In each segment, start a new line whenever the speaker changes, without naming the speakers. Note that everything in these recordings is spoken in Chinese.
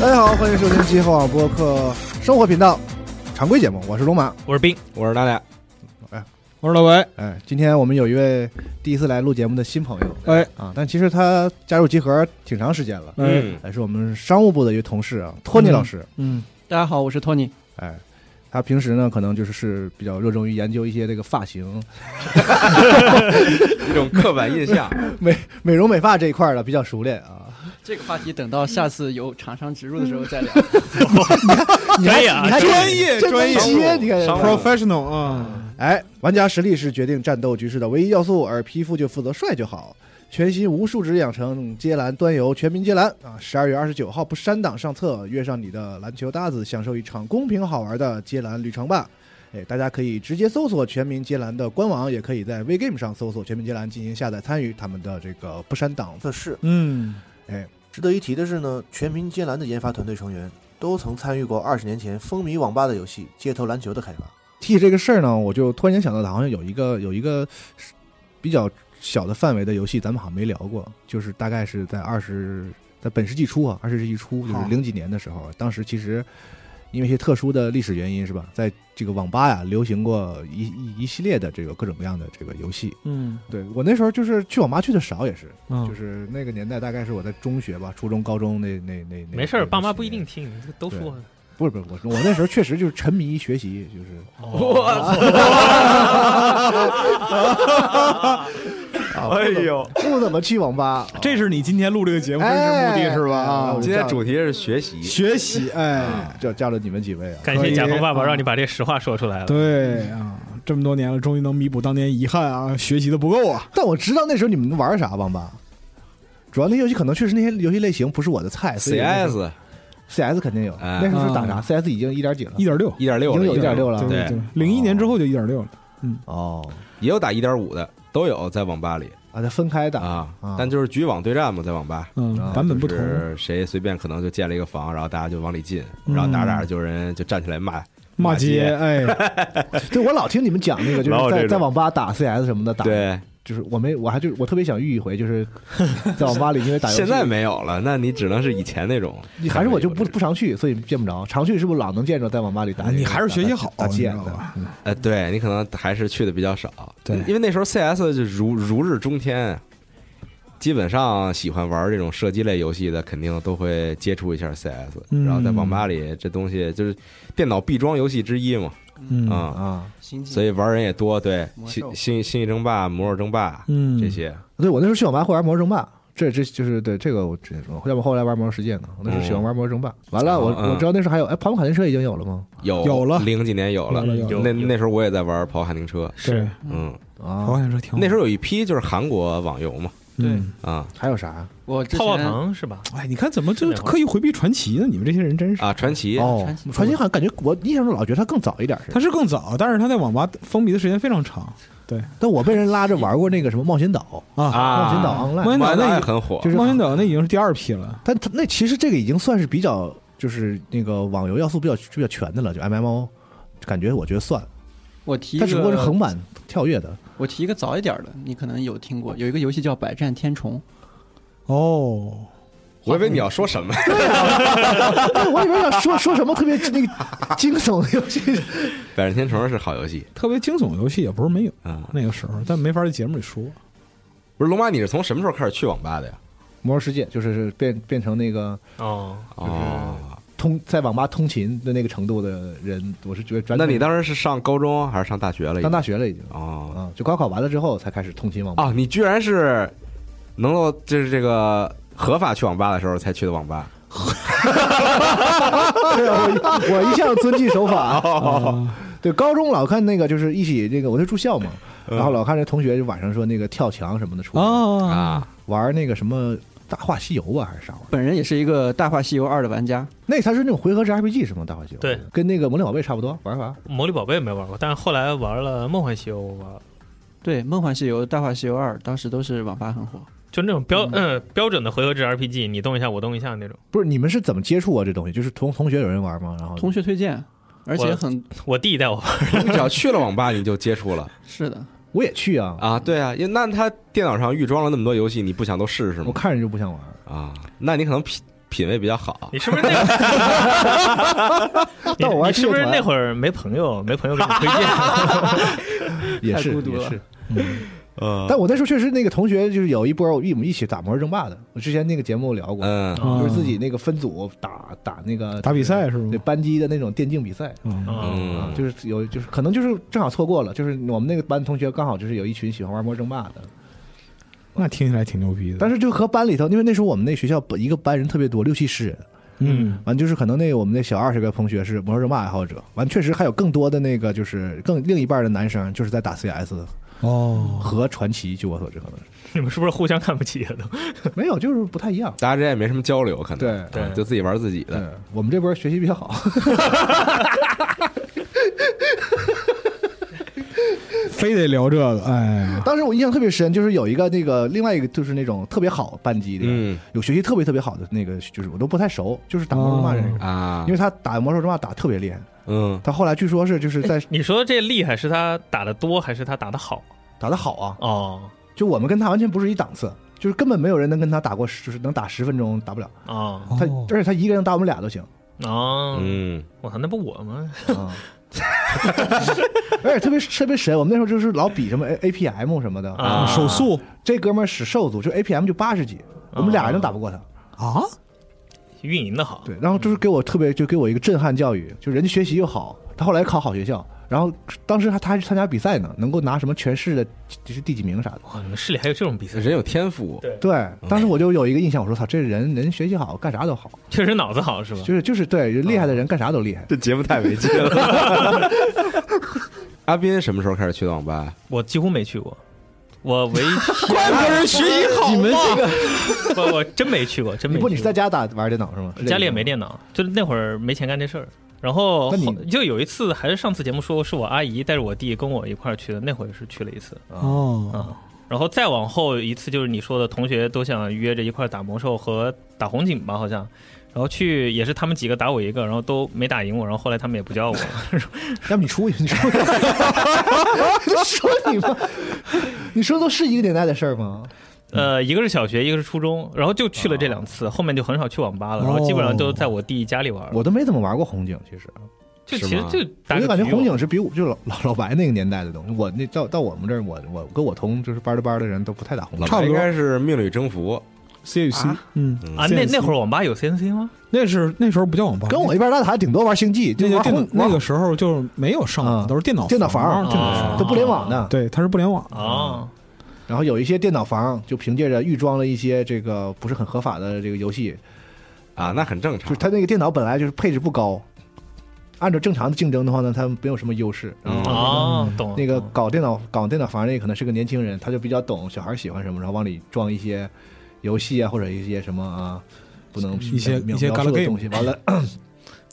大家好，欢迎收听今后网播客生活频道常规节目，我是龙马。
我是冰，
我是大脸，
哎，
我是老鬼，
哎，今天我们有一位第一次来录节目的新朋友
哎，
啊，但其实他加入集合挺长时间了，
嗯，
嗯，
还是我们商务部的一个同事啊，托尼老师。
嗯，
大家好，我是托尼。
哎，他平时呢可能就是是比较热衷于研究一些这个发型、
一种刻板 印象，
美美容美发这一块儿的比较熟练啊。
这个话题等到下次有厂商植入的时候再聊。
你还
哎
可以啊
你还
专
业
专业
接，你看
商务
看
professional 啊，
哎，玩家实力是决定战斗局势的唯一要素，而皮肤就负责帅就好。全新无数值养成接篮端游全民接篮啊！十二月二十九号不删档上册，约上你的篮球搭子，享受一场公平好玩的接篮旅程吧！哎，大家可以直接搜索全民接篮的官网，也可以在 WeGame 上搜索全民接篮进行下载参与他们的这个不删档
测试。
嗯，
值得一提的是呢，全民皆篮的研发团队成员都曾参与过二十年前风靡网吧的游戏《街头篮球》的开发。
提起这个事儿呢，我就突然间想到了，好像有一个有一个比较小的范围的游戏，咱们好像没聊过，就是大概是在二十在本世纪初啊，二十世纪初就是
好
零几年的时候，当时其实因为一些特殊的历史原因，是吧，在这个网吧呀流行过一一一系列的这个各种各样的这个游戏。
嗯，
对我那时候就是去网吧去的少，也是，
就
就是那个年代大概是我在中学吧，初中、高中那那那那
没事
那
儿，
个
爸妈
时
不一
间
定听，这个都说了。
不是不是我我那时候确实就是沉迷于学习，就是。 啊，
哎呦，
不怎么去网吧，
这是你今天录这个节目真实目的是吧？啊
哎，
今天主题是学习，
学习，哎，
就加了你们几位啊。
感谢甲方爸爸
可以
让你把这实话说出来了。
对啊，这么多年了，终于能弥补当年遗憾啊，学习的不够啊，
但我知道那时候你们玩啥网吧，主要那游戏可能确实那些游戏类型不是我的菜。所以那时候
CS
CS 肯定有，
哎
那时候是打啥
嗯
？CS 已经一点几了
一，点六，
一点
已
六
经有一点六
六，
了
对。
对
对，零一年之后就一点六了，嗯
哦，
也有打一点五的，都有在网吧里
啊，它分开打。
啊
啊，
但就是局网对战嘛，在网吧。
嗯
啊，
版本不
就
同，
是谁随便可能就建了一个房，然后大家就往里进，然后打着打着就有人就站起来骂，
嗯骂街，哎，
对，我老听你们讲那个，就 是
老有这
在
种
在网吧打 CS 什么的，打
对，
就是我没，我还就我特别想遇一回，就是 在网吧里因为打游戏，
现在没有了，那你只能是以前那种，
你还是我就不不常去，所以见不着。常去是不是老能见着在网吧里打
啊
那个？
你还是学习好
打打
你
剑
知道
的
吧
嗯
呃，对你可能还是去的比较少，
对
因为那时候 CS 就如如日中天，基本上喜欢玩这种射击类游戏的，肯定都会接触一下 CS，、
嗯
然后在网吧里这东西就是电脑必装游戏之一嘛，
嗯
啊、
啊。
行，
所以玩人也多，对，
魔兽
星星星际争霸、魔兽争霸、
嗯，
这些，
对，我那时候去网吧会玩《魔兽争霸》，这这就是对这个我之前说，要不后来玩《魔兽世界》呢。我那时候喜欢玩《魔兽争霸》，完了我
嗯
我知道那时候还有，哎，跑跑卡丁车已经有了吗？
有
有了
零几年有了，
有了有
了
那
有
那时候我也在玩跑卡丁车，
是，
嗯，
好
啊，
像是挺好
那时候有一批就是韩国网游嘛，
对
嗯
啊
还有啥？
我之
泡泡
前
糖是吧？
哎，你看怎么就是
那会儿
刻意回避传奇呢？你们这些人真是。
啊传奇，
哦
传，奇
传奇好像感觉我印象中老觉得它更早一点似的，
他是更早，但是他在网吧封闭的时间非常长
但我被人拉着玩过那个什么冒险岛，
啊。
啊
冒险岛
冒
online，
险岛
那
那
也
已
很火，
就是
冒险岛那已经是第二批了，
但它那其实这个已经算是比较就是那个网游要素比较比较全的了，就 MMO。感觉我觉得算，
我提一
它只不过是
个，
横版跳跃的。
我提一个早一点的，你可能有听过，有一个游戏叫《百战天虫
哦，
我以为你要说什么。
对，我以为要说说什么特别那个惊悚的游戏，
百战天虫是好游戏
特别惊悚的游戏也不是没有
啊、
那个时候，但没法在节目里说。
不是龙马，你是从什么时候开始去网吧的呀？
魔兽世界就是变变成那个
哦，
哦，
通在网吧通勤的那个程度的人，我是觉得专
那
门
你当时是上高中还是上大学了已经？
上大学了已经
哦
啊，就高考完了之后才开始通勤网吧。
哦，你居然是能够就是这个合法去网吧的时候才去的网吧。
对， 我我一向遵纪守 法。啊
哦
嗯对，高中老看那个就是一起这个，我是住校嘛，
嗯
然后老看这同学就晚上说那个跳墙什么的出去
啊，
啊，
玩那个什么《大话西游》吧，还是啥玩意》，儿？
本人也是一个《大话西游二》的玩家。
那才是那种回合制 RPG 是吗？《大话西游》
对，
跟那个《魔力宝贝》差不多玩法。
魔力宝贝没玩过，但是后来玩了梦幻西游，我玩了
对，《梦幻西游》《大话西游二》当时都是网吧很火。
就那种标嗯标准的回合制 RPG，你动一下我动一下那种。
不是你们是怎么接触啊？这东西就是同同学有人玩吗？然后
同学推荐，而且很
我弟带我玩，
你只要去了网吧，你就接触了
是的，
我也去啊，
啊。对啊，因为那他电脑上预装了那么多游戏，你不想都试试
我
吗？
看着就不想玩。
啊，那你可能匹品味比较好。
你是不是那会 儿
但我
你
玩
你是不是
这个团
那会儿没朋友，没朋友给你推荐？
也
太
是
孤独
也
了 嗯
是。嗯
呃
但我那时候确实那个同学就是有一波我一我们一起打魔兽争霸的，我之前那个节目聊过，
嗯，
嗯
就是自己那个分组打打那个
打比赛是吗
对班级的那种电竞比赛。
嗯
嗯
啊，
嗯，
就是有，就是可能就是正好错过了，就是我们那个班同学刚好就是有一群喜欢玩魔兽争霸的，
那听起来挺牛逼的。
但是就和班里头，因为那时候我们那学校本一个班人特别多，六七十人，
嗯，
完就是可能那个我们那小二十个同学是魔兽争霸爱好者，完确实还有更多的那个就是更另一半的男生就是在打 CS
哦，
和传奇，据我所知可能 是
你们是不是互相看不起了都？
没有，就是不太一样。
大家之间也没什么交流，可能
对
对
嗯就自己玩自己的。
对，我们这波学习比较好，
非得聊这个，哎呀，
当时我印象特别深，就是有一个那个另外一个就是那种特别好班级里，
嗯
有学习特别特别好的那个，就是我都不太
嗯
熟，就是打魔兽争霸认识
哦
的，
啊
因，为他打魔兽争霸打得特别厉害。
嗯
他后来据说是就是在
你说这厉害是他打的多还是他打的好？
打得好啊，
哦
就我们跟他完全不是一档次，就是根本没有人能跟他打过，就是能打十分钟打不了。
哦
他
哦
而且他一个人打我们俩都 行
哦！
嗯，
我操，那不我吗？
啊。而且特别特别神，我们那时候就是老比什么 A A P M 什么的，
啊，
手速
这哥们儿使兽族，就 A P M 就八十几，我们
哦
俩人能打不过他。
啊，
运营的好，
对，然后就是给我特别就给我一个震撼教育，就人家学习又好，他后来考好学校，然后当时他他还去参加比赛呢，能够拿什么全市的就是第几名啥的。
哇，你们市里还有这种比赛，
人有天赋，
对
对，当时我就有一个印象，我说操，这人人学习好，干啥都好，
确实脑子好是吧？
就是就是对厉害的
嗯
人干啥都厉害。
这节目太没劲了。 阿斌什么时候开始去的网吧？
我几乎没去过，我 唯一
怪不得人学习好
你们
嘛
这个，我我真没去过，真没
你
去
不
过。
你是在家打玩电脑是吗？是这
家里
意
也
思吗
没电脑，就是那会儿没钱干这事儿。然后
那你
后就有一次，还是上次节目说过，是我阿姨带着我弟跟我一块儿去的，那会儿是去了一次
哦，
啊。然后再往后一次就是你说的同学都想约着一块儿打魔兽和打红警吧，好像。然后去也是他们几个打我一个，然后都没打赢我，然后后来他们也不叫我。
要不你出去，你出去， 说你吧， 你说都是一个年代的事儿吗？
呃，一个是小学，一个是初中，然后就去了这两次，后面就很少去网吧了，然后基本上都在我弟家里玩。
哦我都没怎么玩过红警，其实
就是其实
吗
就
我
打个
就感觉
局
红
游
警是比我就老老老白那个年代的东西。我那到到我们这儿，我我跟我同就是班儿的班儿的人都不太打红
老
警。
差不
白
多
应该是命里征服，
C 与 C，嗯，
啊，那
CNC
那会儿网吧有 CNC 吗？
那是那时候不叫网吧，
跟我一边儿大的还顶多玩星际，
那
就
那
玩
个电脑
红
那
玩
个时候就是没有上
嗯
网，都是电脑
电脑
房
房，
电脑房
啊
都不联网的。
对，它是不联网。
哦，
然后有一些电脑房就凭借着预装了一些这个不是很合法的这个游戏，
啊，那很正
就
常
是。它那个电脑本来就是配置不高，按照正常的竞争的话呢，它没有什么优势。然
嗯
后
哦，懂了
那个
懂了
搞电脑搞电脑房那个可能是个年轻人，他就比较懂小孩喜欢什么，然后往里装一些游戏啊，或者一些什么啊，不能
一些
描
一些
描述
gala
的
game
东西。完了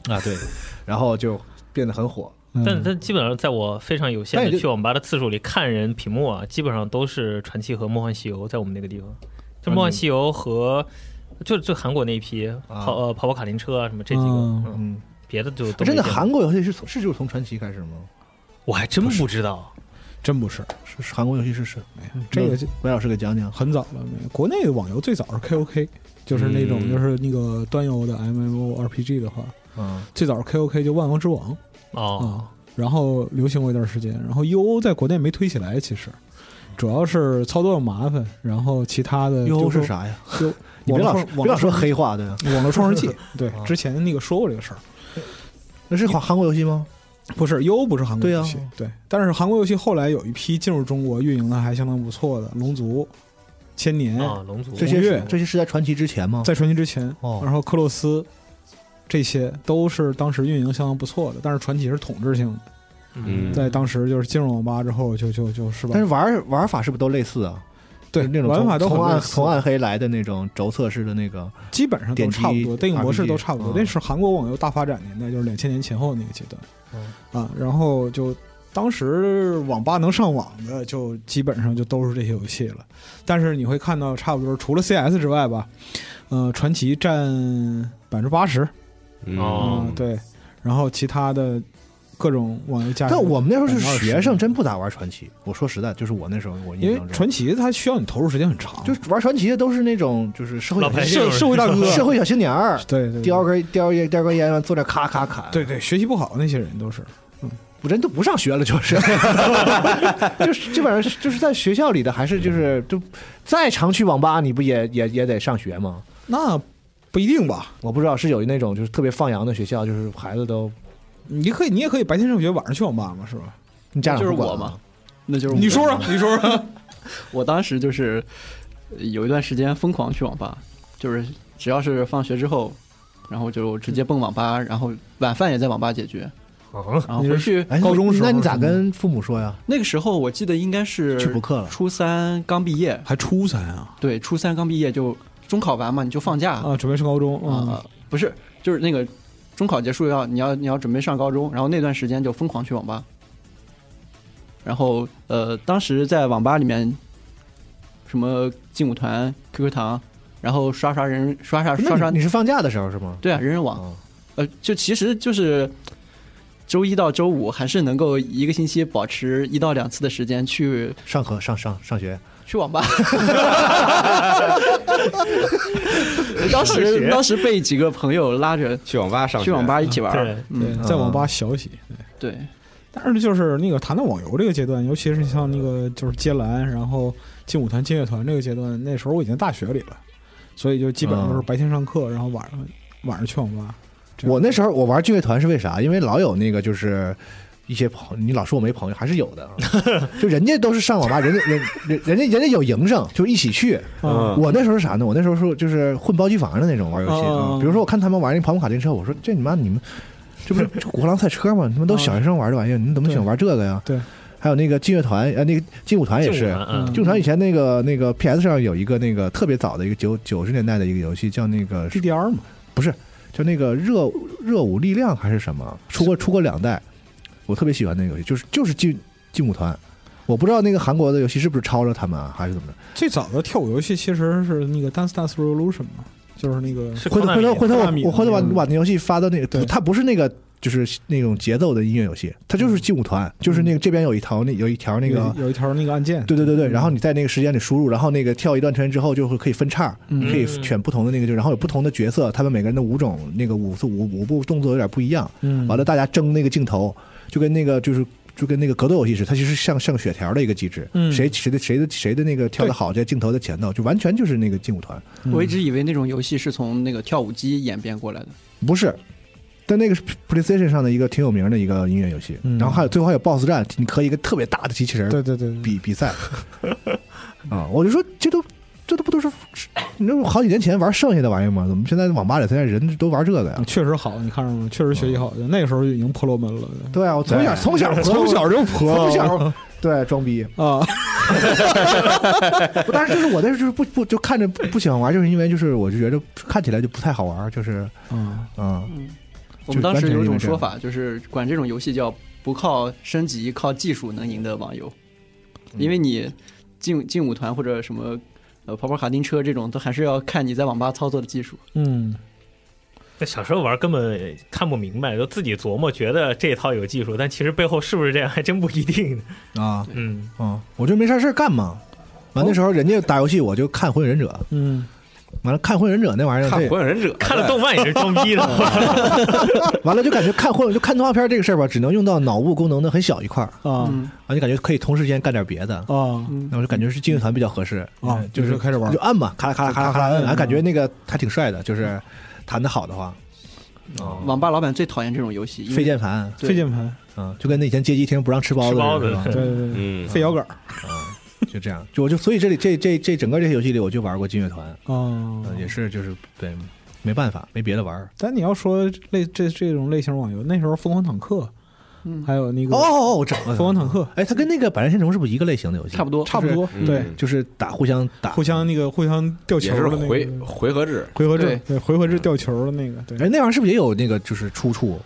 啊，对， 然后就变得很火。
嗯
但但基本上在我非常有限
但也
的
就
去网吧的次数里，看人屏幕啊，基本上都是传奇和梦幻西游在我们那个地方，就
啊
梦幻
你
西游和。就就韩国那一批跑呃跑跑卡丁车啊什么这几个，
嗯
嗯
嗯，
别的就都没
真的
见过
韩国游戏是从是就是从传奇开始吗？
我还真不知道，
真不是
是是韩国游戏是是，
这个
嗯白老师给讲讲。
很早了，国内网游最早是 KOK，就是那种
嗯
就是那个端游的 MMORPG 的话，
嗯，
最早是 KOK 就万王之王啊、
哦，
然后流行过一段时间，然后 UO 在国内没推起来，其实主要是操作麻烦，然后其他的
优
就是
啥呀？
优，
你别老
网
说
络
别老说黑话啊的，
网 络创世纪，对
啊，
之前那个说过这个事儿，
那是韩韩国游戏吗？
不是 U 不是韩国
对啊
游戏，对，但是韩国游戏后来有一批进入中国运营的还相当不错的，龙族、千年，
啊，龙族
嗯这
红
些是
月
这些是在传奇之前吗？
在传奇之前，
哦
然后克洛斯，这些都是当时运营相当不错的，但是传奇是统治性的，
嗯
在当时就是进入网吧之后就就就是吧
但，是玩玩法是不是都类似啊？
对
就是那种
玩法都
从
很
暗
类似
从暗黑来的那种轴测式的那个，
基本上都
点击
差不多，电影模式
RPG
都差不多
嗯。
那是韩国网游大发展年代，就是两千年前后那个阶段，
嗯
啊，然后就当时网吧能上网的，就基本上就都是这些游戏了。但是你会看到，差不多除了 CS 之外吧，呃，传奇占百分之八十，啊
嗯
哦
嗯，对，然后其他的各种网游加起来。
但我们那时候是
20%
学生，真不咋玩传奇。我说实在，就是我那时候我
因
印
为
象中，
传奇它需要你投入时间很长，
就是玩传奇的都是那种就是社会
老牌
社
就是
社会 大哥，
社会小青年儿，
对对对
叼根叼一叼根烟，完坐那咔咔砍。
对对，学习不好那些人都是，
我人都不上学了， 就是，就是基本上是就是在学校里的，还是就是就再常去网吧，你不也也也得上学吗？
那不一定吧？
我不知道是有那种就是特别放羊的学校，就是孩子都
你可以你也可以白天上学，晚上去网吧嘛，是吧？
家长
就是
不管
我
吗
嘛。那就是我
你说说，你说说，
我当时就是呃有一段时间疯狂去网吧，就是只要是放学之后，然后就直接蹦网吧，然后晚饭也在网吧解决，然后回去
哎，
高中时候
那你咋
是吗
跟父母说呀？
那个时候我记得应该是
去补课了
初三刚毕业，
还初三啊？
对，初三刚毕业就中考完嘛，你就放假啊、
啊，准备上高中啊
嗯
呃，不是，就是那个中考结束要你要你要准备上高中，然后那段时间就疯狂去网吧，然后呃，当时在网吧里面什么劲舞团、QQ 堂，然后刷刷人刷刷
不是
刷刷
哎你，你是放假的时候是吗？
对啊，人人网，
哦
呃，就其实就是周一到周五还是能够一个星期保持一到两次的时间去
上课上上上学，
去网吧。当时当时被几个朋友拉着
去网吧上学
去网吧一起玩儿，
对，
对
嗯，，
在网吧学习。
对，
但是就是那个谈到网游这个阶段，尤其是像那个就是接蓝，然后劲舞团、劲乐团这个阶段，那时候我已经大学里了，所以就基本上都是白天上课，然后晚上晚上去网吧。这样
我那时候我玩劲乐团是为啥？因为老有那个就是一些朋友，你老说我没朋友，还是有 的。就人家都是上网吧，人家人人人家人家有营生，就一起去。
啊，
我那时候是啥呢？我那时候是就是混包机房的那种玩游戏。
哦
嗯比如说我看他们玩那跑马卡丁车，我说这你妈你们这不是 这鼓浪赛车吗？你们都小学生玩的玩意儿，你们怎么喜欢玩这个呀？
对对。
还有那个劲乐团，呃，那个劲舞团也是
劲舞。团嗯
劲舞团以前那个那个 PS 上有一个那个特别早的一个九九十年代的一个游戏，叫那个
DDR 嘛，
就那个热热舞力量还是什么，出过出过两代，我特别喜欢那个游戏，就是就是劲劲舞团，我不知道那个韩国的游戏是不是抄着他们啊，还是怎么着？
最早的跳舞游戏其实是那个 Dance Dance Revolution 嘛，就是那个
是
嗯回头回头回头
纳米
我我回头把
嗯
把那游戏发到那个，
对
它不是那个就是那种节奏的音乐游戏，它就是劲舞团，就是那个这边有一条那有一条那个。
嗯有有一条那个按键，
对对对对，
嗯
然后你在那个时间里输入，然后那个跳一段时间之后，就会可以分叉，
嗯
可以选不同的那个，就然后有不同的角色，他们每个人的舞种那个舞速舞舞步动作有点不一样，
嗯，
完了大家争那个镜头，就跟那个就是就跟那个格斗游戏似的，它其实像像血条的一个机制，
嗯
谁谁的谁的谁的那个跳得好，这镜头在前头，就完全就是那个劲舞团，
嗯
我一直以为那种游戏是从那个跳舞机演变过来的。
不是。但那个是 PlayStation 上的一个挺有名的一个音乐游戏，
嗯
然后还有最后还有 BOSS 战，你和一个特别大的机器人
对对对，对
比比赛 啊、我就说这都这都不都是你知道好几年前玩剩下的玩意儿吗？怎么现在网吧里现在人都玩这个呀
啊？确实好，你看着吗？确实学习好，那个时候就已经婆罗门了，
对啊，我从小 从小
从小就婆，
从小对装逼，
啊，
但是就是我那时候就是不不就看着不不喜欢玩，就是因为就是我就觉得看起来就不太好玩，就是
嗯，
啊、
我们当时有一种说法，就是管这种游戏叫不靠升级，靠技术能赢的网游，因为你劲劲舞团或者什么呃跑跑卡丁车这种，都还是要看你在网吧操作的技术。
嗯，
那小时候玩根本看不明白，就自己琢磨，觉得这套有技术，但其实背后是不是这样还真不一定。
啊
嗯，
啊！我就没啥事儿干嘛。完那时候人家打游戏，我就看火影忍者。
嗯，
完了看火影忍者那玩意儿，
看《
这
火影忍者》，
看了
对
动漫也是装逼 的。
完了就感觉看火影就看动画片这个事儿吧，只能用到脑部功能的很小一块儿
啊
嗯
啊，就感觉可以同时间干点别的。
啊
那我就感觉是劲乐团比较合适嗯
啊，
就
就是
是
开始玩
就，按嘛，咔啦咔啦咔啦咔啦
就咔咔嗯
摁，
摁
还感觉那个还挺帅的，就是弹的好的话，
哦
网吧老板最讨厌这种游戏，因
费
为
键盘
费
对
键盘，
啊，就跟那以前街机厅不让吃包子
吃包子
似的，
对对对对，
嗯，
费摇杆儿
啊，就这样，就我就所以这里这这这整个这些游戏里，我就玩过劲乐团，
啊
呃，也是就是对，没办法，没别的玩儿。
但你要说类这这种类型网游，那时候疯狂坦克，
嗯
还有那个
哦哦，哦，我整
疯狂
了。
坦克
哎，它跟那个《百战天虫》是不是一个类型的游戏？
差不多
差不多，
嗯
对，
就是打互相打，
互相那个互相掉球
也是
的那
回
个
回合制，
回合制
对，
对回合制掉球的那个，
哎，
对，
那玩意儿是不是也有那个就是出处？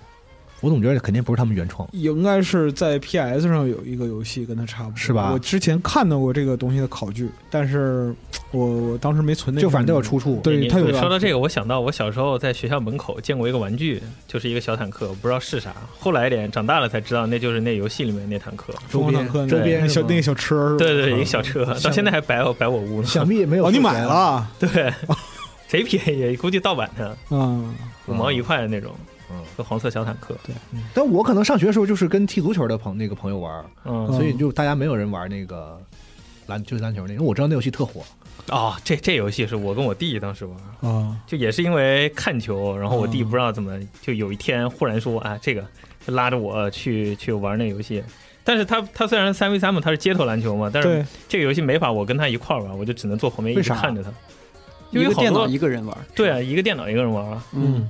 我总觉得肯定不是他们原创。
应该是在 PS 上有一个游戏跟它差不多，
是吧
我之前看到过这个东西的考据，但是我我当时没存那
就反正都有
出，
出处。
对
你
它有
你
个
说到这个，我想到我小时候在学校门口见过一个玩具，就是一个小坦克，我不知道是啥。后来一点长大了才知道，那就是那游戏里面那坦克。
疯狂坦克那
周
个
边
那小
是吗
那个小车是吧？啊
对对，一
嗯
个小车， 到现在还摆我摆我屋呢。
想必也没有
哦，你
授权
买了啊？
对，贼便宜，估计盗版的，
嗯
五毛一块的那种
嗯，
就黄色小坦克。嗯
但我可能上学的时候就是跟踢足球的朋那个朋友玩儿，
嗯
嗯
所以就大家没有人玩那个篮就是篮球那个，因为我知道那游戏特火。
哦，这这游戏是我跟我弟当时玩，
啊，
就也是因为看球，然后我弟
嗯
不知道怎么，就有一天忽然说啊，这个就拉着我去去玩那游戏。但是他他虽然三 v 三嘛，他是街头篮球嘛，但是
对，
这个游戏没法我跟他一块儿玩，我就只能坐旁边一
为
直
啥
看着他，因
一
为
个
好
电脑
多
一个人玩。
对啊，一个电脑一个人玩啊，
嗯，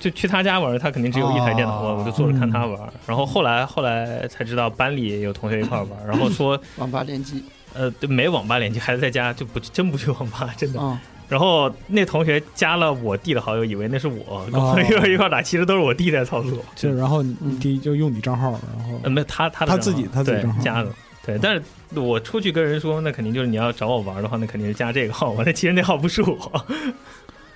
就去他家玩，他肯定只有一台电脑，
哦
我就坐着
嗯
看他玩。然后后来后来才知道班里有同学一块儿玩，然后说
网吧联机
呃对没网吧联机，还是在家就不真不去网吧，真的。
啊，
然后那同学加了我弟的好友，以为那是我跟我一块儿一块儿打，其实都是我弟在操作。
就然后
嗯
第一就用你账号，然后
呃，没有他他的
他
账号
自己他自己
对
账号
加的，对。但是我出去跟人说，那肯定就是你要找我玩的话，那肯定是加这个号。我那其实那号不是我，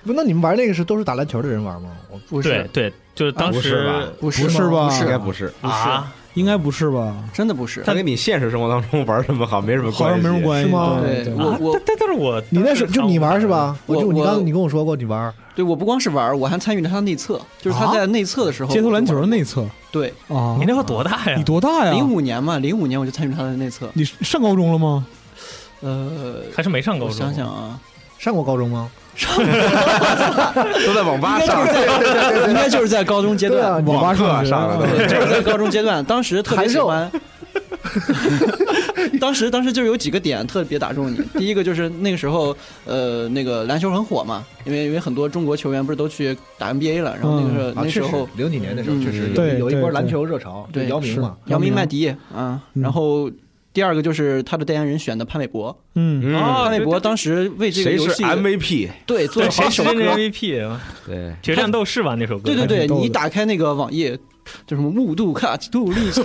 不，那你们玩那个是都是打篮球的人玩吗？我
不
对
是，
对，就是当
啊不是吧
时
不是，
不是吧
不
应该
是，
不是。
不是
啊，
应该不是吧？
真的不是。
它跟你现实生活当中玩什么好没什么
好像
关系，
没什么关系，
是吗
对
对
对
我
啊
我
但但但是我
你那时候就你玩是？吧？
我
就你
我
刚你跟我说过你玩，
对我不光是玩，我还参与了他的内测，就是他
啊
在内测的时候，
街头篮球内测
对，
啊
你，那会儿多大呀？
你多大呀？
零五年嘛，零五年我就参与他的内测。
你上高中了吗？
呃，
还是没上高
我
中？
想想啊，
上过高中吗？
都在网吧上，
应该就是在高中阶
对啊
段，
你
网吧
课
上学
上了
啊
都
对，就是在高中阶段，当时特别喜欢。 当时当时就是有几个点特别打中你，第一个就是那个时候，呃，那个篮球很火嘛，因为因为很多中国球员不是都去打 NBA 了，然后那个时候、
啊，
呃那时
确
候
实，零几年的时候
嗯
确实有
对
有一波
对
篮球热潮，
对
就姚明嘛，
姚明、麦迪啊，
嗯
然后第二个就是他的代言人选的潘玮柏，
嗯，
嗯，
哦
潘玮柏当
时
时为这个
谁
游
是
戏
MVP？
对做
对
了
谁
八
是
首
那
歌，
MVP 啊？
对，
决战斗士吧那首歌？
对对对，
挺逗的
你一打开那个网页，就什么木度卡奇杜利斯，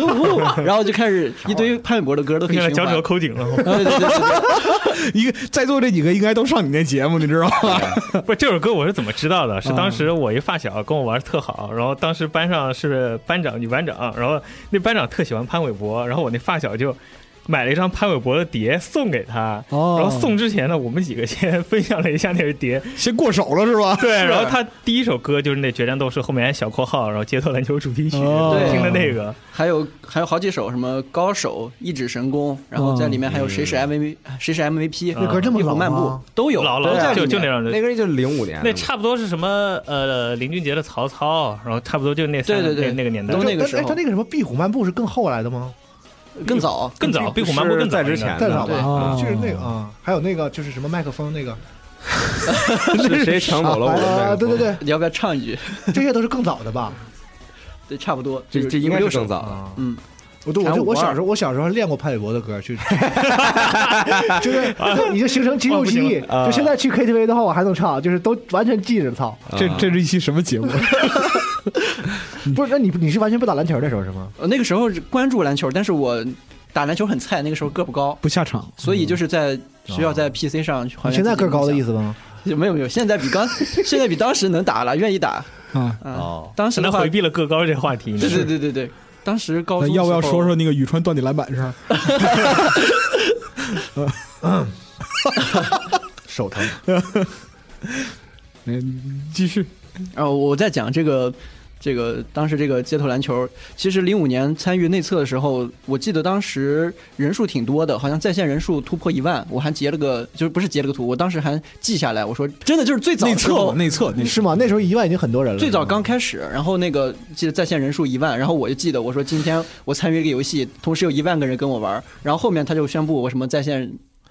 然后就开始一堆潘玮柏的歌都可以
现在
循
脚趾头
环。啊
抠紧了。
对对对对对
一个在座这几个应该都上你那节目，你知道吗？
不是这首歌我是怎么知道的？是当时我一发小跟我玩得特好，然后当时班上是班长女班长，然后那班长特喜欢潘玮柏，然后我那发小就买了一张潘玮柏的碟送给他。
哦
然后送之前呢，我们几个先分享了一下那个碟，
先过手了是吧？
对，然后他第一首歌就是那《决战斗士》，后面还小括号，然后街头篮球主题曲，
哦
听的那个，
还有还有好几首什么高手、一指神功，然后在里面还有谁是 MVP，、谁是 MVP，
那歌
这么
啊一
老
幅
吗
漫步都有，
老
都
老
在里
就
面
就那样的
那个人就零五年的嘛，
那差不多是什么？呃，林俊杰的《曹操》，然后差不多就那三
对对对
那那个年代
都
就
那个
但
时
哎
候
他那个什么壁虎漫步是更后来的吗？
更早
更早，壁虎漫步更早
在之前
再
的
早
哎对
吧，
啊
就是那个啊，还有那个就是什么麦克风那个
是谁抢走了我的麦克
啊，
风？
对对对，
你要不要唱一句？
这些都是更早的吧？
对，差不多。
这这应该
就是是
更早了。
啊，
嗯，
我都我
前
就
五
我
二
小时候我小时候练过潘玮柏的歌， 去，就是已经形成肌
啊
哦
肉
不
记
行
忆。就现在去 KTV 的话，我还能唱，就是都完全记着操。
这
啊
这是一期什么节目？
不是，那你你是完全不打篮球那时候是吗？
呃那个时候是关注篮球，但是我打篮球很菜，那个时候个不高，
不下场，
所以就是在需要在 PC 上去
嗯
还
哦你
原。
现在个高的意
思？
思吗？
没有没有，现在比刚现在比当时能打了，愿意打
啊。
啊。
哦，
当时
现在
的话，
回
对
避了个高这个话题。你
对
是
对对对，当时高
那
中
要不要
时候
说说那个宇川断你篮板的事儿？
手 疼。
嗯，继续。
然后呃我在讲这个，这个当时这个街头篮球，其实零五年参与内测的时候，我记得当时人数挺多的，好像在线人数突破一万，我还截了个，就是不是截了个图，我当时还记下来，我说真的就是最早
内
的时
测
候
嘛，内测，内测
是吗？那时候一万已经很多人了。
最早刚开始，然后那个记得在线人数一万，然后我就记得我说今天我参与一个游戏，同时有一万个人跟我玩，然后后面他就宣布我什么在线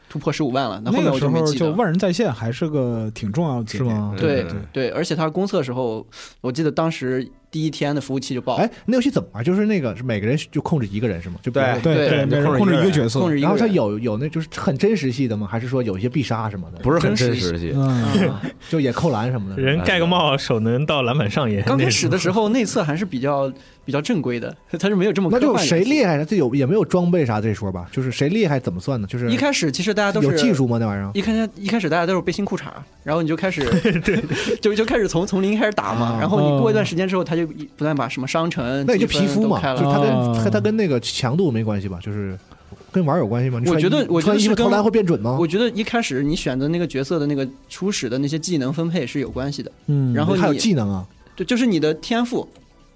突破十五万了，那后面
那个
我
时
没
候
记得
就。万人在线还是个挺重要的节
是
点？
吗？
对
嗯
对，而且他公测的时候，我记得当时第一天的服务器就爆了
哎，，那游戏怎么玩？就是那个是每个人就控制一个人是吗？就比如说
对
对
对，
你
每人
控制
控制一
一个
个
人
角色
控，制一
然
个
后它
人。
有有那就是很真实系的吗？还是说有一些必杀什么的，
不是很
真
真
实
实系，
嗯，
啊
就也扣篮什么的？
人盖个帽，手能到篮板上沿。
刚开始的
候，
时候内测还是比较比较正规的，它是没有这么
那
科
就
幻
谁
元素
厉害，这有也没有装备啥这说吧？就是谁厉害怎么算呢？就是
一开始其实大家都是
有技术吗？那玩意儿
一开始一开始大家都是背心裤衩，然后你就开始 就就开始从从零开始打嘛，
啊
然后你过一段时间之后，他就一不断把什么商城、
那也就
积分
皮肤
都
嘛，
开
就
了
是它跟
啊
它它跟那个强度没关系吧？就是跟玩儿有关系吗？你穿
我觉得
衣
我觉得
穿衣服
是跟
投篮会变准吗？
我觉得一开始你选择那个角色的那个初始的那些技能分配是有关系的，
嗯
然后
还有
你
技能啊
就就是你的天赋，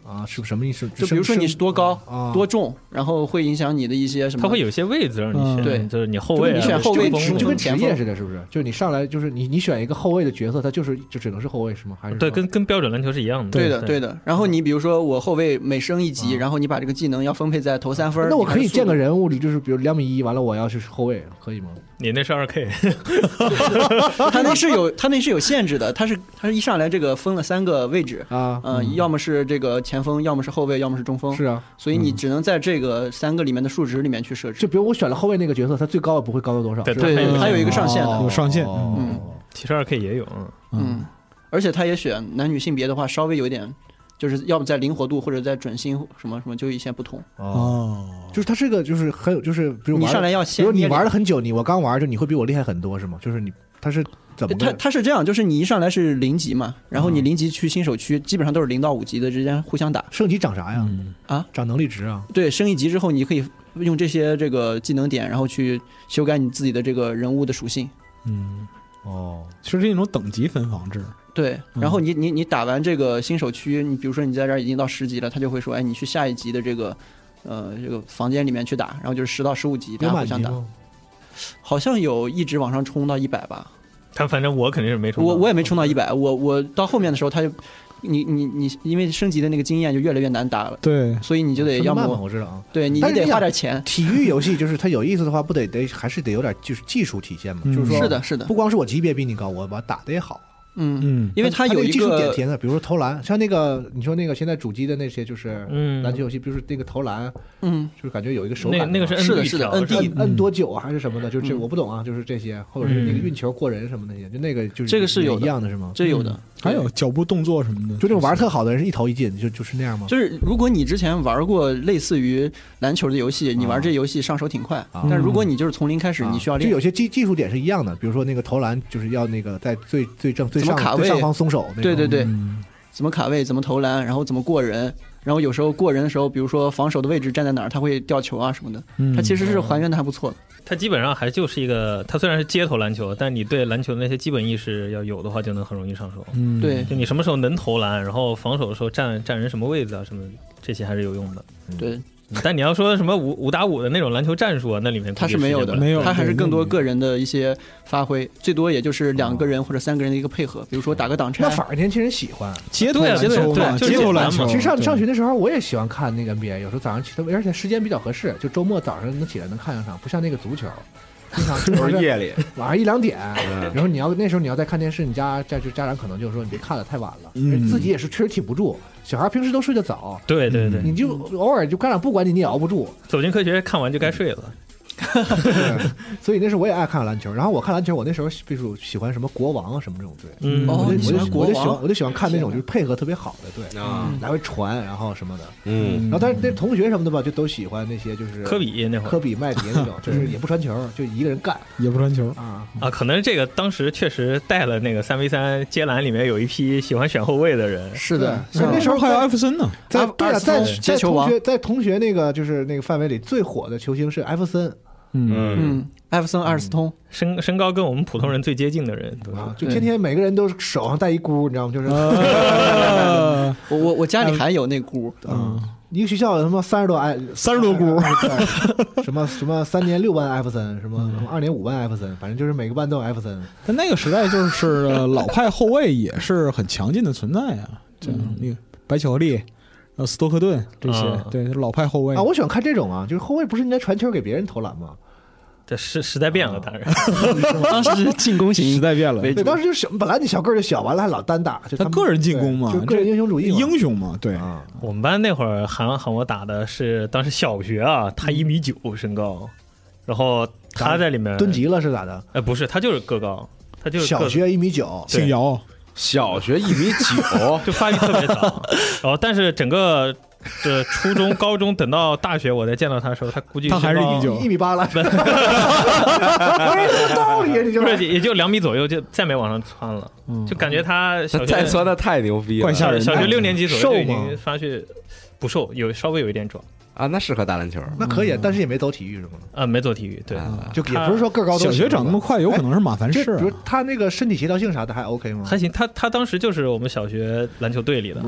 啊是什么意思？
就比如说
生
你是多高、
啊
多重，然后会影响你的一些什么。
他会有些位置让你
嗯
选，
对
就是你后
就是
卫、啊，
你选后卫
中
是
锋
就跟
前
职业
锋
似的，是不是？就是你上来就是你你选一个后卫的角色，他就是就只能是后卫是吗？还是
对，
说
跟跟标准篮球是一样的。
对的，对的。然后你比如说，我后卫每升一级，
啊
然后你把这个技能要分配在投三分儿。
那我
你还
可以
是速
建个
度，
人物，就是比如两米一，完了我要是后卫，可以吗？
你那是二 K，
他
啊
那是有他那是有限制的，他是他是一上来这个分了三个位置，
啊，
呃，要么是这个前锋，要么是后卫，要么是中锋，
是啊，
所以你只能在这个三个里面的数值里面去设置
就。比如我选了后卫那个角色，他最高也不会高到多少。
对
是吧
对，
还有
它有一个上限
哦
的，
有上限
哦
嗯
其实二 K 也有，嗯
嗯，而且它也选男女性别的话，稍微有点，就是要么在灵活度或者在准心什么什么就有一些不同。
哦，
哦，
就是他这个就是很有，就是比如
你
玩
上来要
比
先
如
捏脸，
你玩了很久，你我刚玩就你会比我厉害很多是吗？就是你他是怎么
它
个
它是这样，就是你一上来是零级嘛，然后你
嗯
零级去新手区，基本上都是零到五级的之间互相打。
升级长啥呀？
嗯
长能力值啊？
对，升一级之后，你可以用这些这个技能点，然后去修改你自己的这个人物的属性。
嗯，
哦，
其实是一种等级分房制，
对，
嗯
然后你你你打完这个新手区，你比如说你在这儿已经到十级了，他就会说，哎，你去下一级的这个，呃，这个房间里面去打，然后就是十到十五级，大
有
家互
满级
相打，
吗？
好像有一直往上冲到一百吧，
他反正我肯定是没冲到，
我我也没冲到一百，我我到后面的时候他就，你你你因为升级的那个经验就越来越难打了，
对，
所以你就得
分
要
慢嘛
么
我知道啊。
对你
但
你
是
得
你
花
想
点钱，
体育游戏就是它有意思的话，不得得还是得有点就是技术体现嘛，
嗯
就是说
是的，是的
不，光是我级别比你高，我我打的也好。
嗯，
嗯，
因为
它
有
那
一
技术点
个
填的，比如说投篮，像那个你说那个现在主机的那些就是
嗯
篮球游戏，比如说那个投篮，
嗯
就是感觉有一个手
那
感
个
嘛。
那个是
是
N
的
D
是的 ND
条吧
摁
嗯
摁多久啊还是什么的，就是这
嗯
我不懂啊，就是这些，或者是那个
嗯
运球过人什么那些，就那个就是
这个是
也
有
一
的
样的是吗？
这有的，
还有脚步动作什么的，
就那种玩特好的人是一投一进，就就是那样吗？
就是如果你之前玩过类似于篮球的游戏，你玩这游戏上手挺快，
啊
但如果你就是从零开始，
啊
你需要
就
练。
有些技技术点是一样的，比如说那个投篮就是要那个在最最正最
怎么
上
卡
最
位
上方松手那种。
对对对，
嗯
怎么卡位，怎么投篮，然后怎么过人，然后有时候过人的时候，比如说防守的位置站在哪儿，他会掉球啊什么的，
嗯，
他其实是还原的还不错的。
它基本上还就是一个，它虽然是街头篮球，但你对篮球的那些基本意识要有的话，就能很容易上手。
嗯
对
就你什么时候能投篮，然后防守的时候站站人什么位置啊，什么这些还是有用的。
嗯
对，
但你要说什么五五打五的那种篮球战术啊，那里面
他是没有的，
没有
他还是
对嗯
更多
那没有
个人的一些发挥，最多也就是两个人或者三个人的一个配
啊
合，比如说打个挡拆
那。反而年轻人喜欢。
街头
对啊
篮球
对
嘛，
啊就是
街头篮
简单
球，
嘛
其
哦
实上
对
上学的时候，我也喜欢看那个 NBA，有时候早上起，而且时间比较合适，就周末早上能起来能看上场，不像那个足球，经 常经
都
常
是
是
夜里，
晚上一两点，
嗯
然后你要那时候你要再看电视，你家家就家长可能就说你别看了，太晚了，
嗯
而自己也是确实挺不住，小孩平时都睡得早，
对对对，
你就偶尔就干点不管你你也熬不住，
走进科学看完就该睡了。
对 所以那时候我也爱看篮球，然后我看篮球，我那时候比如喜欢什么国王啊什么这种队，
嗯，
哦
我就
你喜
我就我就喜
欢国
欢
王
我就喜欢看那种就是配合特别好的队，
啊，
来回传然后什么的，
嗯
然后但是那同学什么的吧，就都喜欢那些就是
科比那会
科
儿
比麦迪那 种，就是也不传球，就一个人干
也不传球，
啊。
啊，可能这个当时确实带了那个三 v 三接篮里面有一批喜欢选后卫的人。
是的，嗯
对那
那
时
时
候
候还有
在
艾弗森呢，
在
阿
对啊，
阿
在
森
在
接球
同
王
学在同学那个就是那个范围里最火的球星是艾弗森
嗯，
嗯，
嗯，艾弗森、阿尔斯通，
身身高跟我们普通人最接近的人，对
啊
吧？，
就
对啊
天天每个人都手上带一箍，你知道吗？就是
呃
我我我家里还有那箍，
嗯，一个学校有他妈三十多艾，
三十多箍，
对 什么什么三年六班艾弗森，什么什么二年五班艾弗森，反正就是每个班都有艾弗森。
但那个时代就是呃老派后卫也是很强劲的存在啊，这样那个白巧克力，呃，斯托克顿这些
啊，
对老派后卫
啊啊，，我喜欢看这种啊，就是后卫不是应该传球给别人投篮吗？
这时时代变了，当然
当时是进攻
时
型，
代变了，
为
哎
对，当时就小，本来你小个儿就小，完了还老单打，就
他
们
个人进攻嘛
对就个人英雄主义嘛，
英雄嘛，对，
啊，
我们班那会儿喊喊我打的是当时小学啊，他一米九身高，然后他在里面
蹲，级了是咋的？
哎，不是，他就是个高，他就是个
小
子
学一米九，
对，
姓姚，
小学一米 九
就发育特别早，然后但是整个这初中、高中等到大学我再见到他的时候，他估计
他还是
身高
一米九
一米八了， 不是这道理，啊你就
不是也也就两米左右，就再没往上窜了，就感觉他小学呃
嗯再说那太牛逼
怪
了
吓人的
小学六年级左右就已
瘦吗
经发去不瘦，有稍微有一点壮
啊！那适合打篮球，
那可以，但是也没走体育什么的，
啊，没走体育，对，
啊
就也不是说个高都
小学
行
长那么
吧
快，有可能是马凡
这
氏啊
比如他那个身体协调性啥的还 OK 吗？
还行。他他当时就是我们小学篮球队里的，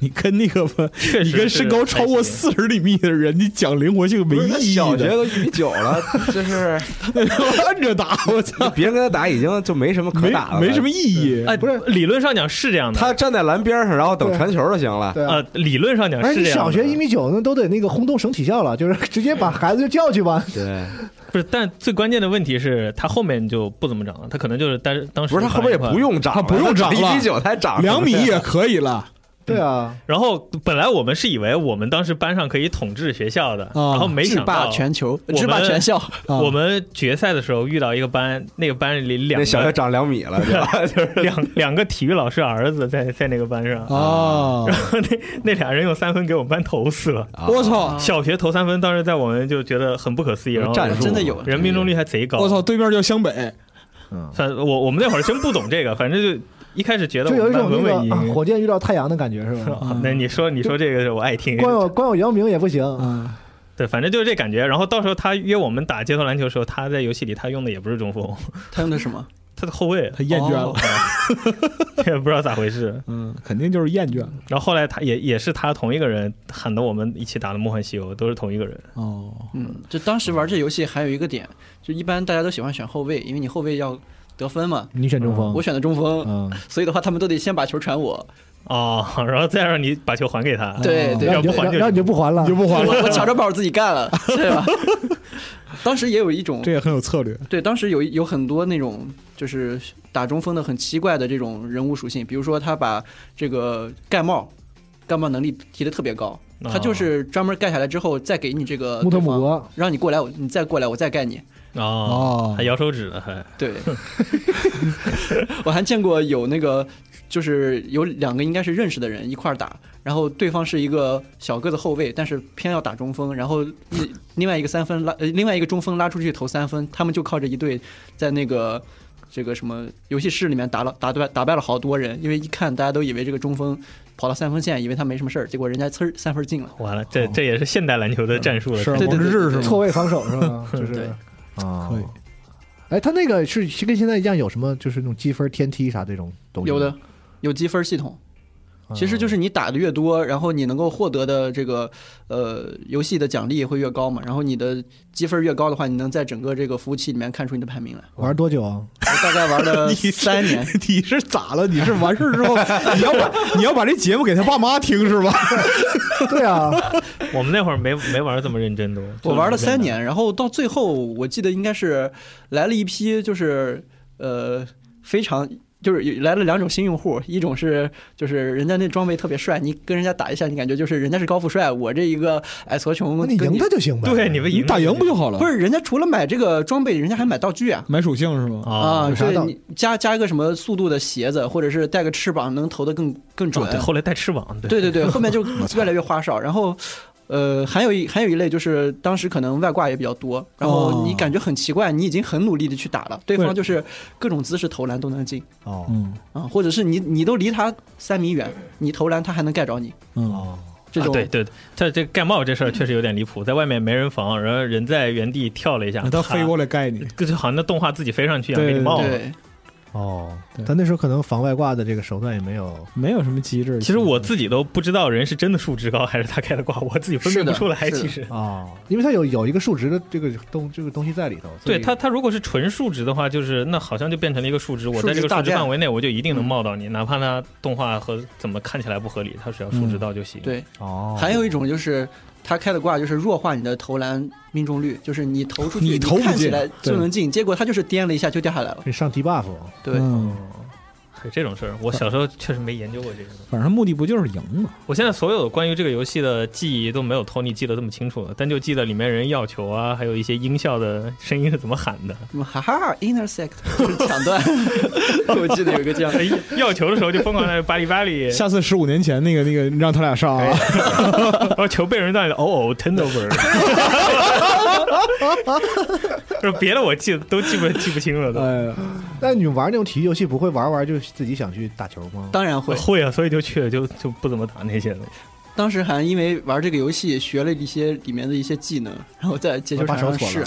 你跟那个
确实
你跟
是
身高超过
还行
四十厘米的人，你讲灵活性没
不是他
意义
小学
的，
都一米九了， 就是
按着打，我操，
别人跟他打已经就没什么可
没
打了，
没什么意义。
哎，
不是
理论上讲是这样的，
他站在篮边上，然后等
对
传球就行了。
对啊
呃，理论上讲
而
是
且
这样
哎
的。
小学一米九，那都得那个轰动省体校了，就是直接把孩子就叫去吧。
对，
不是，但最关键的问题是他后面就不怎么长了，他可能就是当当时
不是他后面也不。用长了，
他不用长了
一米九才长
两米也可以了，
对啊，
然后本来我们是以为我们当时班上可以统治学校的，
啊
然后没
制
想
霸
到
全球，
我
制霸
们
全 校，
啊
我们决赛的时候遇到一个班，那个班里两
那
个
小学长两米了，对吧？就是
两两个体育老师儿子在在那个班上，
啊！
那俩人用三分给我们班投死了。
啊
我操！
小学投三分，当时在我们就觉得很不可思议，然后
战术啊
真的有
人命中率还贼高。
我操，！对面叫湘北，
反我我们那会儿真不懂这个，反正就一开始觉得
就有
我
一
们
种
班文
那
文
个啊
赢。
火箭遇到太阳的感觉是 吧？
啊那你说你说这个是我爱听，
光有光有姚明也不行，
啊，
对，反正就是这感觉。然后到时候他约我们打街头篮球的时候，他在游戏里他用的也不是中锋，
他用的什么？
他的后卫，
他厌倦了
哦，
也不知道咋回事。
嗯，肯定就是厌倦了。
然后后来他也也是他同一个人喊的我们一起打的《梦幻西游》，都是同一个人。
哦，
嗯，就当时玩这游戏还有一个点，就一般大家都喜欢选后卫，因为你后卫要得分嘛。
你选中锋
我，选的中锋，
嗯，
所以的话他们都得先把球传我，
哦， 然后再让你把球还给他。
对对
然后你
要不还
就
就
然后你就不还了
啊你就，嗯不还了，
我我抢着把我自己干 了，对吧？当时也有一种
这也很有策略。
对，当时有有很多那种就是打中锋的很奇怪的这种人物属性，比如说他把这个盖帽，盖帽能力提得特别高，
哦
他就是专门盖下来之后再给你这个
呃
穆特姆
对方，
格，
让你过来，我你再过来，我再盖你。
哦
哦，
还摇手指呢，还
对， 我还见过有那个，就是有两个应该是认识的人一块儿打，然后对方是一个小个子后卫，但是偏要打中锋，然后另另外一个三分拉，呃，另外一个中锋拉出去投三分，他们就靠着一队在那个。这个什么游戏室里面打了打败打败了好多人，因为一看大家都以为这个中锋跑到三分线，以为他没什么事儿，结果人家呲儿三分进了。
完了，这这也是现代篮球的战术了。
嗯是
对
王治郅是吗？
错位防守是吧？就是
对
啊
可以
哎，他那个是是跟现在一样有什么就是那种积分天梯啥这种东西？啊
有的，有积分系统，其实就是你打的越多，然后你能够获得的这个呃游戏的奖励会越高嘛，然后你的积分越高的话，你能在整个这个服务器里面看出你的排名来。
玩多久啊？
我大概玩了
你是
三年，，
你是咋了？你是完事儿之后， 你要把你要把这节目给他爸妈听是吧？
对啊，
我们那会儿没没玩这么认真都。
我玩了三
真
年，然后到最后我记得应该是来了一批，就是呃非常。就是有来了两种新用户，一种是就是人家那装备特别帅，你跟人家打一下，你感觉就是人家是高富帅，我这一个矮矬穷
那你
跟你。
赢他就行呗。
的。对，你们
你
赢
打赢不就好了？
不是，人家除了买这个装备，人家还买道具啊。
买属性是吗？
啊？
啊，
有啥
对
道
你加加一个什么速度的鞋子，或者是带个翅膀，能投的更更准
哦。对，后来带翅膀，对
对对对，后面就越来越花哨。然后，呃，还有一还有一类就是当时可能外挂也比较多，然后你感觉很奇怪，你已经很努力的去打了，对方
对
就是各种姿势投篮都能进
哦，
嗯
啊，或者是你你都离他三米远，你投篮他还能盖着你，
嗯，
哦
这
啊
种
对对，他这盖帽这事儿确实有点离谱，在外面没人防，然后人在原地跳了一下，
他飞过来盖你，
啪，就好像那动画自己飞上去一样，
对
给你帽了。
对
哦
对，
但那时候可能防外挂的这个手段也没有。
没有什么机制。
其实我自己都不知道人是真的数值高还是他盖的挂，我自己分
是
辨
的
不出来。
是的
其实，
哦，因为它有有一个数值的这个东这个东西在里头，所
对
以
他，他如果是纯数值的话，就是那好像就变成了一个数值，我在这
数值
个数
大嗯
值
战
范围内，我就一定能冒到你，哪怕
嗯
他动画和怎么看起来不合理，他只要数值到就行。
对，
哦，
还有一种就是他开的挂就是弱化你的投篮命中率，就是你投出去，
你投不
看起
进
来
对
就能进，结果他就是颠了一下就掉下来了。
你上 D buff，
对，
嗯，
还有这种事儿，我小时候确实没研究过这个。
反正目的不就是赢嘛？
我现在所有关于这个游戏的记忆都没有 Tony 记得这么清楚了，但就记得里面人要球啊，还有一些音效的声音是怎么喊的。
什么哈哈 intersect 就是抢断， 我记得有一个这样的。
要球的时候就疯狂的巴里巴里，
下次十五年前那个那个让他俩上啊，
然后球被人断了，哦哦，turnover。就是别的我记得都记不记不清了都。
哎呀，
但你玩那种体育游戏不会玩玩就自己想去打球吗？
当然会，
会啊，所以就去了，就就不怎么打那些了。
当时还因为玩这个游戏学了一些里面的一些技能，然后在街球场
把
上
手锁
试
了，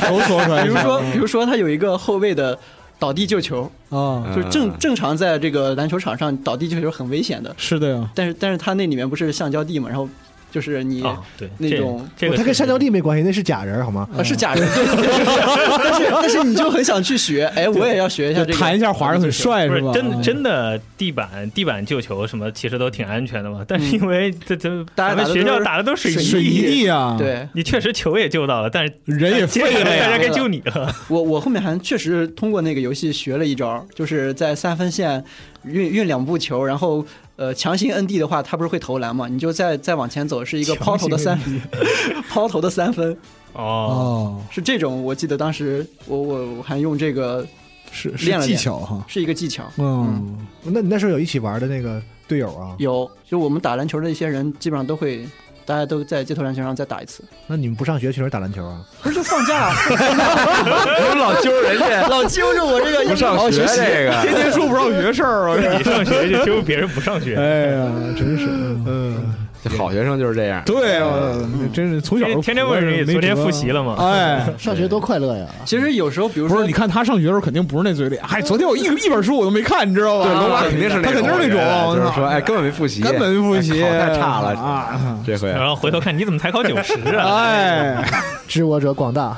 手搓出来
比
一
如
下
说比如说他有一个后卫的倒地救球，
哦
嗯
啊，
就是正正常在这个篮球场上倒地救球很危险的，
是的呀，
但是但是他那里面不是橡胶地嘛，然后就是你
啊，对，
那
这
种
这个
他
是
跟山椒地没关系，那是假人好吗？
啊，是假人，对对对 但是但是你就很想去学，哎，我也要学一下这个，
弹一下滑着很帅
不是
吧？嗯
真真的地板地板救球什么，其实都挺安全的嘛。但是因为这这
大家
咱们
打的
学
都
校
是
打的都是
水泥
地，
地啊，，
对
你确实球也救到了，但是
人哎也
接下
废了
来
呀，
大家该救你了。
我我后面还确实通过那个游戏学了一招，就是在三分线运运两步球，然后呃强行摁地的话，他不是会投篮嘛？你就再再往前走是一个抛投的三抛投的三分，
哦，
哦，
是这种。我记得当时我我我还用这个
是是
练了
技
练
巧哈，
是一个技巧，
嗯，
那你那时候有一起玩的那个队友啊？
有就我们打篮球的一些人基本上都会。大家都在街头篮球上再打一次，
那你们不上学去哪儿打篮球啊？
不是就放假、
我哎老揪人 家
老揪着我这个
不 上
好好学
学
习。
这个，天天说不上学事儿啊。
你上学就揪别人不上 学，
哎呀，真是，嗯，
这好学生就是这样，
对，我真是从小
天天问人家昨天复习了吗？
哎，
上学多快乐呀！
其实有时候，比如
不
说
是，你看他上学的时候肯定不是那嘴脸，嗨，昨天我一一本书我都没看，你知道吧？
对，
啊
龙马肯定是那
他肯定是那种，啊
就是说，哎，根本没复习，
根本没复习，
哎考太差了，
啊！
这回
然后回头看你怎么才考九十啊？
哎，
知我者广大，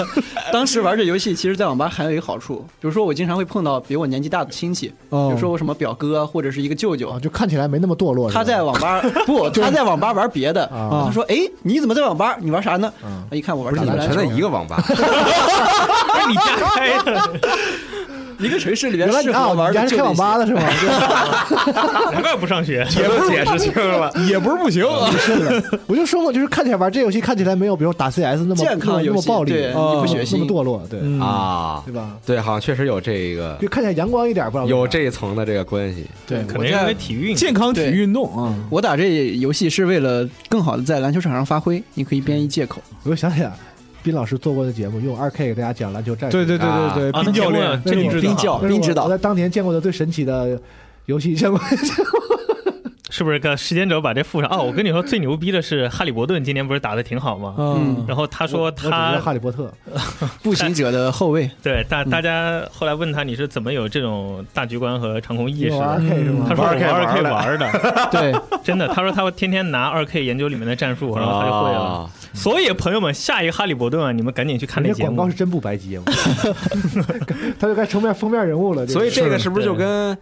当时玩这游戏，其实，在网吧还有一个好处，比如说我经常会碰到比我年纪大的亲戚，比
哦
如说我什么表哥或者是一个舅舅
啊，，就看起来没那么堕落。是吧
他在网吧不，他在网吧玩别的，
啊
他说：“哎，你怎么在网吧？你玩啥呢？”一看我玩
不是
打
你们
篮
全在
球，
一个网吧，
哎你家开的，
一个城市里边
原来你
适
啊，
合
你
玩
家
的
是
就
开网吧
的，
的是吗？
难怪不上学。
也都解释清了。
也不是不行啊，
是的，我就说嘛，就是看起来玩这游戏看起来没有，比如打 CS 那么
健康游戏
那么暴力，啊
对
哦
你不学
那么
习，
堕落，对
嗯
啊，
对吧？
对，好像确实有这个
就看起来阳光一点，不知道为啥
有这一层的这个关系。
对，我
可能因为
在
体育
健康体育运动啊，
我打这游戏是为了更好的在篮球场上发挥，你可以编一借口。
我又想起来，斌老师做过的节目，用二 K 给大家讲篮球战术。
对对对对对，
啊，
冰教练，
这
冰
冰教
那是我
冰指导
我在当年见过的最神奇的游戏相关。
是不是？个时间轴把这附上哦。我跟你说，最牛逼的是哈利伯顿今年不是打的挺好吗？
嗯，
然后他说
我只知道
他
哈利波特，
步行者的后卫，
对大大家后来问他你是怎么有这种大局观和长空意识
用二
的？
K 是吗？
他说我二 K 玩儿的，
对，
真的。他说他天天拿二 K 研究里面的战术，然后他就会了。
啊，
所以朋友们，下一个哈利伯顿啊，你们赶紧去看那
人
节
家广告
目
是。真不白接嘛， 他就该成面封面人物了。
所以这个
是
是不是就跟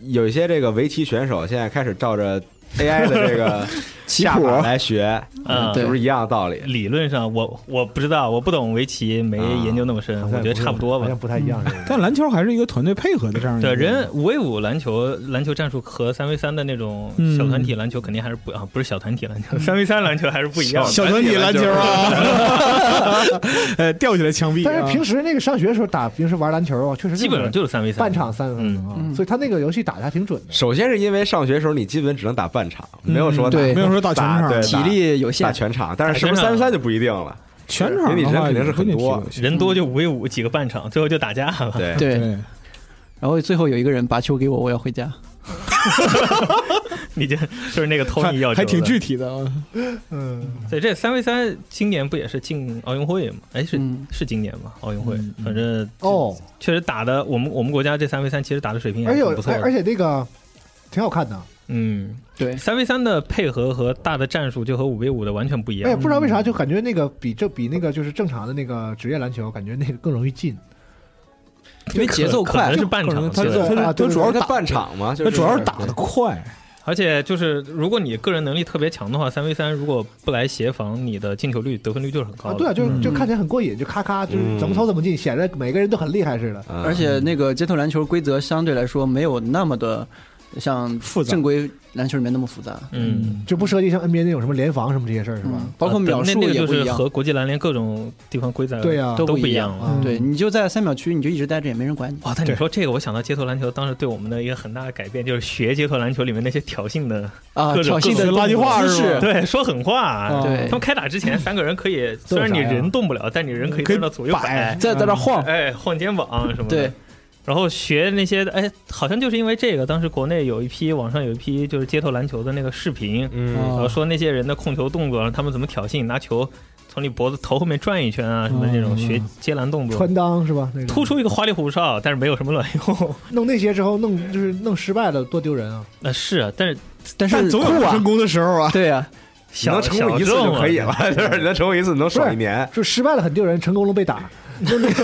有一些这个围棋选手现在开始照着 AI 的 这个
棋
下
谱
法来学，
嗯
是不是一样的道理？
理论上，我我不知道，我不懂围棋，没研究那么深，
啊好
我
像
觉得差不多
好
吧嗯
像。不太一样。这个
但篮球还是一个团队配合的这样一
对，
个
人五 v 五篮球，篮球战术和三 v 三的那种小团体篮球肯定还是不啊，不是小团体篮
嗯
球，三 v 三篮球还是不一样的。
小团体篮球啊，呃，吊起来枪毙啊，
但是平时那个上学的时候打，平时玩篮球啊，确实
基本上就是三 v 三。
半场三分啊，
嗯
所以他那个游戏打的还挺准的。
首先是因为上学时候你基本只能打半场，没有说打
对
嗯没有说打全
打
场，
对
体力有
打
限，
全场，但是是不是
啊
三三就不一定了？
全场
给你
的
人
话
肯定是很
有一
多
定体力
人多就五 v 五，几个半场，最后就打架了。
对，
对。
对，
然后最后有一个人把球给我，我要回家。
你这就是那个偷你要
还
球的
还挺具体的啊，
所以这三 v 三今年不也是进奥运会吗？哎，是、
嗯
是今年吗？奥运会，
嗯嗯
反正
哦，
确实打的，我们我们国家这三 v 三其实打的水平也
而
还
且
挺不错
哎而而
的。
且那个挺好看的，
嗯，
对，
三 v 三的配合和大的战术就和五 v 五的完全不一
哎，
样。
不知道为啥就感觉那个比这比那个就是正常的那个职业篮球，感觉那个更容易进。
因为节奏
可
快
能，是半
可能
场，
他他
对
啊
他
对
主要是
他
打
嗯半场嘛，就嗯
他主要是打得快，
而且就是如果你个人能力特别强的话，三 v 三如果不来协防，你的进球率、得分率就是很高
啊，
的。
对啊，就
嗯
就看起来很过瘾，就咔咔，就是
嗯
怎么投怎么进，显得每个人都很厉害似的。
嗯
而且那个街头篮球规则相对来说没有那么的像
复杂
正规篮球里面那么复杂，
嗯，
就不涉及像 NBA 那种什么联防什么这些事儿，是
是吧
吧？？
包括秒
那
数
那个
也
就
不一
是
样，
和国际篮联各种地方规则
对呀
都
都
不
不
一
一
样
样
啊
对你就在三秒区，你就一直待着也没人管你。
哇，啊但你说这个，我想到街头篮球当时对我们的一个很大的改变，就是学街头篮球里面那些挑衅的，
啊，
各
挑
种
衅的
各种
动
垃圾
作
话
姿
是吧
势
对，说狠话。
啊
对
他们开打之前，三个人可以，虽然你人动不了，但你人可以在那左右摆，
在在那晃，
哎，晃嗯肩膀什么的。
对，
然后学那些，哎，好像就是因为这个，当时国内有一批网上有一批就是街头篮球的那个视频，
嗯
然后说那些人的控球动作，然后他们怎么挑衅，拿球从你脖子头后面转一圈啊，什么那种
嗯
学接篮动作，
穿裆是吧？那种
突出一个花里胡哨，但是没有什么卵用。
弄那些之后弄就是弄失败了，多丢人啊！
那是啊，但是
但是
但总有
酷
不
啊
成，功的时候啊。
对呀，
你能
小啊
成功一次就可以了，就是你能成功一次，你能爽一年。
就失败了很丢人，成功了被打，就那个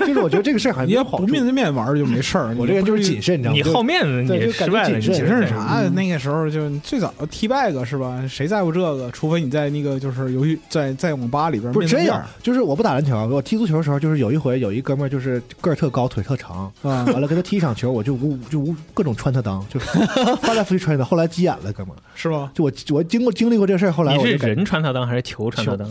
就是我觉得这个事儿还
你
没有
要
好
不
处。
面对面玩儿就没事儿，
我这个人就是谨慎，你知道吗？
啊你
就
好面子，
对
你
就感觉
失败了，你
谨慎
谨慎
是
啥？呀？那个时候就最早 T bag 是吧？谁在乎这个？除非你在那个就是游戏在在网吧里边
不是真有
啊，
就是我不打篮球，啊，我踢足球的时候，就是有一回有一哥们儿就是个儿特高，腿特长，
啊
完了跟他踢一场球，我就无就无各种穿他裆，就是翻来覆去穿他裆，后来急眼了，哥们儿，
是吧？
就我我经过经历过这事儿，后来
你
我
是
就感觉，
人穿他裆还是球穿他裆？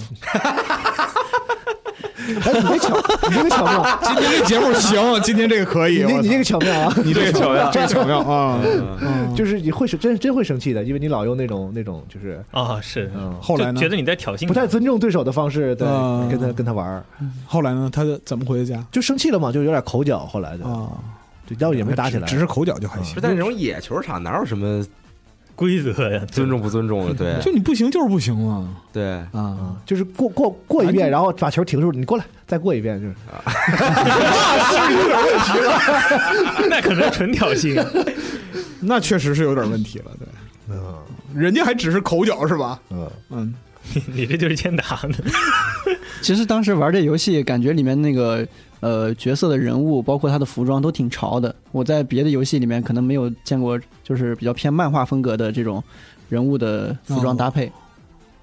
哎，你这巧，你这个巧 妙，
今天这节目行，今天这个可
你
以，
那
我
你这个巧妙啊，
你这个巧妙，这个巧妙啊！嗯
就是你会生真真会生气的，因为你老用那种那种就是
啊，是，
嗯
后来
就
呢
觉？得你在挑衅他，
不太尊重对手的方式，对，
嗯
跟他跟他玩儿，
后来呢？他怎么回的家
就生气了嘛，就有点口角，后来就
啊？
就要也没打起来，
只是口角就还行
就。在那种野球场，哪有什么
规则 呀，
尊重不尊重的？对
就你不行就是不行嘛
对，
啊！
啊就是过过过一遍，
啊
然后把球停住，你过来再过一遍，就是
那可能纯挑衅。啊
那确实是有点问题了，对。
嗯
人家还只是口角是吧？
嗯。
嗯，
你这就是欠打的。
其实当时玩这游戏，感觉里面那个呃角色的人物，包括他的服装都挺潮的。我在别的游戏里面可能没有见过，就是比较偏漫画风格的这种人物的服装搭配。
哦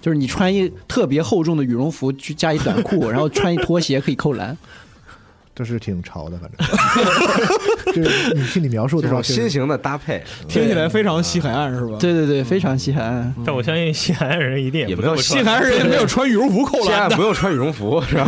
就是你穿一特别厚重的羽绒服，去加一短 裤，然后穿一拖鞋可以扣篮。
这是挺潮的，反正 就是你听你描述
这
的话，
种
就是
新型的搭配
听起来非常西海岸是吧？
对对对，非常稀罕。
嗯，
但我相信西海岸人一定
也
不
没有
这么
西
穿
海岸人也没有穿羽绒服扣
现在
篮的。
不用穿羽绒服，是吧？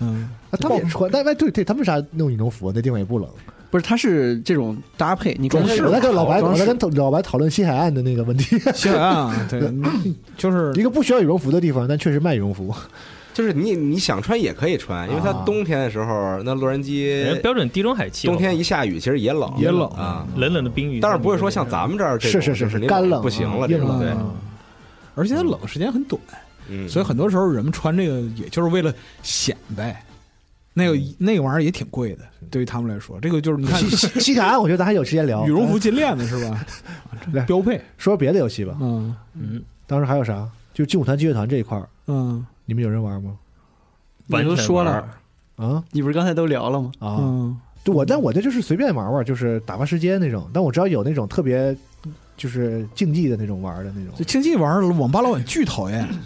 嗯，
啊他们也穿，但但对对，他们啥弄羽绒服，那地方也不冷。
不是，它是这种搭配，你看
我在跟老白，
装
我
饰
在跟老白讨论西海岸的那个问题，
西海岸啊，对， 就是
一个不需要羽绒服的地方，但确实卖羽绒服。
就是你你想穿也可以穿，因为它
啊
冬天的时候，那洛杉矶
人标准地中海气候，
冬天一下雨，其实也冷，
也冷
啊。
冷冷的冰雨，
但是不会说像咱们这儿这种，
是是是
就是啊你
干冷
不行了，
硬
这
冷
种对，
嗯而且它冷时间很短，
嗯，
所以很多时候人们穿这个也就是为了显摆。那个那个玩意儿也挺贵的，对于他们来说，这个就是你看
西西西海岸，我觉得咱还有时间聊
羽绒服。金链子是吧？
来
标配，
咱说说别的游戏吧，
嗯
嗯，
当时还有啥？就劲舞团、击乐团这一块儿，
嗯
你们有人玩吗？
你都说了，
啊
你不是刚才都聊了吗？
啊！
嗯，
就我，但我这就是随便玩玩，就是打发时间那种。但我知道有那种特别，就是竞技的那种玩的那种
就。竞技玩儿，网吧老板巨讨厌。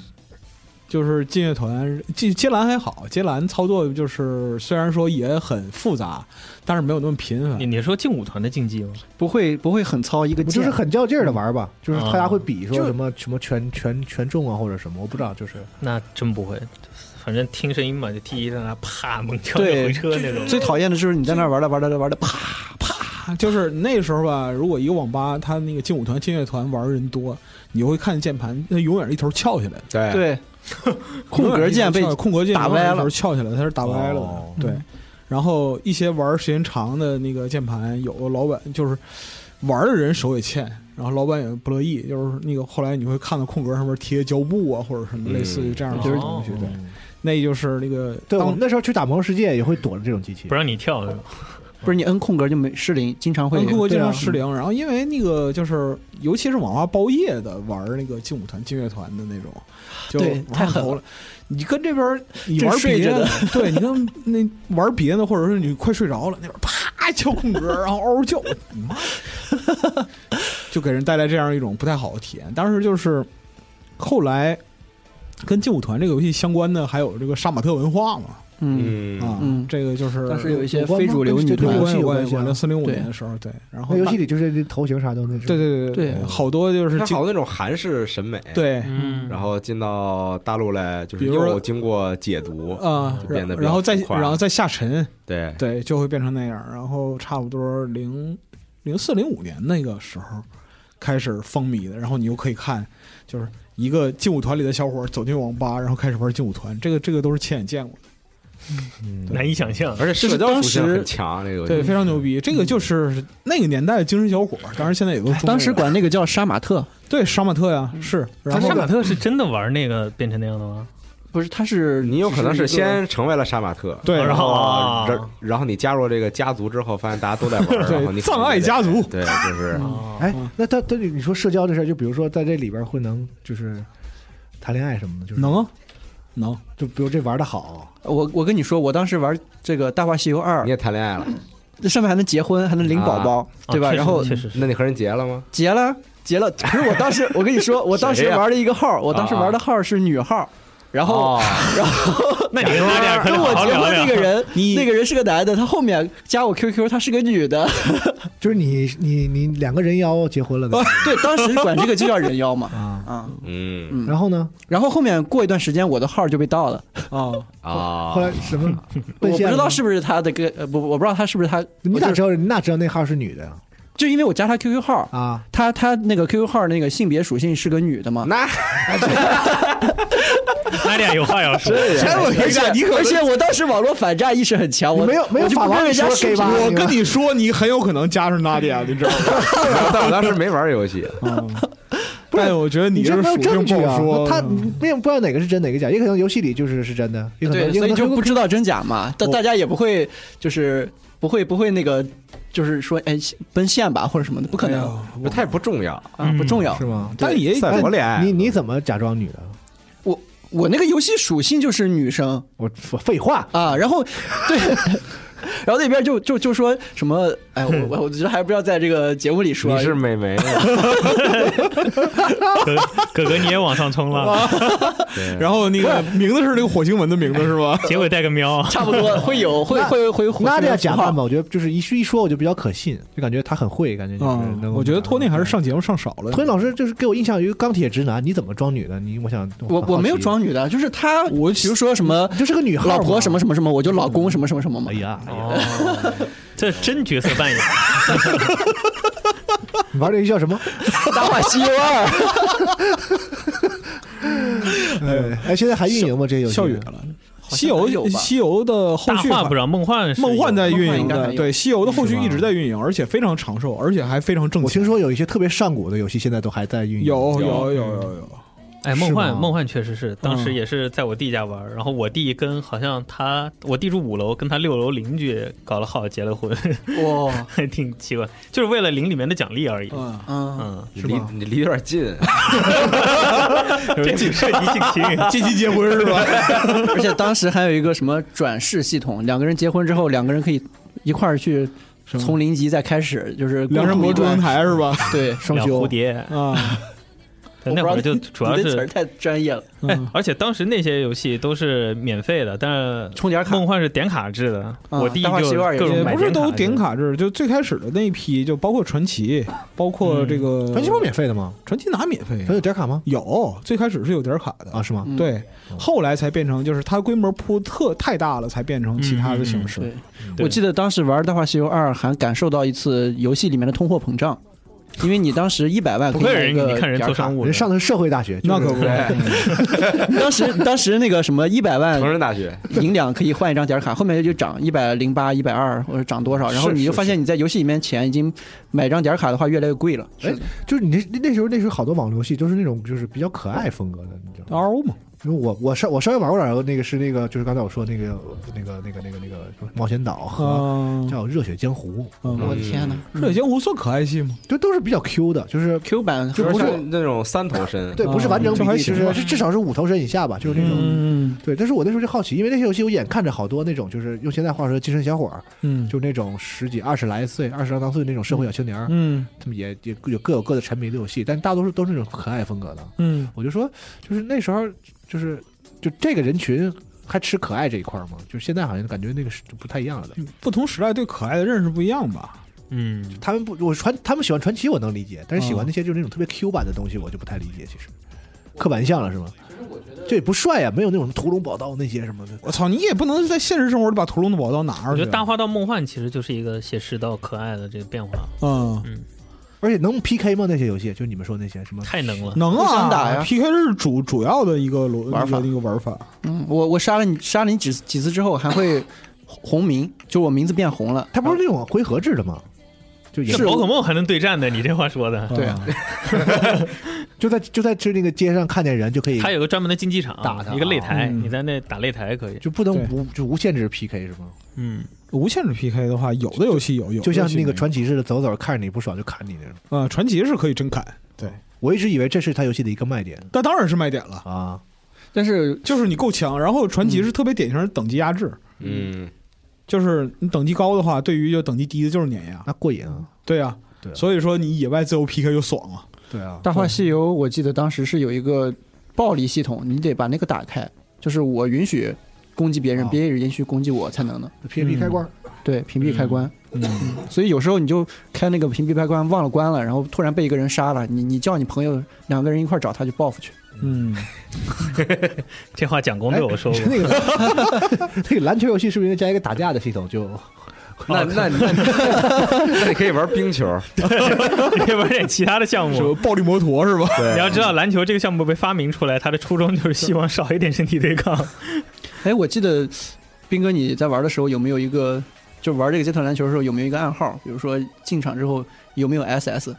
就是劲乐团，接接蓝还好，接蓝操作就是虽然说也很复杂，但是没有那么频繁
你。你说劲舞团的竞技吗？
不会不会很糙一个
就
键，
是很较劲儿的玩吧，就是大家会比说
嗯啊就
什么什么权权权重啊，或者什么，我不知道，就是
那真不会，反正听声音嘛，就踢一下，啪，猛敲就
对
回车那种。
最讨厌的就是你在那儿玩着玩着玩着，啪，
啊就是那时候吧，如果一个网吧他那个劲舞团、劲乐团玩儿人多，你会看键盘，它永远是一头翘起来的，
对
对，空格键被
永远是一头翘空格键
打歪了
永远
嗯
是一头翘起来的，它是打歪了的。
哦
对，然后一些玩儿时间长的那个键盘，有的老板就是玩儿的人手也欠，然后老板也不乐意，就是那个后来你会看到空格上面贴胶布啊，或者什么类似于这样的
嗯
哦
东西。对，那就是那个
对我
哦当
们那时候去打魔兽世界也会躲着这种机器
不，让你跳是吧？
不是你摁空格就没失灵，经常会
温库
对
经
啊
常失灵，然后因为那个就是，尤其是网吧包夜的玩那个劲舞团、劲乐团的那种，就
对
往
太
上
狠
头
了
了。你跟这边儿你
正
玩
睡
别
着
的，对你跟那玩别的，或者是你快睡着了，那边啪敲空格，然后嗷嗷叫，你妈！ 就给人带来这样一种不太好的体验。当时就是后来跟劲舞团这个游戏相关的，还有这个杀马特文化嘛，
嗯
啊，
嗯
这个就是
当时有一些
有关
非主流女
跟
团
游戏有关
有关系啊
系。零四零五
对
年的时候，对，然后
那游戏里就是这头型啥都那种。
对对对
对
好多就是
它
经
好那种韩式审美，，
对
嗯，
然后进到大陆来，就是
比如说
又经过解
嗯
读，
啊
就，变
然
得比较
然后再
浮夸
然后再下沉，
对，
对，就会变成那样。然后差不多零零四零五年那个时候开始风靡的，然后你又可以看，就是一个劲舞团里的小伙儿走进网吧，然后开始玩劲舞团，这个这个都是亲眼见过的，
嗯
难以想象。
而且社交
当
属性
时
很强，这个游戏
对，非常牛逼。这个就是那个年代的精神小伙儿，当然现在也都
哎当时管那嗯个叫杀马特，
对杀马特呀，是，然
他
后
杀马特是真的玩那个变成那样的吗？
不是，他是
你有可能
只
是
一个
先成为了杀马特，
对，
然后
啊
啊，
然然后你加入这个家族之后，发现大家都在玩，然后
对
你
葬爱家族
对，就是
哦
哎，
嗯
那他他你说社交这事儿，就比如说在这里边会能就是谈恋爱什么的，就是
能啊 能，
就比如这玩的好，
我我跟你说，我当时玩这个《大话西游二
你》，也谈恋爱了，
这上面还能结婚，还能领宝宝，对吧？
啊确实
然后
确实是
那你和人结了吗？
结了结了，可是我当时我跟你说，我当时
谁呀啊
玩了一个号，我当时玩的号是女号，然后
哦，
那你跟他俩可
跟
得
我
好好
结
聊
婚
聊
那个人，那个人是个男的，他后面加我 QQ，他是个女 的。
就是你你你两个人妖结婚了的
对，当时管这个就叫人妖嘛。
啊，
啊，
嗯
嗯
然后呢，
然后后面过一段时间，我的号就被盗了，
啊，
啊，
后来什 么
我
奔
不
现了吗？
知道是不是他的个，呃，不，我不知道他是不是他，
你
我
咋
就
知道你咋知道那号是女的呀？
就因为我加他 QQ 号，
啊，
他他那个 QQ 号那个性别属性是个女的嘛，
那
那俩有话要说。
哎，我而且而且我当时网络反诈意识很强，我
你没有没有
我就
法
不
王
跟人
你
家
说
是
gay 吧
我跟你说，你很有可能加上娜迪亚，你知道吗？
但我当时没玩游戏，
但哎我觉得你
你这
是
没有
属性
证据
不
啊
好！说，嗯
那他没有不知道哪个是真哪个假，也可能游戏里就是是真的，也可能
嗯对，
也
所
可
以
能
就不知道真假嘛，但
我
大家也不会就是不会不会那个就是说哎奔现吧或者什么的，不可能
哎呦
不太不重要，
啊，不重要
嗯是。吗？
但也
赛博恋爱，
哎你你怎么假装女的？
我那个游戏属性就是女生
我我废话，
啊，然后对。 然后那边就就就说什么，哎，我我我觉得还不要在这个节目里说
你，是美眉，
哥哥哥你也往上冲了，
对
然后那个名字是那个火星文的名字是 吧？
结尾带个喵。
差不多会有会会会会
那这样假扮
吧？
吧，我觉得就是一一说我就比较可信，就感觉他很会，感觉就是
嗯
能够。
嗯我觉得托尼还是上节目上少了。
嗯托尼老师就是给我印象有一个钢铁直男，你怎么装女的？你我想
我
很好
我没有
奇，
装女的，就是他，
我
比如说什么
就是个女号
老婆什么
什
什么什么，我就老公什么什么什么嘛
哎。呀，哎呀
哦，这真角色扮演，
你玩这游戏叫 什么？
大话西游二，
哎哎，现在还运营吗？这游戏
校园了。西
好像
游
还有吧
西游的后
大
续
话不知道，梦幻是
梦幻在
梦幻
运
应
营
该还
的，
有
对西游的后续一直在运营，而且非常长寿，而且还非常挣钱。
我听说有一些特别上古的游戏，现在都还在运营。
有有有有有，
哎，梦幻
是吗
梦幻确实是，当时也是在我弟家玩，然后我弟跟好像他，我弟住五楼，跟他六楼邻居搞了好结了婚，
哇，
还挺奇怪，就是为了领里面的奖励而已。
嗯，
嗯，
嗯，
你离你离有点近，
这谨慎一性情，
借机结婚是吧？
而且当时还有一个什么转世系统，两个人结婚之后，两个人可以一块儿去
吗
从零级再开始，就是
梁山伯
共
祝
度一
英
段
台是吧？
对双
两
休
蝴。蝶，
啊，
我不知
那会
道
儿就
你
主要
你的词儿
是。
太专业了，
哎
嗯，
而且当时那些游戏都是免费的，但
充点卡
梦幻是点卡制的。
嗯
我弟
大话
就
西游二也
各
是
种
也
买
不是都
去
点卡制，就最开始的那一批，就包括传奇，包括这个
传奇不是免费的吗？
传奇哪免费啊
它？有点卡吗？
有，最开始是有点卡的
啊，是吗？
嗯
对，后来才变成就是它规模铺特太大了，才变成其
嗯
他的形式。
对
对
我记得当时玩《大话西游二》还感受到一次游戏里面的通货膨胀，因为你当 时一百万
不
可
愧
以买
是
一
人，
个
你看人
点
做
儿卡
商务的，
人上的是社会大学，
那可 不，
当时当时那个什么一百 万
成人大学，
银两可以换一张点卡，后面就涨一百零八、一百二或者涨多少，然后
是
你就是发现你在游戏里面钱已经买张点卡的话越来越贵了。
哎，就是你那那时候那时候好多网络游戏都是那种就是比较可爱风格的，你知道吗？
，RO 嘛，
因为我我稍我稍微玩过点儿那个是那个就是刚才我说那个那个那个那个那个什么冒险岛和
嗯，
叫热血江湖，
嗯
我的天哪
热血江湖算可爱系吗？
就都是比较 Q 的，就是
！Q 版
就
就
不
不
是
是那种三头身，
对不是完整比
这嗯还
例，
行
就是
吧
至至少是五头身以下吧，就是那种。
嗯
对，但是我那时候就好奇，因为那些游戏我眼看着好多那种，就是用现在话说，精神小伙儿，
嗯
就那种十几、二十来岁、二十来当岁那种社会小青年儿，
嗯
他们也也各有各有各的沉迷的游戏，但大多数都是那种可爱风格的。
嗯，
我就说，就是那时候，就是就这个人群还吃可爱这一块儿吗？就是现在好像感觉那个是就不太一样了的。
嗯不同时代对可爱的认识不一样吧？
嗯，
他们不，我传他们喜欢传奇我能理解，但是喜欢那些就是那种特别 Q 版的东西，我就不太理解。其实，刻板印象了是吗？这也不帅啊呀、没有那种屠龙宝刀那些什么的。
我操，你也不能在现实生活里把屠龙的宝刀拿
我
上
觉
去。啊
得大话到梦幻其实就是一个写实到可爱的这个变化，
嗯，
而且能 PK 吗？那些游戏，就你们说那些什么？
太能了。
能
互
啊，
相打呀
PK 是主主要的一个逻
玩法
一个一个玩法。
嗯，我我杀了你，杀了你几次几次之后还会红名，就我名字变红了。
它不是那种回合制的吗？就也
这宝可梦还能对战呢？你这话说的，
对啊，
就在就在这那个街上看见人就可以，
它有个专门的竞技场，
打它
一个擂台，
嗯
你在那打擂台可以。
就不能
对
无就无限制 PK 是吗？
嗯，
无限制 PK 的话，有的游戏有，有的
就像
游戏
那个
没有
传奇似的，走着走着看着你不爽就砍你那种。
啊，传奇是可以真砍，
我一直以为这是他游戏的一个卖点
但当然是卖点了，
啊。
但是
就是你够强。然后传奇是特别典型的等级压制，
嗯，
就是你等级高的话，对于就等级低的就是碾压。
那过瘾啊！
对啊，
对啊
所以说你野外自由 PK 就爽啊。
对啊，
大话西游，我记得当时是有一个暴力系统，你得把那个打开，就是我允许攻击别人，
哦
别人允许攻击我才能呢。
屏蔽开
嗯
关，
对，屏蔽开关。
嗯，
所以有时候你就开那个屏蔽开关忘了关了，然后突然被一个人杀了，你你叫你朋友两个人一块儿找他去报复去。
嗯，
这话蒋工对我说
哎
过，
哎那个那个 篮球游戏是不是应该加一个打架的系统？就
那那 那那你可以玩冰球，
你可以玩点其他的项
什么。
目
暴力摩托是吧？
你要知道，篮球这个项目被发明出来，它的初衷就是希望少一点身体对抗。
哎，我记得斌哥你在玩的时候有没有一个，就玩这个街头篮球的时候有没有一个暗号？比如说进场之后有没有 SS？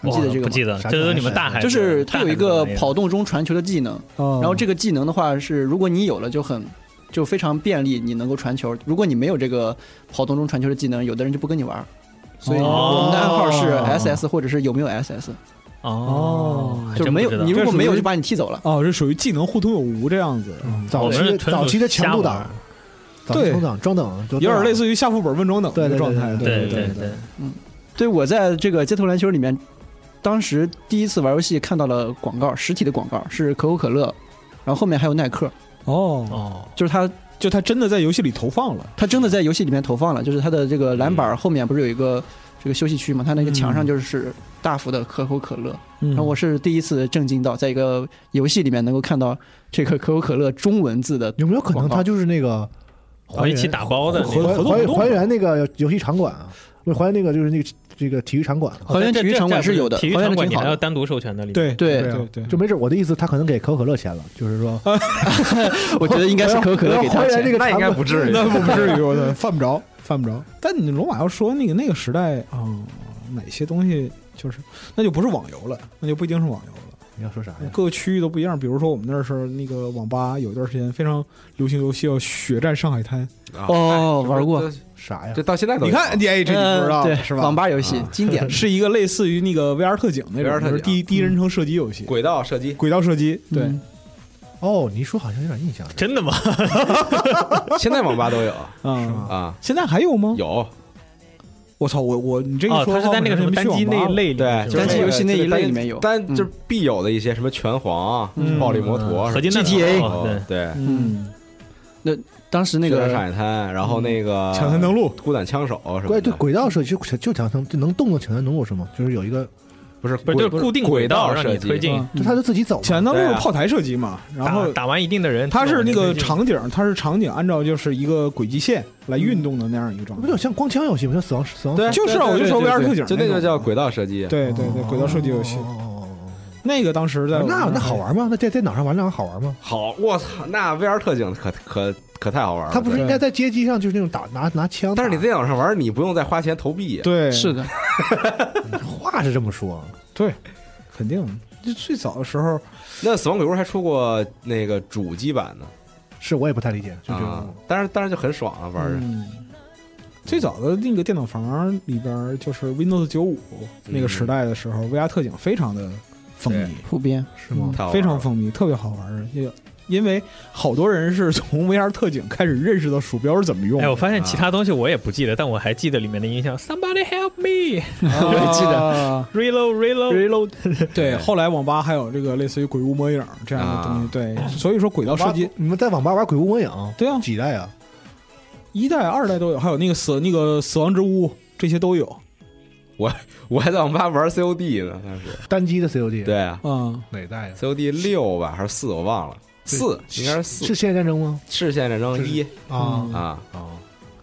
你记得这
不
个吗？
记得，
啥
这
叫
都是你们大孩子。
就是它有一个跑
动，
动中传球的技能，
然
然后这个技能的话是，如果你有了就很就非常便利，你能够传球。如果你没有这个跑动中传球的技能，有的人就不跟你玩儿。所以我们的暗号是
哦
SS 或者是有没有 SS，
哦，还
就
啊真
是没
不知
有
道
你如果没有
这是不是
就把你踢走了。
哦，这属于技能互通有无这样子，
早期
我
的
们哦是纯属
早期的强度
瞎
党
玩，
早期
对
强度党装等，有
有点类。似于下副本问装等
对
的
对
状态。对
对对对，
对，我在这个街头篮球里面，当时第一次玩游戏看到了广告，实体的广告是可口可乐，然后后面还有耐克，
哦，
哦，
就是它
就他真的在游戏里投放了。
它真的在游戏里面投放了，就是它的这个篮
嗯
板后面不是有一个这个休息区嘛，它那个墙上就是大幅的可口可乐。
嗯
然后我是第一次震惊到，在一个游戏里面能够看到这个可口可乐中文 字的，
有没有可能
广告
他就是那个哦
我一起打包的那
还
个。
合作
还
不动
还原那个游戏场馆啊？不是还原那个就是那个这个体育场馆啊，
还原
这
体育场馆
这
是有的
体育
还原
场
得
馆
挺
你还
好
要
的
单独授权的里面。
对
对
对对，
就没准我的意思，他可能给可口可乐钱了，就是 说，
我觉得应该是可口可乐给
我
他
要还原这
钱。
个
那应
场
该
馆
不至 于。
那我不至于，我操，犯不着，犯不着。但你龙马要说那个那个时代啊、哪些东西就是那就不是网游了，那就不一定是网游了。
你要说啥呀？
各个区域都不一样，比如说我们那儿时候那个网吧有一段时间非常流行游戏叫《血战上海滩》，
啊
哦玩过，
这
啥呀？
这到现在都
你
有
看 D A 这你不知道、
呃对，
是吧？，
网吧游戏
啊
经典
嗯是一个类似于那个 VR 特警那
VR
种，
特警啊嗯
就是第一第一人称射击游戏，
轨道射击，
轨道射击。对，
嗯
哦，你一说好像有点印象，
真的吗？
现在网吧都有
是
啊
吗，
啊，
现在还有吗？
有
我操，我我你这一
哦，
说，
它是在那个什么单机那一
类，
类里面，
对，
是吧
单机游戏那一类里面有
但
嗯
就是必有的一些什么拳皇啊、
嗯
暴力摩托、
合金弹头
GTA
哦对
对。对，
嗯，
当时那
血战上
个
海滩，然后那个
抢滩登陆，
孤胆枪手什么
关对
的，
轨道设计就就抢能就能动的抢能动物是吗？就是有一个，
不是
不是就是固定轨道让
射
你
击
推进，
嗯
就他就自己走嘛，
抢滩登
对
陆
啊
炮台射击嘛，然后
打打完一定的人，
它是那个
长。
场景，它是场景，按照就是一个轨迹线来运动的那样一个状
不
态
就。像光枪游戏吗？像死亡死亡
对，
就是啊
对
我就说
对对
VR 特警
嗯就
那
那
种
个叫轨道射击，
对对对，轨道射击游戏，
哦哦
那个当时
哦
在
哦
我们
那
儿
那好玩吗？那在电脑上玩那玩好玩吗？
好，我操，那 VR 特警可可可太好玩了。
他不是
对
应该在街机上就是那种打拿拿枪打？
但是你电脑上玩，你不用再花
嗯
钱投币。
对
是的，
话是这么说，
对，肯定就最早的时候，
那死亡鬼屋还出过那个主机版呢，
是我也不太理解，就觉
啊
得，
但是但是就很爽啊，玩着。
嗯，最早的那个电脑房里边，就是 Windows 九五那个时代的时候、v r 特警非常的风靡，
普遍
是吗
太好玩了
非常风靡，特别好玩。也因为好多人是从 VR 特警开始认识到鼠标是怎么用的。
哎，我发现其他东西我也不记得，但我还记得里面的音效，Somebody help me，
我记得，
reload reload，
reload。对，后来网吧还有这个类似于鬼屋魔影这样的东西。
啊
对，所以说轨道设计，
你们在网吧玩《鬼屋魔影》
对啊，
几代啊？
一代、二代都有，还有那个死那个死亡之屋这些都有。
我还在网吧玩 COD 呢，那是
单机的 COD
对啊
嗯，
哪代呀？
，COD 六吧还是四我忘了，四应该是四
是嗯现代战争吗？
是现代战争一
啊
啊，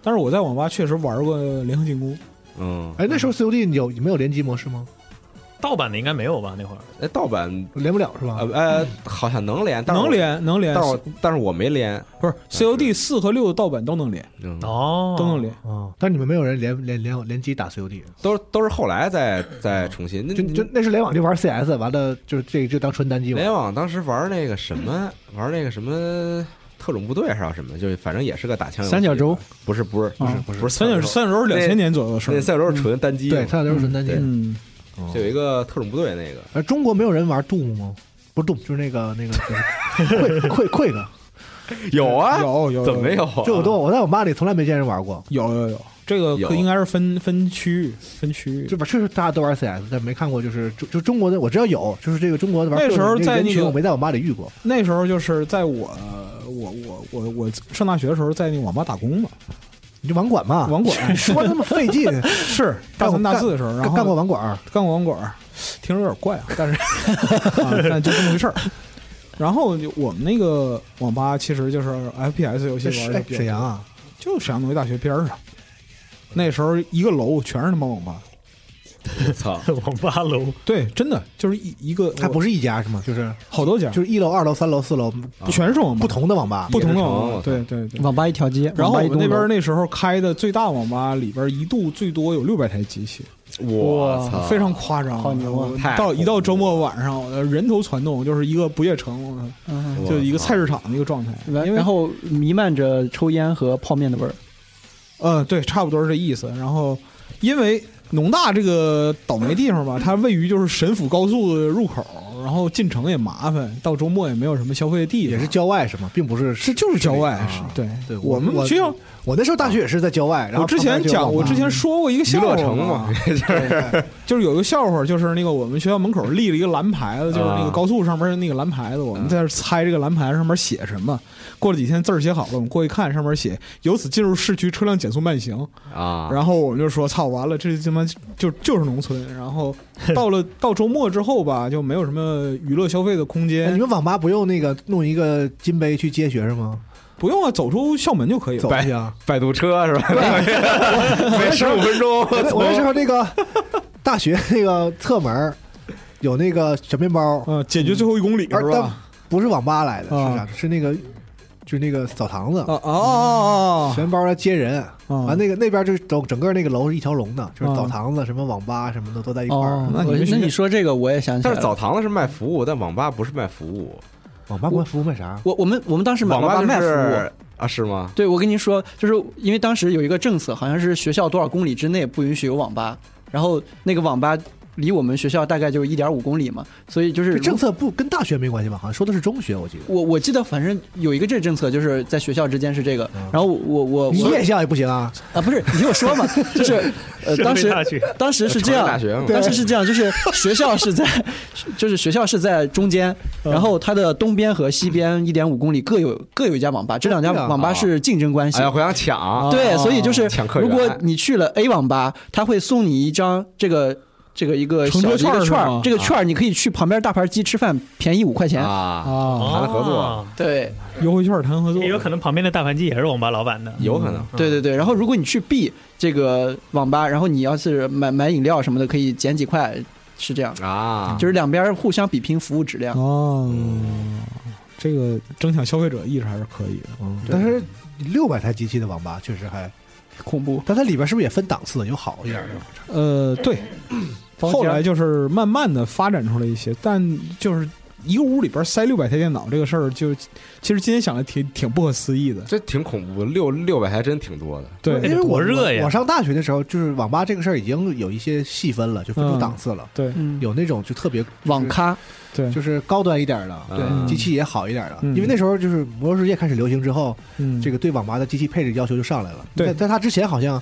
但是我在网吧确实玩过《联合进攻》，
嗯，
哎，那时候 COD 有没有联机模式吗？
盗版的应该没有吧？那会儿
哎，盗版
连不了是吧
呃？呃好像能连，但是我
能，连能连，
但是我但是我没连，
不是 COD 四和六的盗版都能连，
嗯，
哦
都 能连。
啊，但你们没有人连连连联机打 COD，
都是都是后来再再重新，那
嗯
就就那是联网就玩 CS，完了就是这就当纯单机玩
联。网当时玩那个什么，玩那个什么特种部队还是什么，就是反正也是个打枪游戏
三角洲，
不是不是不是不是
三角三角洲是两千年左右的事
那
儿。
三角洲是纯单机嘛，
对，它就是纯单机。
嗯，
就有一个特种部队那个，
而中国没有人玩 Doom 吗？不是 Doom，就是那个那个 Quick Quick，
哦
有啊，
有有
怎么没有啊？
这我都我在我妈里从来没见人玩过，
有有有，这个
有
可应该是分分区域分区域
就。把确实大家都玩 CS，但没看过就是就就中国的我知道有，就是这个中国的玩
那时候
各种
在那
人群
个
我没在我妈里遇过，
那时候就是在我我我我我上大学的时候，在那网吧打工嘛，
你就网管
啊
嘛，
网管
说那么费 劲，
是大三大四的时候，然
干
后
干过网管，
干过网管儿，听着有点怪啊，但是啊，但就这么回事儿。然后就我们那个网吧其实就是 FPS 游戏
这
玩
是
的
哎
比
沈
较多，
阳啊，
就沈阳农业大学边儿上。那时候一个楼全是他妈网吧，
我操，
网吧楼，
对，真的就是一一个
还不是一家是吗？就是
好多家，
就是一楼、二楼、三楼、四楼
啊
全是网吧，
不同的网吧，
不同的
野
网
人
吧，
城
对对对。
网吧一条街，
然后
网
我
吧一
们那
栋楼
边那时候开的最大网吧里边一度最多有六百台机器，
我操，
非常夸张，
好牛啊
我
太
到
恐怖
一到周末晚上，我的人头攒动，就是一个不夜城，我操
嗯
我
就一个
操
菜市场的一个状态。
然然后弥漫着抽烟和泡面的味儿。
呃，对，差不多是这意思。然后，因为农大这个倒霉地方吧，它位于就是沈抚高速的入口，然后进城也麻烦，到周末也没有什么消费的地
也
方，
是郊外是吗？并不是
是就是郊外，
啊
是对
对
我们
我
学校，
我那时候大学也是在郊外，然后
啊我之前讲，我之前说过一个
娱
笑
乐
话
城嘛
嘛，，
前
就是有一个笑话，就是那个我们学校门口立了一个蓝牌子，就是那个
啊
高速上面那个蓝牌子，我们在这猜这个蓝牌上面写什么。过了几天字儿写好了，我们过去看，上面写“由此进入市区，车辆减速慢行”。
啊，
然后我们就说：“操，完了，这他妈就就是农村。”然后到了到周末之后吧，就没有什么娱乐消费的空
哎你
间，
们网吧不用那个弄一个金杯去接学生吗？
不用啊，走出校门就可以
走
了。
一下。
摆渡车是吧？ 每十五分钟，
哎我那我那时候那个大学 那个侧门儿有那个小面包，
嗯，解决最后一公里
而
是
但
吧？
不是网吧来的，
啊
是啥？是那个就是那个澡堂子
啊，啊啊啊
小面包来接人。
啊！
完
啊，
那个那边就是整整个那个楼是一条龙的，就是
啊
澡堂子、什么网吧什么的都在一块儿。
哦，
那你
我
们学
那你说这个我也想起来
但
了。
是澡堂子是卖服务，但网吧不是卖服务，
网吧管服务卖啥？
我我们我们当时买
吧
卖
就
服务，
是啊，是吗？
对，我跟您说，就是因为当时有一个政策，好像是学校多少公里之内不允许有网吧，然后那个网吧离我们学校大概就一点五公里嘛，所以就是
这
如
政策不跟大学没关系吧？好像说的是中学，我记得。
我我记得反正有一个这政策，就是在学校之间是这个，然后我我
你
我
夜校也不行啊！
啊不是你听我说 嘛，就是呃当时
社会大学
当时是这样
成人，大学嘛，
当时是这样，就是学校是在， 就是学校是在中间，
嗯
然后它的东边和西边一点五公里各有各有一家网吧，这两家
对啊
网吧是竞争关系
哎。呀，互相抢，啊
对，所以就是
抢客源
如果你去了 A 网吧，他会送你一张这个这个一个
乘
小
车券
的一个
是
券
吗
儿，这个券儿你可以去旁边大盘鸡吃饭，便宜五块钱。
啊，
啊
谈合作
哦
对
优惠券谈合作，
也有可能旁边的大盘鸡也是网吧老板的，
有可能
嗯
对对对，然后如果你去 B 这个网吧，然后你要是买买饮料什么的，可以减几块，是这样，
啊，
就是两边互相比拼服务质量。
哦，这个争抢消费者意识还是可以的。嗯，
但是六百台机器的网吧确实还
恐怖。
但它里边是不是也分档次？有好一点的，
呃，对，
包
后
间
来就是慢慢的发展出来一些，但就是一个屋里边塞六百台电脑这个事儿，就其实今天想来挺挺不可思议的。
这挺恐怖，六六百还真挺多的。
对
那
因
得
为
多
我
热呀
我我上大学的时候，就是网吧这个事儿已经有一些细分了，就分出档次了。
对
嗯，
有那种就特别
网咖，
对，
就是高端一点的，
对
嗯
机器也好一点的。
嗯
因为那时候就是《魔兽世界》开始流行之后，
嗯
这个对网吧的机器配置要求就上来了。
对
在在它之前好像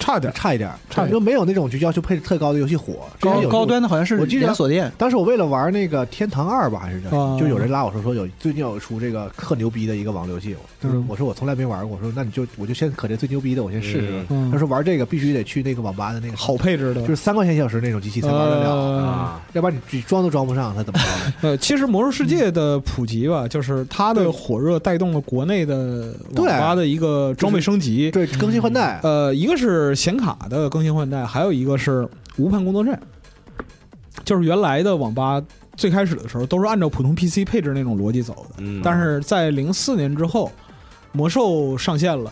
差点
差一点儿，
差一点儿
就没有那种就要求配置特高的游戏火。之前
高
有
高。端的好像是
我记得
连锁店，
当时我为了玩那个《天堂二》吧，还是叫什么
哦
就有人拉我说说有最近有出这个特牛逼的一个网络游戏，就是
嗯
我说我从来没玩过，我说那你就我就先可这最牛逼的我先试试。
嗯
他说玩这个必须得去那个网吧的那个
好配置的，
就是三块钱一小时那种机器才玩得了，
呃
啊，
要不然你你装都装不上，它怎么 装？
呃，其实《魔兽世界》的普及吧，就是它的火热带动了国内的网吧的一个装备升级。
对，更新换代，
呃，一个是显卡的更新换代，还有一个是无盘工作站，就是原来的网吧最开始的时候都是按照普通 PC 配置那种逻辑走的，
嗯，
但是在零四年之后，魔兽上线了，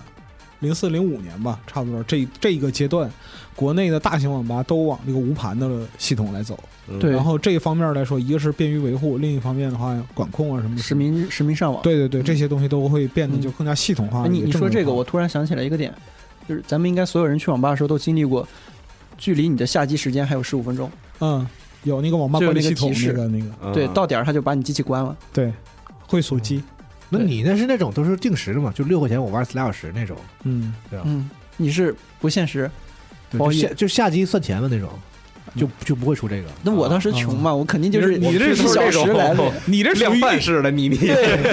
零四零五年吧，差不多这这一个阶段，国内的大型网吧都往这个无盘的系统来走。
嗯
对
然后这一方面来说，一个是便于维护，另一方面的话，管控啊什么的
实。名实名上网。
对对对，这些东西都会变得
嗯
就更加系统化。
哎你
也
你说
正规
这个，
化
我突然想起来一个点，就是咱们应该所有人去网吧的时候都经历过，距离你的下机时间还有十五分钟，
嗯，有那个网吧
就有
管理系
那个
统
提
那
示
个那个，
嗯
对，到点儿他就把你机器关了。
对，会锁机。
那你那是那种都是定时的嘛？就六块钱我玩四俩小时那种，
嗯，
嗯，你是不限时。
对
哦
就
包夜
下就下机算钱的那种，就就不会出这个。
嗯
那我当时穷嘛，我肯定就是
你这
一
是
小时来的，
嗯你这属
量
于
贩式的，你你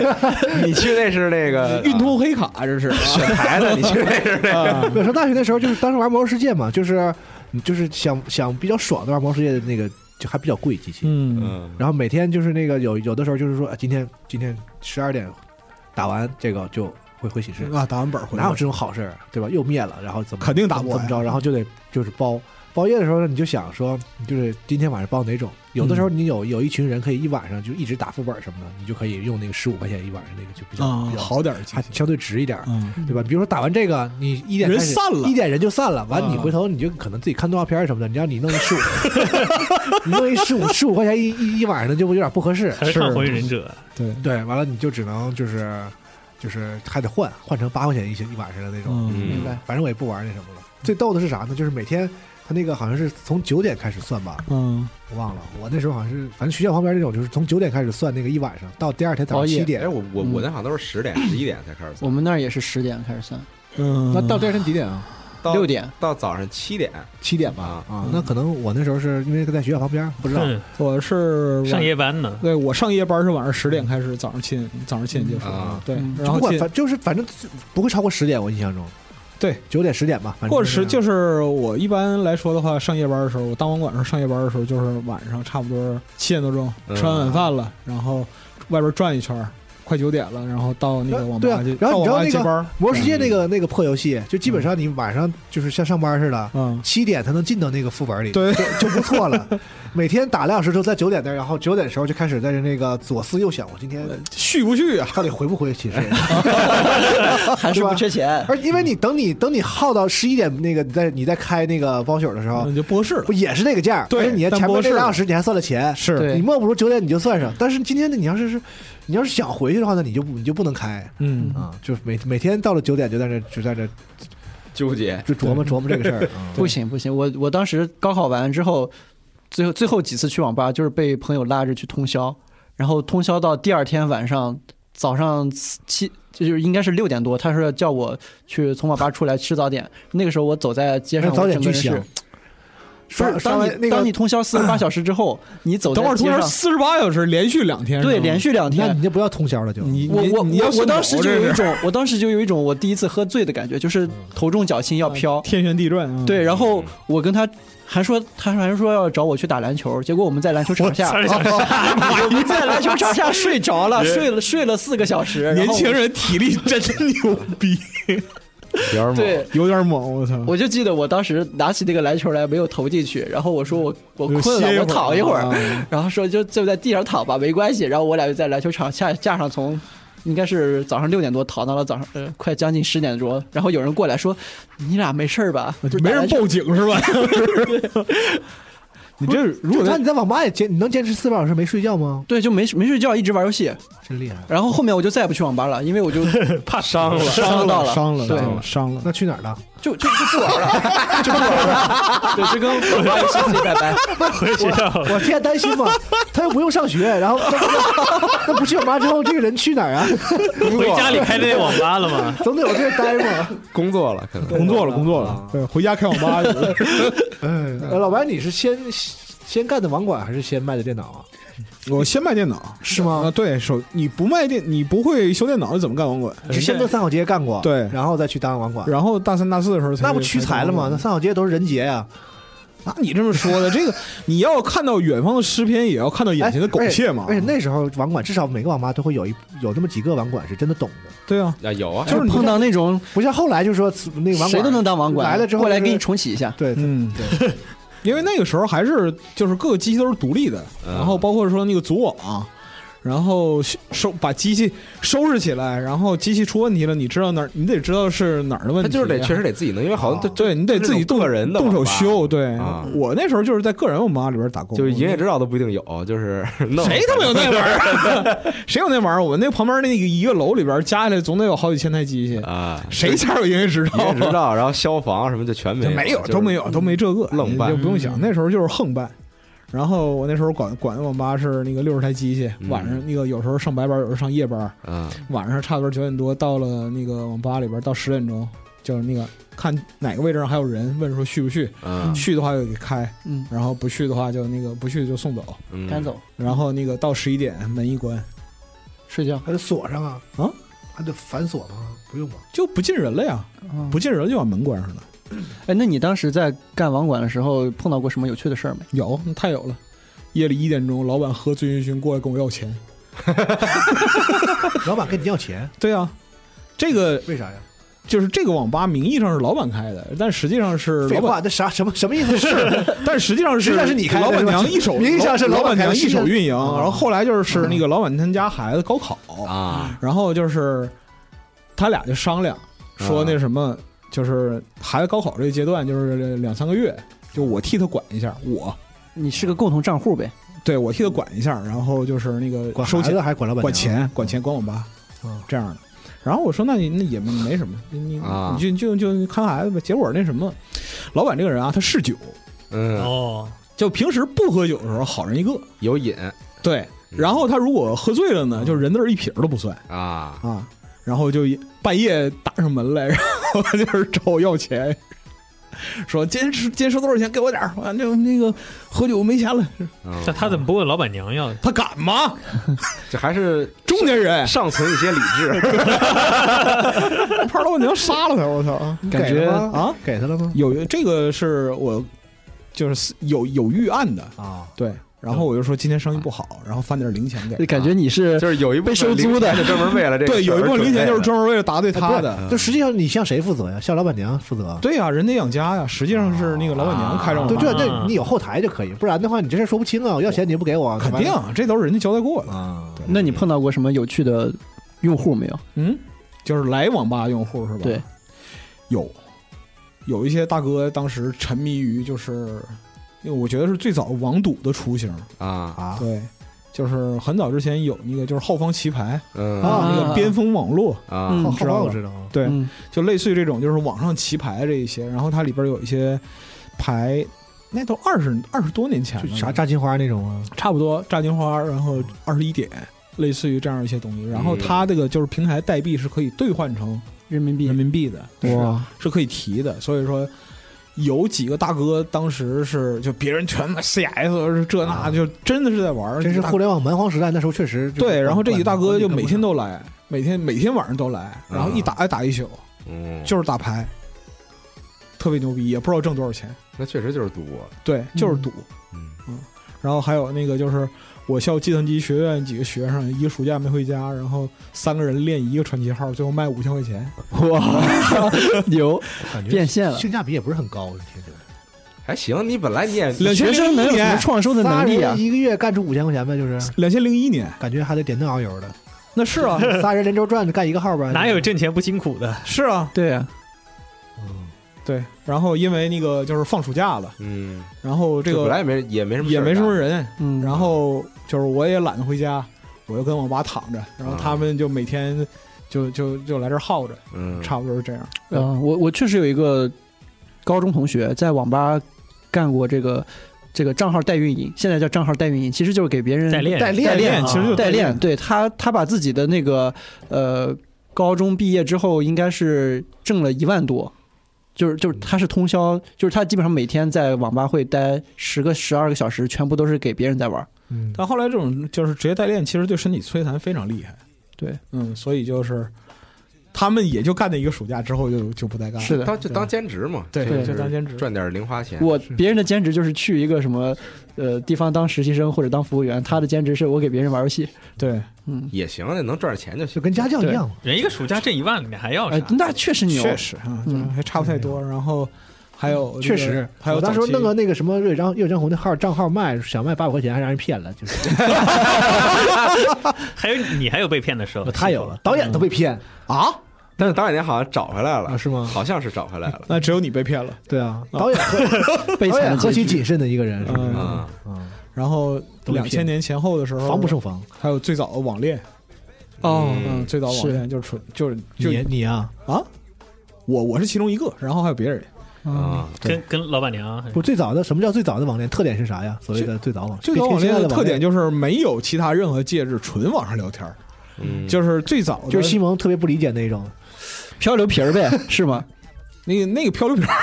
你去那是那个
运通黑 卡，这是。
啊
选牌的，你去那是那
啊
我上大学的时候，就是当时玩《魔兽世界》嘛，就是就是想想比较爽的玩《魔兽世界》的那个，就还比较贵机器。
嗯，
嗯，
然后每天就是那个有有的时候就是说，啊今天今天十二点打完这个就会回寝室，
啊，打完本儿回来
哪有这种好事儿，对吧？又灭了，然后怎么
肯定打不
怎么
完
着，然后就得就是包包夜的时候，你就想说，你就是今天晚上包哪种？有的时候
嗯
你有有一群人可以一晚上就一直打副本什么的，你就可以用那个十五块钱一晚上那个就比较、
啊
比，较，
好点儿机
还
器。
相对值一点儿，
嗯，
对吧？比如说打完这个，你一点
人
开始
散了
一点人就散了，完
啊
你回头你就可能自己看动画片儿什么的，你让你弄一 十五，你弄一十五十五块钱一一一晚上的就有点不合适，
还是上火影忍者，
对，
对，完了你就只能就是就是还得换换成八块钱一一晚上的那种，
嗯，
明白？
反正我也不玩那什么了。最逗的是啥呢？就是每天他那个好像是从九点开始算吧，
嗯，
我忘了。我那时候好像是，反正学校旁边那种就是从九点开始算那个一晚上，到第二天早上
熬夜
七
哎，
点。
我
嗯
我我那好像都是十点十一点才开始
我
算，
们那儿也是十点开始算，
嗯，
那到第二天几点啊？
到
六点
到早上七点
七点吧。
啊，
啊，那可能我那时候是因为在学校旁边，不知道。
嗯，
我是啊晚
上夜班 呢。
对我上夜班是晚上十点开始，早上七点早上七点结束。
啊，
对
嗯，
然
就不
后
管
进
反就是反正不会超过十点，我印象中。
对，
九点十点吧，反正
或者是
这样
就是我一般来说的话，上夜班的时候，我当网管的时候上夜班的时候，就是晚上差不多七点多钟
嗯
吃完晚饭了，然后外边转一圈儿，快九点了，然后到那个网
对啊
吧去，
然后
到
你知
网
道
吧
那
接
个
班儿
《魔兽世界》那个那个破游戏，就基本上你晚上就是像上班似的，
嗯，
七点才能进到那个副本里，
对
就就不错了。 每天打两小时都在九点那儿，然后九点的时候就开始在这那个左思右想，我今天
续不续啊？
到底回不回寝室？
还啊是
是吧
不缺钱。
而因为你等你等你耗到十一点那个你再你再开那个包宿的时候
那，就不合适
不
了。
也是那个价儿？
嗯对
而且你
但
前面那
不是
俩小时你还算了钱，
是，
对
你莫不如九点你就算上。但是今天呢，你要是是你要是想回去的话呢，你就不你就不能开。
嗯，
啊、就是每每天到了九点就在这就在这
纠结，
就琢磨琢磨这个事儿，嗯
不行不行，我我当时高考完之后，最后最后几次去网吧就是被朋友拉着去通宵，然后通宵到第二天晚上，早上七就是应该是六点多，他说要叫我去从网吧出来吃早点。那个时候我走在街上，
那早点
我整个人
巨
是
香刷
不是
刷
当
完那
你
个
当你通宵四十八小时之后，你走在
等会儿
街
通
上
宵，四十八小时，连续两天，
对，
是吗
连续两
那
天
你。就不要通宵了就，
你
我
你
我
你要
我我
送
当时
走
就
这
有一
是
种，我当时就有一种我第一次喝醉的感觉，就是头重
嗯
脚轻要飘。
天旋地转啊！
对，然后我跟他还说，他还说要找我去打篮球，结果我们在篮球场下， 我们在篮球场下睡着 了，睡了睡了四个小时。然
年
后
轻人体力真牛逼，
有点猛，
对，
有点猛，我操！
我就记得我当时拿起那个篮球来没有投进去，然后我说我我困了，我躺一会 儿，啊
儿。
然后说就就在地上躺吧，没关系。然后我俩就在篮球场下架上从。应该是早上六点多躺到了早上，呃，快将近十点钟。然后有人过来说：“你俩没事儿吧？”就
没人
打篮球
报警是吧？你这如果
正
在
常你在网吧也坚，你能坚持四八小时没睡觉吗？
对，就没没睡觉，一直玩游戏。
真厉害！
然后后面我就再也不去网吧了，因为我就
怕伤 了。
伤到了，
伤了，
对
对，伤了。
那去哪儿了？
就就就不玩了，就不玩了。对，就跟网吧游戏拜拜。
回学校
我天，担心嘛，他又不用上学，然后 那不去网吧之后，这个人去哪儿啊？
回家里开的那网吧了 吗？
总得有地儿待嘛。
工作了可能。
工作了，工作了，对，回家开网吧去了。
呃，老白，你是先先干的网管，还是先卖的电脑啊？
我先卖电脑
是
啊、
吗？
对手你不卖电，你不会修电脑，你怎么干网管？
你是先搁三好街干过，
对
然后再去当网管，
然后大三大四的时候才
那不屈才了吗？那三好街都是人杰呀。
那你这么 说的，这个你要看到远方的诗篇，也要看到眼前的苟且嘛。
而且哎那时候网管至少每个网吧都会有一有那么几个网管是真的懂的，
对啊，
啊，有啊，
就是你
碰到那种
不像后来就说那个网管
谁都能当网管
来了之后
过来给
就是
你重启一下。
对，
嗯，对， 因为那个时候还是就是各个机器都是独立的，
嗯
然后包括说那个组网。然后收收把机器收拾起来，然后机器出问题了，你知道哪儿？你得知道是哪儿的问
他
题。啊
就是得确实得自己弄，因为好像对
对你得自己动
个人的
动手
网吧
修。对、
啊
我那时候就是在个人网吧里边打工，
就是营业执照都不一定有，就是弄
谁他妈有那玩意儿？ 谁有那玩意儿？我们那旁边那个一个楼里边加起来总得有好几千台机器，
啊？
谁家有营业执
营
照
业
啊？
执照，然后消防什么就全
这
没
没有，
就是
都没有，都没这个，
愣办嗯
你就不用想。那时候就是横办。然后我那时候管管的网吧是那个六十台机器，
嗯
晚上那个有时候上白班，有时候上夜班，
啊，
晚上差不多九点多到了那个网吧里边，到十点钟就是那个看哪个位置上还有人，问说续不续，
嗯
续的话就给开，
嗯，
然后不续的话就那个不续就送走，
嗯，
赶走
然后那个到十一点门一关，
睡觉。
还得锁上啊
啊，
还得反锁吗？不用吧？
就不进人了呀，
嗯
不进人就把门关上了。
哎，那你当时在干网管的时候碰到过什么有趣的事儿没？
有，那太有了。夜里一点钟，老板喝醉醺醺过来跟我要钱。
老板跟你要钱，
对啊，这个
为啥呀？
就是这个网吧名义上是老板开的，但实际上是
废
老
话，
板，
那啥什么什么意思？是
但实际上
实际上是你开的
老板娘一 手，
是吧名义上是
老
老板
娘
开的
一手啊运营。
哦
然后后来就是那个老板他们家孩子高考，
啊，
然后就是他俩就商量说那什么，就是孩子高考这个阶段就是两三个月，就我替他管一下，我
你是个共同账户呗？
对我替他管一下，然后就是那个
管
收
孩
钱
子还是管老板？
管，钱，管钱，管网吧，
嗯
这样的。然后我说，那你那也没什么，你你
啊
你就就就看孩子呗。结果那什么，老板这个人啊，他嗜酒，
嗯，
哦，
就平时不喝酒的时候好人一个，
有瘾
对。然后他如果喝醉了呢，就人字儿一撇儿都不算
啊，
啊。然后就半夜打上门来，然后就是找我要钱，说今天是今天收多少钱，给我点儿，完就那个喝酒没钱了。
嗯
那他怎么不问老板娘要？
他敢吗？
这还是
中年 人，
尚存一些理 智
怕老板娘杀了他，我操！
你
感
嗯给
觉
了吗
啊，
给他了吗？
有这个是我就是有有预案的，
啊，
对。然后我就说今天生意不好，然后翻点零钱给。
感觉你是
就是有一部分
被收租的
零钱就专门为了这个
对，有一部分零钱就是
专
专门为了答哎对他
啊
的。
就实际上你向谁负责呀？向老板娘负责。啊
对呀、人得养家呀，实际上是那个老板娘开张
对
的，
对，
啊
那你有后台就可以，不然的话你这事儿说不清啊！我要钱你也不给我，
肯定啊这都是人家交代过的。
啊。对
那你碰到过什么有趣的用户没有？
嗯，就是来网吧用户是吧？
对，
有有一些大哥当时沉迷于就是，因为我觉得是最早网赌的雏形。
啊，
啊，
对，就是很早之前有那个就是后方棋牌，
嗯
啊
那个边锋网络，
啊
嗯
好
知
好
道
吧我
了
知道啊。
对，
嗯，
就类似于这种，就是网上棋牌这一些，然后它里边有一些牌，那都二十二十多年前
就
了，
啥炸金花那种啊，
差不多炸金花，然后二十一点，类似于这样一些东西。然后
嗯
它这个就是平台代币是可以兑换成
人民币
人民币的，是
哇，
是可以提的，所以说。有几个大哥当时是就别人全买 CS 这那，
啊
就真的是在玩儿，
真是
大
互联网蛮荒时代，那时候确实就是
对。然后这几大哥就每天
都
都来，每天每天晚上都来，
啊
然后一打哎打一宿，
嗯，
就是打牌，特别牛逼，也不知道挣多少钱。
那确实就是赌，
对，就是赌。
嗯
然后还有那个就是我校计算机学院几个学生，一个暑假没回家，然后三个人练一个传奇号，最后卖五千块钱。
哇， 牛
感觉
变现了。
性价比也不是很高，听着。
还行，你本来你也
两千
学生能有什么创收的
仨
能力啊
人？一个月干出五千块钱呗，就是
两千零一年，
感觉还得点灯熬 油的。
那是啊，
仨人连轴转干一个号吧，
哪有挣钱不辛苦的？
是啊，
对啊，
嗯？
对，然后因为那个就是放暑假了，
嗯，
然后这
就本
个
来也没也没什么事
也
儿
没什么
干，
人，
嗯，
然后就是我也懒得回家，我就跟网吧躺着，然后他们就每天就就就来这儿耗着，
嗯，
差不多是这样。
嗯，我我确实有一个高中同学在网吧干过这个这个账号代运营，现在叫账号代运营，其实就是给别人
代练
代练
代练
啊
其实就是
代
代
练。
练
对他，他把自己的那个呃，高中毕业之后应该是挣了一万多。就是就是他是通宵，就是他基本上每天在网吧会待十个十二个小时，全部都是给别人在玩儿。
嗯，
但后来这种就是职业代练，其实对身体摧残非常厉害。
对，
嗯，所以就是他们也就干那一个暑假之后就就不再干了。
是的
当就当兼职嘛，
对
就
就是
当兼职
赚点零花钱。
我别人的兼职就是去一个什么呃地方当实习生或者当服务员，他的兼职是我给别人玩游戏。
对，
嗯，
也行，那能赚点钱就
就
行。
跟家教一样嘛。
人一个暑假挣一万，你还要啥
哎？，那确实牛，
确实啊，就是
嗯
还差不太多。然后还有
确
这个
实，
还有
我当时
早期
弄个那个什么岳张岳张红的号账号卖，想卖八百块钱，还让人骗了，就是
还有你还有被骗的时候，
哦他有了， 导演都被骗
啊，
但是导演娘好像找回来
啊？
了，
是吗？
好像是找回来了。
那只有你被骗了。
对啊，导演何
悲
导
惨
演
的结
何其
局。
谨慎的一个人，是不是？
嗯
啊，
嗯，
然后
都被
两千
骗
年前后的时候，
防不胜防。
还有最早的网恋，
哦
嗯，
嗯
最早网
是
恋就是纯就是就
你你啊，
我我是其中一个，然后还有别人，嗯
嗯
啊，
跟跟老板娘还是
不，最早的什么叫最早的网恋？特点是啥呀？所谓的最早网，
最早网
跟
恋
现在
的
的
特点
就
就是没有其他任何介质，纯网上聊天儿，
嗯，
就是最早的
就是西蒙特别不理解那种，
漂流瓶儿呗，是吗？
那个那个漂流瓶儿，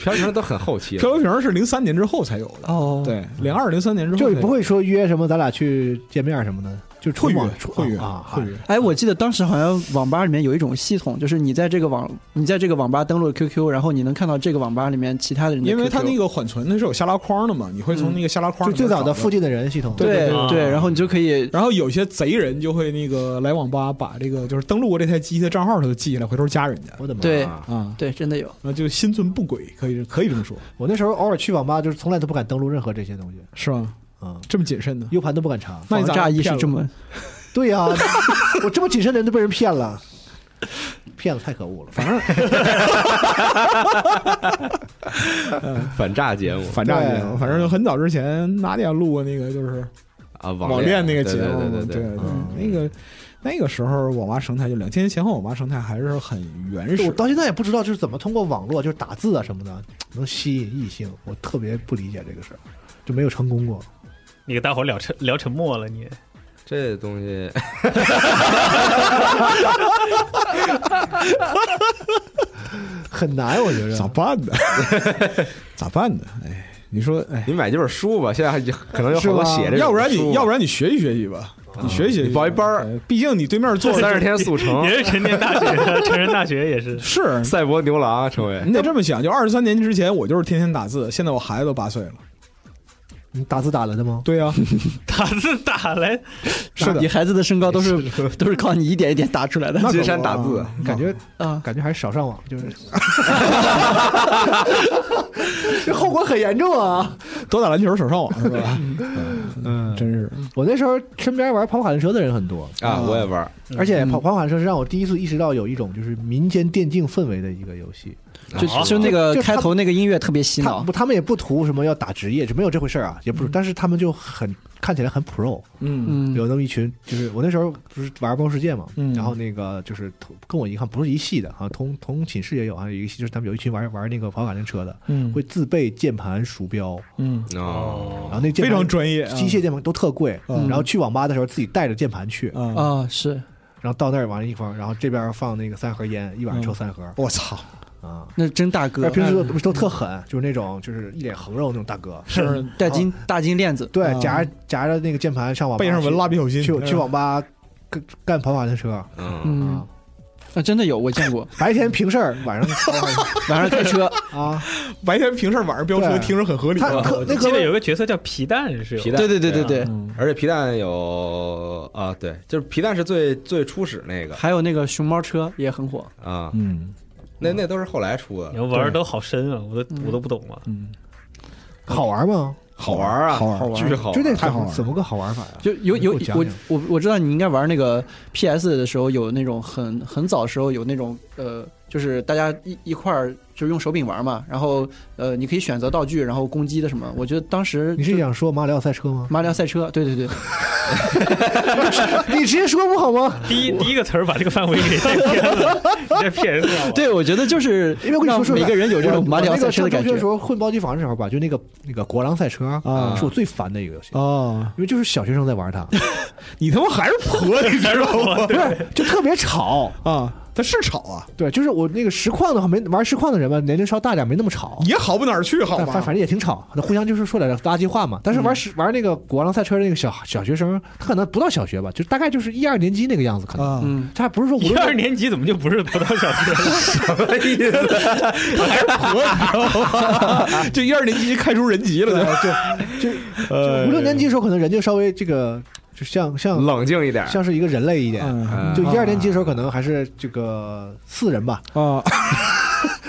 漂流瓶都很后期了
漂流瓶儿是零三年之后才有的，
哦，，
对，零二零三年之后
就是不
会
会说约什么咱俩去见面什么的，就
会
纯
员
网纯
会员
啊，
会员，
哎，我记得当时好像网吧里面有一种系统，就是你在这个网，你在这个网吧登录 QQ，然后你能看到这个网吧里面其他的人的 QQ。
因为它那
个
个缓存它是有下拉框的嘛，你会从那个下拉
嗯
框
就
里
最
面
早的
找
附近的人系统，
对
对啊
对对
然后你就可以
然后有些贼人就会那个来网吧把这个就是登录过这台机的账号，他就记下来，回头加人家
我的妈！
对
啊
啊，
对，真的有
然后就心存不轨，可以可以这么说，
我那时候偶尔去网吧，就是从来都不敢登录任何这些东西，
是吧？
嗯
这么谨慎呢？
，U 盘都不敢查。
那
防
你咋
诈意识
骗
这
我
么
对呀、我这么谨慎的人都被人骗了，骗了太可恶了。反正
反诈节目
反诈节
对
目，反正很早之前娜迪亚录过那个就是
啊，
网
恋
那个节目
对
嘛，
对对，
对，嗯那个那个时候网吧生态就两千年前后网吧生态还是很原
我
始，
到现在也不知道，就是怎么通过网络，就是打字啊什么的，能吸引异性，我特别不理解这个事儿，就没有成功过。
你给大伙儿聊沉聊沉默了，你
这东西
很难，我觉
咋
着。
办 呢？咋办呢？哎，你说哎，
你买几本书吧，现在还可能有好多
是吧
写这，啊
要不然你要不然你学习学习吧，啊嗯你学习学习
你报一班儿
哎毕竟你对面坐着
三十天速成
也，是成年大学，成人大学也是。
是
赛博牛郎啊成为
你得这么想，就二十三年之前，我就是天天打字，现在我孩子都八岁了。
你打字打来的吗？
对啊呀、
打字打来，
是的
你孩子的身高都是都是靠你一点一点打出来的
那可
金
不
山打
啊
字，
感觉
啊。
感觉还是少上网，就是 这后果很严重啊。
多打篮球少上网是吧？
嗯，
真是
我那时候身边玩跑跑缆车的人很多，
啊，我也玩儿，
嗯
而且跑跑缆车是让我第一次意识到有一种就是民间电竞氛围的一个游戏。
就
啊
就那个
就就他
开头那个音乐特别洗
他
脑
不，，他们也不图什么要打职业，就没有这回事儿啊，也不是，但是他们就很看起来很 pro，
嗯
嗯，
有那么一群，就是我那时候不是玩《魔兽世界》嘛，
嗯
然后那个就是同跟我一看不是一系的，好啊像同同寝室也有，好像有一个系就是他们有一群玩玩那个跑卡丁车的，
嗯
会自备键盘、鼠标，
嗯，
哦
然后那键
非常
盘
专业啊，
机械键盘都特贵，
嗯
然后去网吧的时候自己带着键盘去，
啊！
啊是，
然后到那儿往一放，然后这边放那个三盒烟，一晚上
嗯
抽三盒
我操，
啊。
那真大
但
哥，
平时都都特狠，就是那种就是一脸横肉那种大哥，
是
带金大金链子，
对
啊，
夹夹着那个键盘上网吧
背上
去
纹蜡笔小新，
去
嗯
去网吧干干跑跑的车，
嗯，
嗯
啊，
啊真的有，我见过，
白天平事儿，晚上跑跑去
晚上开车，
啊，
白天平事儿，晚上飙车，
对
听着很合理啊。
他特那
我记得
哥
有个角色叫皮蛋是有
皮蛋
对对对对
对
对，
嗯
而且皮蛋有啊，对，就是皮蛋是最最初始那个
还有那个熊猫车也很火，
啊，
嗯
那那都是后来出的
你，们玩的都好深啊，我都我都不懂啊。
嗯，
好玩吗？
好玩儿啊，
好玩儿
好玩
巨好玩儿，
就那
太好玩
怎
了
怎么个好玩法呀？
就有有
给我讲
我
讲
我我知道你应该玩那个 PS 的时候有那种很很早时候有那种呃，就是大家一一块儿就是用手柄玩嘛，然后呃你可以选择道具，然后攻击的什么。我觉得当时
你是想说马里奥赛车 吗？
马里奥赛车，对对对，
你直接说不好吗？
第一第一个词儿把这个范围给带偏了，你在 PS 上 玩
对我觉得就是
因为我跟你
让
说说
每个人有这种马里奥
那
赛
个
车
上中
的感
学
觉
的时。候混包机房的时候吧，就那个那个国狼赛车
啊
是我最烦的一个游戏，
哦，
因为就是小学生在玩 它，
你他妈还是婆，你知道吗？
不是就特别吵。
啊，他是吵啊，
对，就是我那个实况的话，没玩实况的人吧，年龄稍大点，没那么吵。
也好不哪儿去，好
但
吧
反？反正也挺吵，互相就是说点垃圾话嘛。但是
嗯
玩实、玩那个国王赛车的那个小小学生，他可能不到小学吧，就大概就是一二年级那个样子，可能、
啊，
嗯，
他还不是说五
一
六
二
年，
年级怎么就不是不到小学啊了？
这一二年级开除人籍了，
呃
哎
就就五六年级的时候，可能人就稍微这个就像像
冷静一点儿。
像是一个人类一点。
嗯
就
嗯
一二年级的
啊
时候，可能还是这个四人吧，
啊，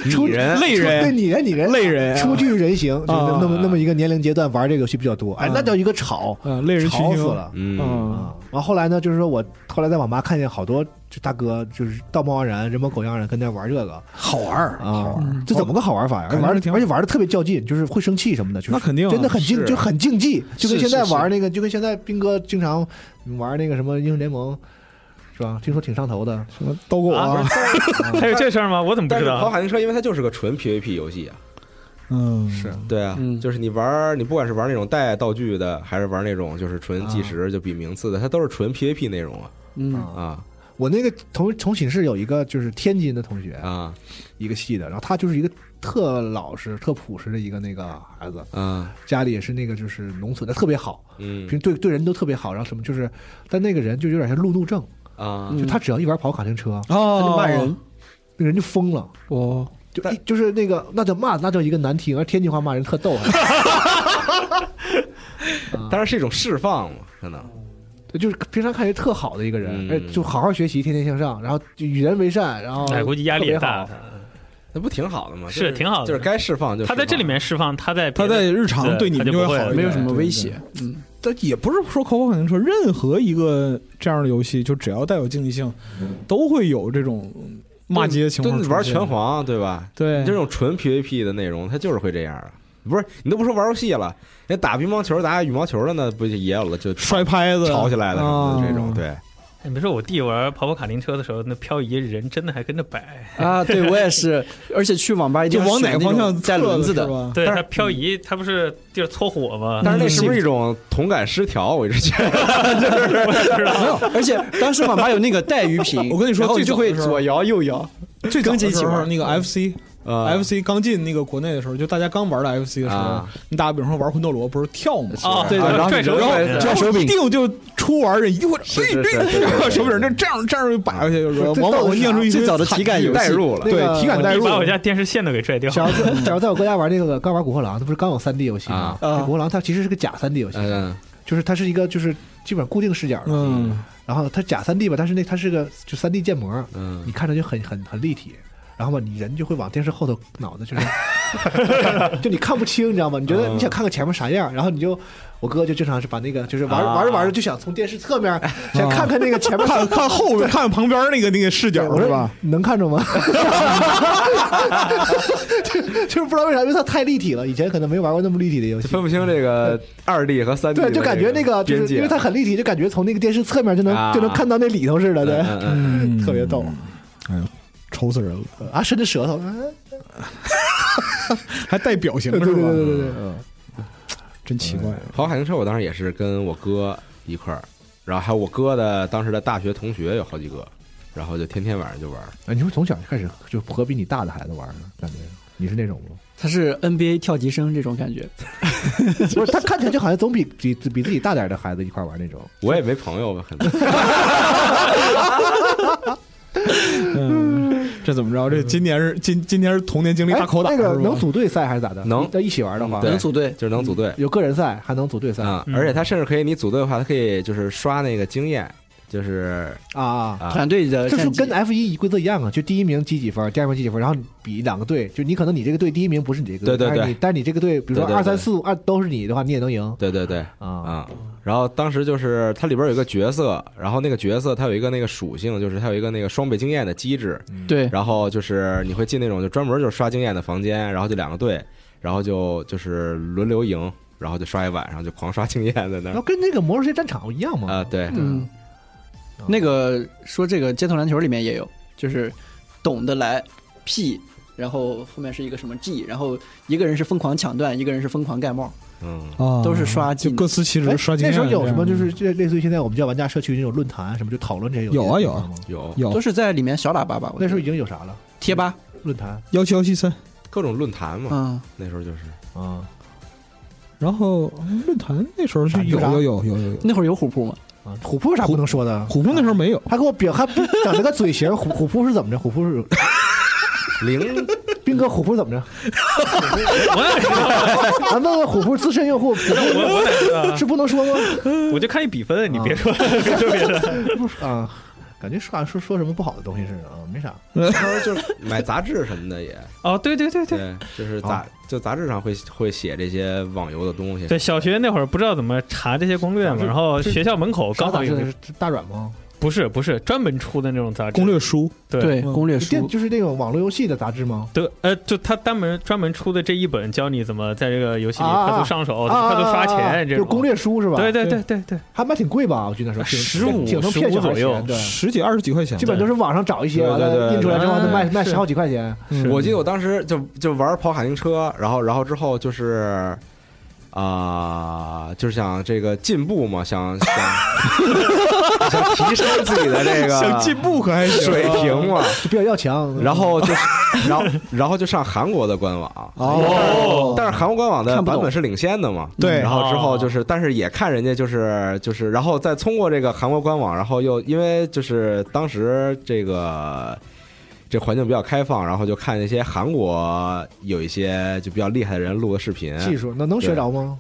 拟人
类
对
人，
拟人拟人
类人啊
初具人形，就
啊
那那么那么一个年龄阶段玩这个游戏比较多，哎
啊，
那叫一个吵，
啊，类人群
吵死
星，
了。
嗯，
嗯
啊，然后后来呢，就是说我后来在网吧看见好多就大哥就是道貌岸然、人模狗样的跟那玩这个
好玩儿
啊，这怎么个好玩法呀？
感觉
玩的
挺好
而且玩的特别较劲，就是会生气什么的，就是
那肯定啊
真的很竞
是
就很竞技，就跟
是
现在
是
玩那个，就跟现在斌哥经常玩那个什么英雄联盟。是吧？听说挺上头的，
什么刀狗
啊
啊，
还有这事儿吗？我怎么不
但
知
是跑
道？
卡丁车，因为它就是个纯 PVP 游戏啊，
嗯，
是
对啊，
嗯
就是你玩儿，你不管是玩那种带道具的，还是玩那种就是纯
啊
计时就比名次的，它都是纯 PVP 内容啊
嗯，
啊！
啊
我那个同同寝室有一个就是天津的同学，
啊
一个系的，然后他就是一个特老实、特朴实的一个那个孩子，
啊
家里也是那个就是农村的，特别好，
嗯
平对对人都特别好，然后什么就是，但那个人就有点像路怒症，
啊
嗯
就他只要一玩跑卡丁车，
哦，
他就骂人，
那人就疯了。
哦，
就一就是那个，那叫骂，那叫一个难听，而天津话骂人特逗，啊
嗯当然是一种释放嘛，可能
对就是平常看人特好的一个人，
嗯
哎，就好好学习，天天向上，然后就与人为善，然后
哎，估计压力也
特
大
别好。。
那不挺好的吗？就是
挺好的
就是该释放就释
他
放
在这里面释放，他在别
他
的
在日常对你们就会好一点，
没有什么
对
威胁。。嗯，
但也不是说口口肯定说，任何一个这样的游戏，就只要带有竞技性，都会有这种骂街情
对
况。
你玩拳，皇对吧？
对，
你这种纯 PVP 的内容，它就是会这样啊。不是你都不说玩游戏了，连打乒乓球、打羽毛球的那不也有了？ 就
摔拍子、
吵起来了什么的这种，
啊，
对，
哎，别说我弟玩跑跑卡丁车的时候，那漂移人真的还跟着摆。
啊，对我也是，而且去网吧一定
就往哪个方向
带轮子的，
的？
对
但
他
是
漂移，他不是就是搓火吗？
但是那是不是一种同感失调？我一直觉得
而且当时网吧有那个带鱼 屏，
我跟你说
然后
最
就
早
会
的时候
左摇右摇，
最早
跟着
的
一起
时候
玩
那个 FC
啊
FC 刚进那个国内的时候，就大家刚玩的 FC 的时候
啊，
你打个比方说玩魂斗罗，不是跳吗？
哦，
啊
对对
然后
对
拽手
然后
柄
对
然
转
后一定就出玩人一定会哎
是是是
这
是
个手柄，那这样这样就摆过去，就是往往会酿出一些
最早的体感游戏
代入了
那个
对体感代
你
入，
把我家电视线都给拽掉。
小时候，小时候在我哥家玩那个，刚玩《古惑狼》，那不是刚有三 D 游戏吗？
啊
这古惑狼》它其实是个假三 D 游戏，
嗯
就是它是一个就是基本上固定视角的，
嗯，
然后它假三 D 吧，但是那它是个就三 D 建模，
嗯
你看着就很很很立体，然后吧，你人就会往电视后头脑子就是， 就你看不清，你知道吗？你觉得
嗯
你想看看前面啥样，然后你就，我哥就经常是把那个就是玩、
啊
玩着玩着就想从电视侧面、想看看那个 前面
看看后面看旁边那个那个视角
我
是
说
吧？？
能看着吗？ 就就是不知道为啥，因为它太立体了，以前可能没玩过那么立体的游
就
戏。
分不清这 个二 D 和三 D，
对，就感觉那个啊就
边
是
界，
因为它很立体，就感觉从那个电视侧面就能、
啊
就能看到那里头似的，对，
嗯嗯
嗯
特别逗。
哎呦，愁死人了，
啊，伸着舌头，啊
还带表情
对
是吧？
对对对对对，嗯
真奇怪。
跑卡丁车，我当时也是跟我哥一块儿，然后还有我哥的当时的大学同学有好几个，然后就天天晚上就玩儿。
啊，你说从小就开始就和比你大的孩子玩呢，感觉你是那种吗？
他是 NBA 跳级生这种感觉，
不是，他看起来就好像总比比比自己大点儿的孩子一块玩那种。
我也没朋友吧， 可能
嗯，这怎么着？这今年是今今年是童年经历
哎
大拷打
那
是吧
个？能组队赛还是咋的？
能
要一起玩的话，
对
能组队，
就是能组队
嗯有个人赛还能组队赛。
啊、
嗯
而且他甚至可以，你组队的话，他可以就是刷那个经验，就是
啊啊，
啊，
团队的
这是
战绩
跟 F 一规则一样啊，就第一名积几分，第二名积几分，然后比两个队，就你可能你这个队第一名不是你这个队，
对对对
但是你但是你这个队，比如说
对对对
二三四五二都是你的话，你也能赢
对对对，
哦
啊。
啊、然后当时就是它里边有一个角色，然后那个角色它有一个那个属性，就是它有一个那个双倍经验的机制，
对
然后就是你会进那种就专门就是刷经验的房间，然后就两个队，然后就就是轮流赢，然后就刷一晚上就狂刷经验在那
然
儿
后跟那个魔兽世界战场一样嘛，
啊、对，
嗯，那个说这个街头篮球里面也有，就是懂得来 P，然后后面是一个什么 G，然后一个人是疯狂抢断，一个人是疯狂盖帽，
嗯，
啊，
都是刷
就
进
各司其
哎
职，刷啊经
那
验
时
这
候
样。
有什么
嗯
就是这类似于现在我们叫玩家社区那种论坛什么，就讨论这些
有啊
些
有啊
吗
有
有
都是在里面小喇叭吧？我觉得
那时候已经有啥了？
贴吧，
论坛
幺七幺七三，
各种论坛嘛，
嗯，
那时候就是
啊，
然后嗯论坛那时候是
打
有
字啊
有有有有有，
那会儿有虎扑吗？
啊虎扑有啥不能说的？啊
虎扑那时候没有，
还给我表还不整了个嘴型，虎虎扑是怎么着？虎扑是
零
斌哥，虎扑怎么着？
我哪知道啊？
咱问问虎扑资深用户，虎
我
扑
我哪知道 啊？
是不能说吗？
我就看你比分，你别说 别说别的。
不是 啊，感觉说说说什么不好的东西似的啊，没啥。
那时候就是买杂志什么的也，
哦，对对对对
对，就是
哦
杂就杂志上会会写这些网游的东西，
对，小学那会儿不知道怎么查这些攻略嘛，然后学校门口刚好有
是啊
那个，
是大软吗？
不是不是专门出的那种杂志
攻略书
对
对，
嗯
攻略
电
书，
就是那种网络游戏的杂志吗？
对，呃，就他专门专门出的这一本，教你怎么在这个游戏里
啊
快速上手，怎么
啊，
快速刷
啊啊啊
钱，这
就
种
攻。略书是吧？
对对对对对，
还蛮挺贵吧？我记得那时候挺
15
挺能骗小孩
15左右
钱对。
十几二十几块钱
基，本都是网上找一些，
对
完
对对
了
对
印出来之后，
对
再卖
是
卖十好几块钱。
嗯
我记得我当时就就玩跑卡丁车，然后然后之后就是啊、就是想这个进步嘛，想 想想提升自己的这个
想进步嗯可还行
水平嘛，
就比较要强。
然后就是然后然后就上韩国的官网。
哦，
但是韩国官网的
看不
版
懂
本是领先的
嗯
嘛？
对
然后之后
哦
就是，但是也看人家就是就是，然后再通过这个韩国官网，然后又因为就是当时这个这环境比较开放，然后就看那些韩国有一些就比较厉害的人录的视频，
技术那能学着吗？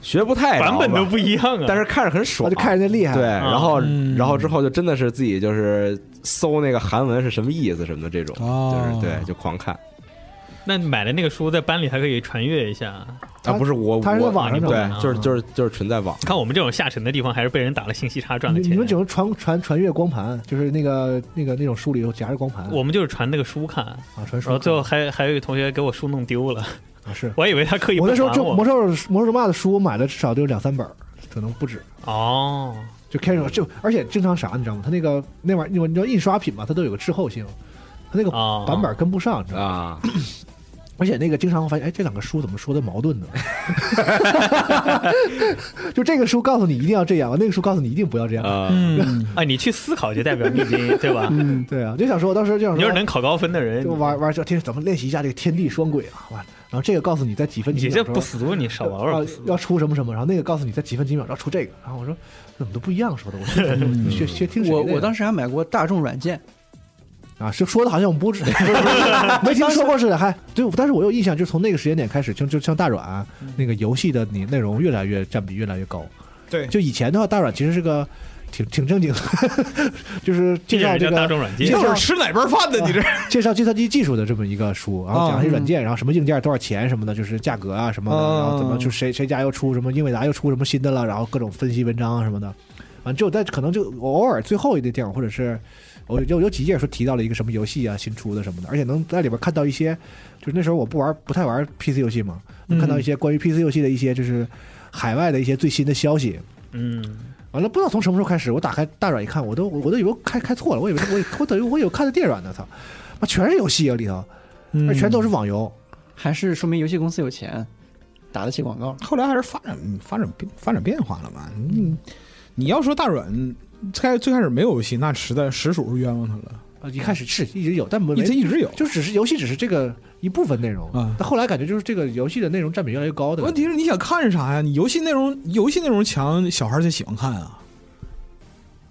学不太着吧
版本啊都不一样啊。
但是看着很
我
爽，
就看人家厉害。
对，然后
嗯
然后之后就真的是自己就是搜那个韩文是什么意思什么的这种，
哦
就是对就狂看
那你买的那个书在班里还可以传阅一下。
啊，不是我
他是在
我
网上找啊
的
对，就是就是就是纯在网。
看我们这种下沉的地方，还是被人打了信息差赚了
你
钱。
你们只能传传传阅光盘，就是那个那个那种书里头夹着光盘。
我们就是传那个书看，然
啊，传说
后最后还还有一个同学给我书弄丢了，
啊是。
我还以为他刻意
我
不
那时候
还
就
我
魔兽魔兽争霸的书，我买了至少得有两三本儿，可能不止。
哦，
就开始就，而且经常啥，你知道吗？它那个那玩意儿，你知道印刷品嘛，它都有个滞后性，它那个
哦
版本跟不上，你知道吗？
啊，
而且那个经常会发现，哎，这两个书怎么说的矛盾呢？ 就这个书告诉你一定要这样，那个书告诉你一定不要这样。
呃，
嗯，
啊，你去思考就代表你已经对吧？
嗯，
对啊，就想说，我当时就想
你要是
说，
能考高分的人
就，玩玩这天怎么练习一下这个天地双轨啊？完，然后这个告诉你在几分
你
几
你
秒
这
钟
不俗，你少玩
要
玩
要
不俗。
要出什么什么，然后那个告诉你在几分几秒要出这个，然后我说怎么都不一样说的，我 说学学听谁
我
的
我
呀
当时还买过大众软件，
啊，是 说的好像我们不知没听说过似的，还对，但是我有印象，就是从那个时间点开始，就就像大软那个游戏的你内容越来越占比越来越高。
对
就以前的话，大软其实是个挺挺正经的， 就是
这
介
就
绍这
是人家大
个
众软
你
件
到，底吃哪边饭的？你这
介绍计算机技术的这么一个书，然后讲一些软件，然后什么硬件多少钱什么的，就是价格啊什么的，
哦
然后怎么就谁谁家又出什么英伟达又出什么新的了，然后各种分析文章啊什么的。完之后，但可能就偶尔最后一个地方，或者是我有有几页说提到了一个什么游戏啊新出的什么的，而且能在里边看到一些，就是那时候我不玩不太玩 PC 游戏嘛，能看到一些关于 PC 游戏的一些就是海外的一些最新的消息。
嗯，
完啊了，不知道从什么时候开始，我打开大软一看，我都我都以为开开错了，我以为我以我等于我以为看的电软呢，操，妈全是游戏啊里头，而全
嗯
都是网游。
还是说明游戏公司有钱，打得起广告。
后来还是发展发展变发展变化了嘛。你你要说大软开最开始没有游戏，那实在实属是冤枉他了。
呃，一开始是一直有，但没
一直一直有，
就只是游戏只是这个一部分内容
啊。
但后来感觉就是这个游戏的内容占比越来越高的
问
感觉。
题是你想看啥呀？你游戏内容游戏内容强，小孩儿才喜欢看啊，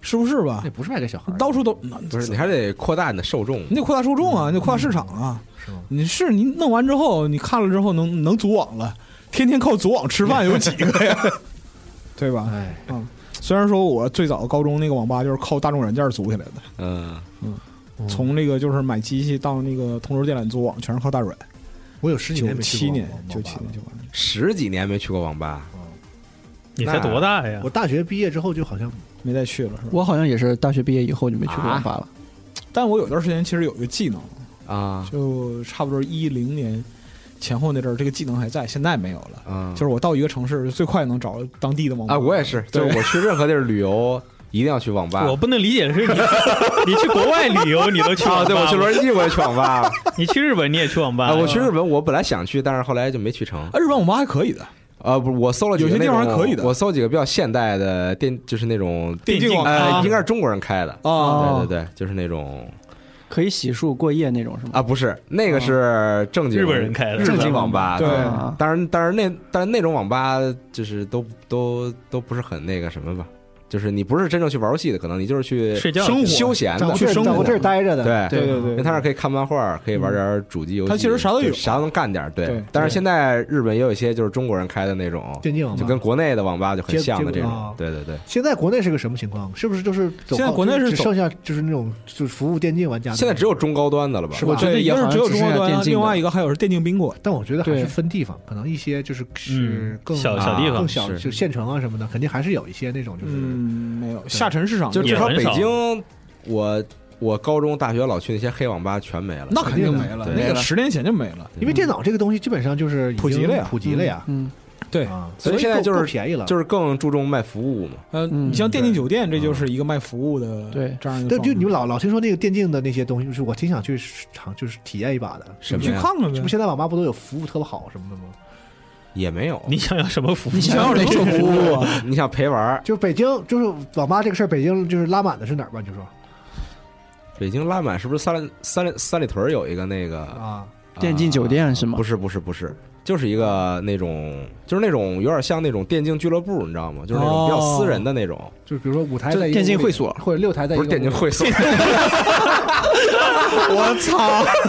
是不是吧
那？不是卖给小孩儿的，
到处都那
不是，你还得扩大你的受众。
你得扩大受众啊，你得扩大市场啊。你是你弄完之后，你看了之后能 能组网了，天天靠组网吃饭有几个呀？对吧？
哎，
嗯，虽然说我最早高中那个网吧就是靠大众软件组起来的，
嗯，
从那个就是买机器到那个同轴电缆租网，全是靠大软。
我有十几
九
年没去
七
过
年
网，吧
九七
了
年就完了。
十几年没去过网吧，
你才多大呀
我？大学毕业之后就好像
没再去了，是吧？
我好像也是大学毕业以后就没去过网吧了。
但我有段时间其实有一个技能，
啊
就差不多一零年前后那阵儿，这个技能还在，现在没有了。
啊，
就是我到一个城市，最快能找到当地的网吧。
啊，我也是，就
对
是我去任何地儿旅游一定要去网吧。
我不能理解的是，你你去国外旅游你都去网
啊，
吧
对，我去
吗
洛杉矶我也去网吧。
你去日本你也去网吧
啊，
吗？
我去日本我本来想去，但是后来就没去成。
啊，日本网吧还可以的，
啊，不是，我搜了几个
有些地方
那种
还可以的
我搜几个比较现代的电，就是那种
电竞网
呃，
吧
应该是中国人开的。
啊，
对对对，就是那种
可以洗漱过夜那种是吗？
啊，不是那个是正经
日本人开的
日
正
本
经
网吧。
对
啊
当然，当然那但是那种网吧就是都都都不是很那个什么吧，就是你不是真正去玩游戏的，可能你就是去
睡觉
生活
休闲
在
的
我，
去
这
生
在
活
我这儿待着的，
对
对对
因
对
为它那儿可以看漫画，可以玩点主机游戏，
嗯它其实啥都有
就啥都能干点儿。对
对，
但是现在日本也有一些就是中国人开的那种，
电竞网吧
就跟国内的网吧就很
接
像的
接
这种
啊。
对对对，
现在国内是个什么情况？是不是就是走
现在国内是
只
走
剩下就是那种就是服务电竞玩家的？
现在只有中高端的了吧？
是吧
我觉得
对
一个
也
是
好
只
像
有
只
中
剩
国
下电
端，啊
竞
另
的
外一个还有是电竞宾馆。
但我觉得还
对
是分地方，可能一些就是是
嗯
更啊
小
小地
方
更小，
是
就县城啊什么的，肯定还是有一些那种就是。
嗯，没有下沉市场
就
有
至
也
少
很
北
少
京，我我高中、大学老去那些黑网吧全没了。
那肯定没
肯
了，
定的
那
没
个十年前就没了。
因为电脑这个东西基本上就是已经
普及了呀
普及了呀，
嗯，
对，
啊，
所以
以
现在
够
就是
够便宜了。
就是更注重卖服务嘛。
呃，
嗯
你像电竞酒店，这就是一个卖服务的
对
这样一个
对，
状态。
就你们老老听说那个电竞的那些东西，就是我挺想去尝，就是体验一把的。
什么
去
呀
看看呗
这不。现在网吧不都有服务特别好什么的吗？
也没有，
你想要什么服务？
你想要哪种服务啊？
你想陪玩儿，
就是北京，就是网吧这个事儿，北京就是拉满的是哪儿吧？你就说
北京拉满是不是三里三里三里屯儿有一个那个
啊，
电竞酒店是吗
不是不是不是，就是一个那种就是那种有点像那种电竞俱乐部，你知道吗？就是那种比较私人的那种，
就是比如说五台
就
在一个
电竞
屋里
会所
或者六台在一
不
个
是电竞
屋里
会 所。我操！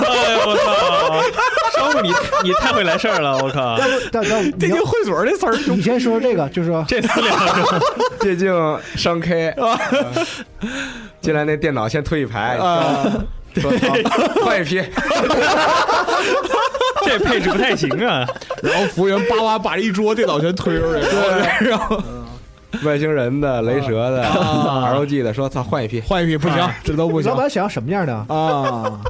哎我操！商务你你太会来事儿了，我靠！
但但你
电竞
要
会所这词儿
你先说这个，就是说
这次两个
电竞商 K 进来那电脑先推一排，
啊，
说操换一批，
这配置不太行啊！
然后服务员叭叭把一桌电脑全推出来，对，然后
外星人的、雷蛇的、
啊
ROG 的，说操换一批，
换一批不行，啊这都不行
老板想要什么样的啊？
啊，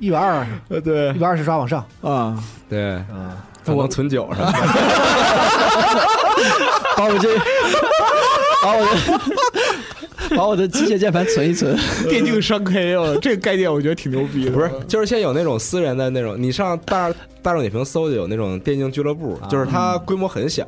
一百二，啊
对
一百二十刷往上
啊，
对，
啊，
怎么存酒上？
把我这把我的把我的机械键盘存一 存。
电竞商 K 哦，这个概念我觉得挺牛逼的，
不是，就是现在有那种私人的那种，你上大大众点评搜就有那种电竞俱乐部，就是它规模很小，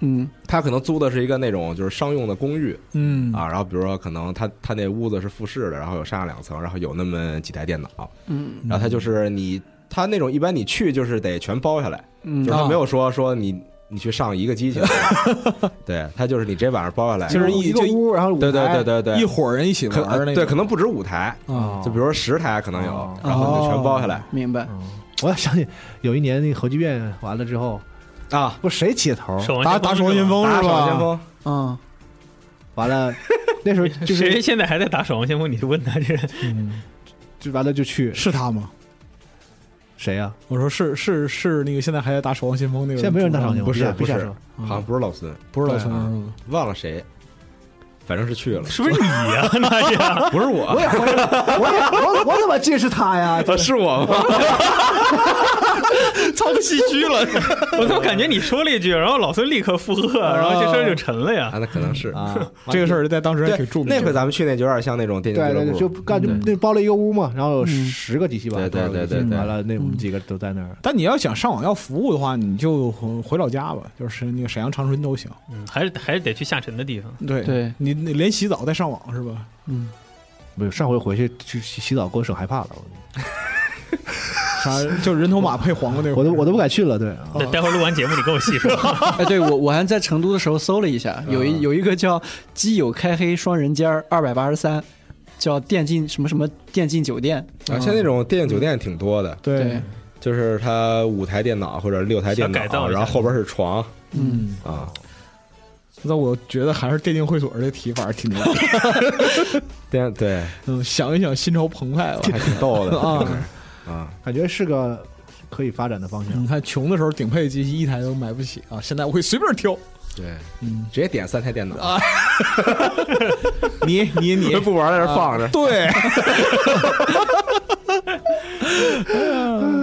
嗯，
它可能租的是一个那种就是商用的公寓
嗯
啊，然后比如说可能它它那屋子是复式的，然后有上下两层，然后有那么几台电脑，
嗯，
然后它就是你它那种一般你去就是得全包下来，
嗯
就是它
啊
没有说说你你去上一个机器，对，它就是你直接晚上包下来，
就是一
一个
就一
屋，然后五台
对对对对对，
一伙人一起玩
可
儿那
对可能不止五台，
啊，
就比如说十台可能有
哦，
然后你就全包下来
明白。
嗯我要想起有一年那个核聚变完了之后，
啊，
不谁起的头儿？
守望
打打守望先
锋
锋
打
是
守望先
吧？
锋。
嗯，
完了，那时候
是吧，
就是
谁现在还在打守望先锋？你就问他这人，
嗯
就完了就去
是他吗？
谁呀？
我说是是是那个现在还在打守望先锋那个，
现在没有人打赏
守
金，
不是
别瞎
不是
说。
望，
好像
啊
不是老孙，
不是老孙
对啊
是吗？
忘了谁，反正是去了
是不是你 呀？那呀，
不是 我
我，也怀疑
啊
我也我我怎么记得是他呀？
啊是我吗？
操，唏嘘了。
我怎么感觉你说了一句，然后老孙立刻附和，然后这事儿就成了呀？
啊，那可能是 啊，
这个事儿在当时还
对
挺著名的。
那回咱们去那就有点像那种电竞
对
俱乐
对
部，嗯
对，就干就嗯那包了一个屋嘛，然后有十个机器吧，
对对
多少个
对对
机器
对
完了那我们几个都在那儿。
但你要想上网要服务的话，你就回回老家吧，就是那个沈阳、长春都行。
嗯，还是还是得去下沉的地方。
对
对
你你连洗澡带上网是吧？
嗯，
没有，上回回去去洗洗澡给我整害怕了，
啥就是人头马配黄瓜那
我 我
会儿，
都我都不敢去了。对啊，
待待会儿录完节目你跟我细说。
哎，对我我还在成都的时候搜了一下，有一有一个叫“基友开黑双人间二百八十三”，叫电竞什么什么电竞酒店。
啊，像那种电竞酒店挺多的，
对，
就是它五台电脑或者六台电
想改
脑，
造一下
然后后边是床
嗯，
啊，
嗯那我觉得还是电竞会所这提法挺牛逼。
对对，
嗯，想一想，心潮澎湃了。
还 挺 逗的
啊
就是啊。
感觉是个可以发展的方向。
你看，穷的时候顶配机器一台都买不起啊，现在我可以随便 挑。
对，
嗯，
直接点三台电脑啊，
你你你
不玩在这儿放 着。
对。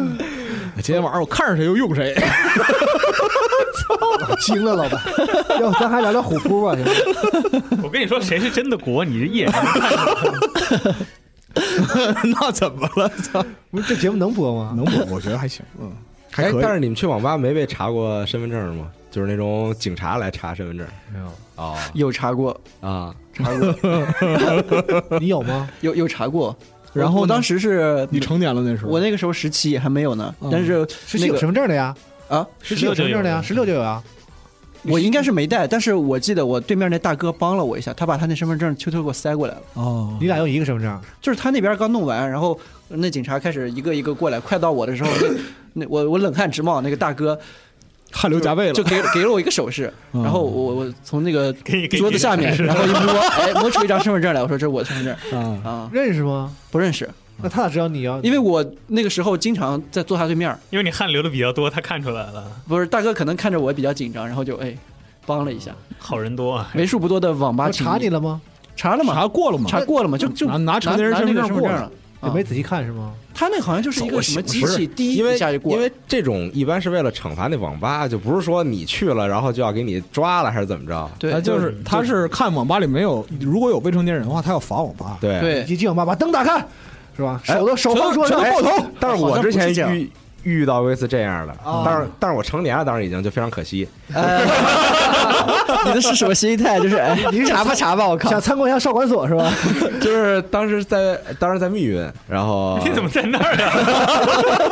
今天晚上我看上谁就用谁，
惊了，老板，要不咱还聊聊虎扑吧？行吗
我跟你说，谁是真的国，你是野人。
那怎么了？操，
不是这节目能播吗？
能播？我觉得还行，嗯，还
哎
可，以
但。是你们去网吧没被查过身份证吗？就是那种警察来查身份证。
没有，
哦
有查过，
啊，
查过，
你有吗？
有有查过。
然后
我
呢
当时是
你成年了那时候，
我那个时候十七还没有呢
嗯，
但是
十七
那
有身
个
份证的呀，
啊，
十七有身份证的呀，十六就有啊。
我应该是没带，但是我记得我对面那大哥帮了我一下，他把他那身份证悄悄给我塞过来了。
哦，
你俩用一个身份证，
就是他那边刚弄完，然后那警察开始一个一个过来，快到我的时候，那那我我冷汗直冒，那个大哥
汗流浃背了，
就给给了我一个手势，
嗯
然后我我从那个
给你给你
桌子下面，
是
然后一摸，哎，摸出一张身份证来，我说这是我的身份证
啊，
啊，
认识吗？
不认识，
那他咋知道你要？
因为我那个时候经常在坐他对面，
因为你汗流的比较多，他看出来了，
不是大哥可能看着我比较紧张，然后就哎帮了一下，
好人多啊。
为数不多的网吧
我
情
查你
谊
了吗？
查了嘛，
查过了吗？
查过了嘛，就就
拿拿成
拿
年人
拿
身
那
份
个
证
身份
过
证
了
了。
也
啊
没仔细看是吗？
他那个好像就是一个什么机
不
器，
是
滴
因为
一下就过
因
了。
为这种一般是为了惩罚那网吧，就不是说你去了然后就要给你抓了还是怎么着？
对
他，就是他是看网吧里没有，如果有未成年人的话，他要罚网吧。
对
对
一进网吧把灯打开，是吧？手都哎手放桌上，
全
哎
都爆头。但是我
好像
之
不
前
是这样哦
遇遇到过一次这样的，
啊
但是但是我成年了，当时已经就非常可惜。
哎你的是什么心态？就是 哎，
你是想
查吧查吧，我靠！
想参观一下少管所是吧？
就是当时在当时在密云，然后
你怎么在那儿啊呀？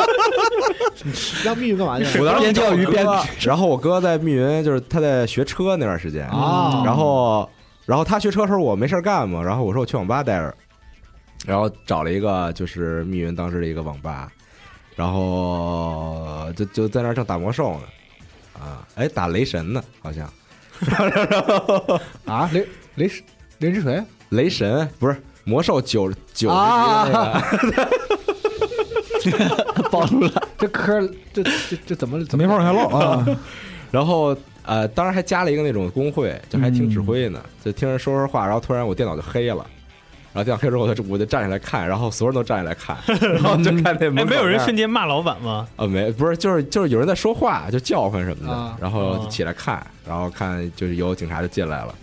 让密云干嘛去？
我当时
边钓鱼边
我哥 然后我哥在密云，就是他在学车那段时间
啊
然后然后他学车的时候我没事儿干嘛，然后我说我去网吧待着，然后找了一个就是密云当时的一个网吧，然后就就在那儿正打魔兽呢，啊，哎打雷神呢好像。
啊，雷雷是雷之锤
雷神不是魔兽九九十级的那个，
暴露了，这嗑这这这怎么
怎么没法往下 唠啊？
然后呃，当时还加了一个那种工会，就还听指挥呢，
嗯
就听人说说话，然后突然我电脑就黑了。然后电脑黑之后，我就我就站起来看，然后所有人都站起来 看，然后就看那
哎，
门口那儿
没有人瞬间骂老板吗？
啊、没不是就是就是有人在说话，就叫唤什么的，
啊
然后就起来看，然后看就是有警察就进来了，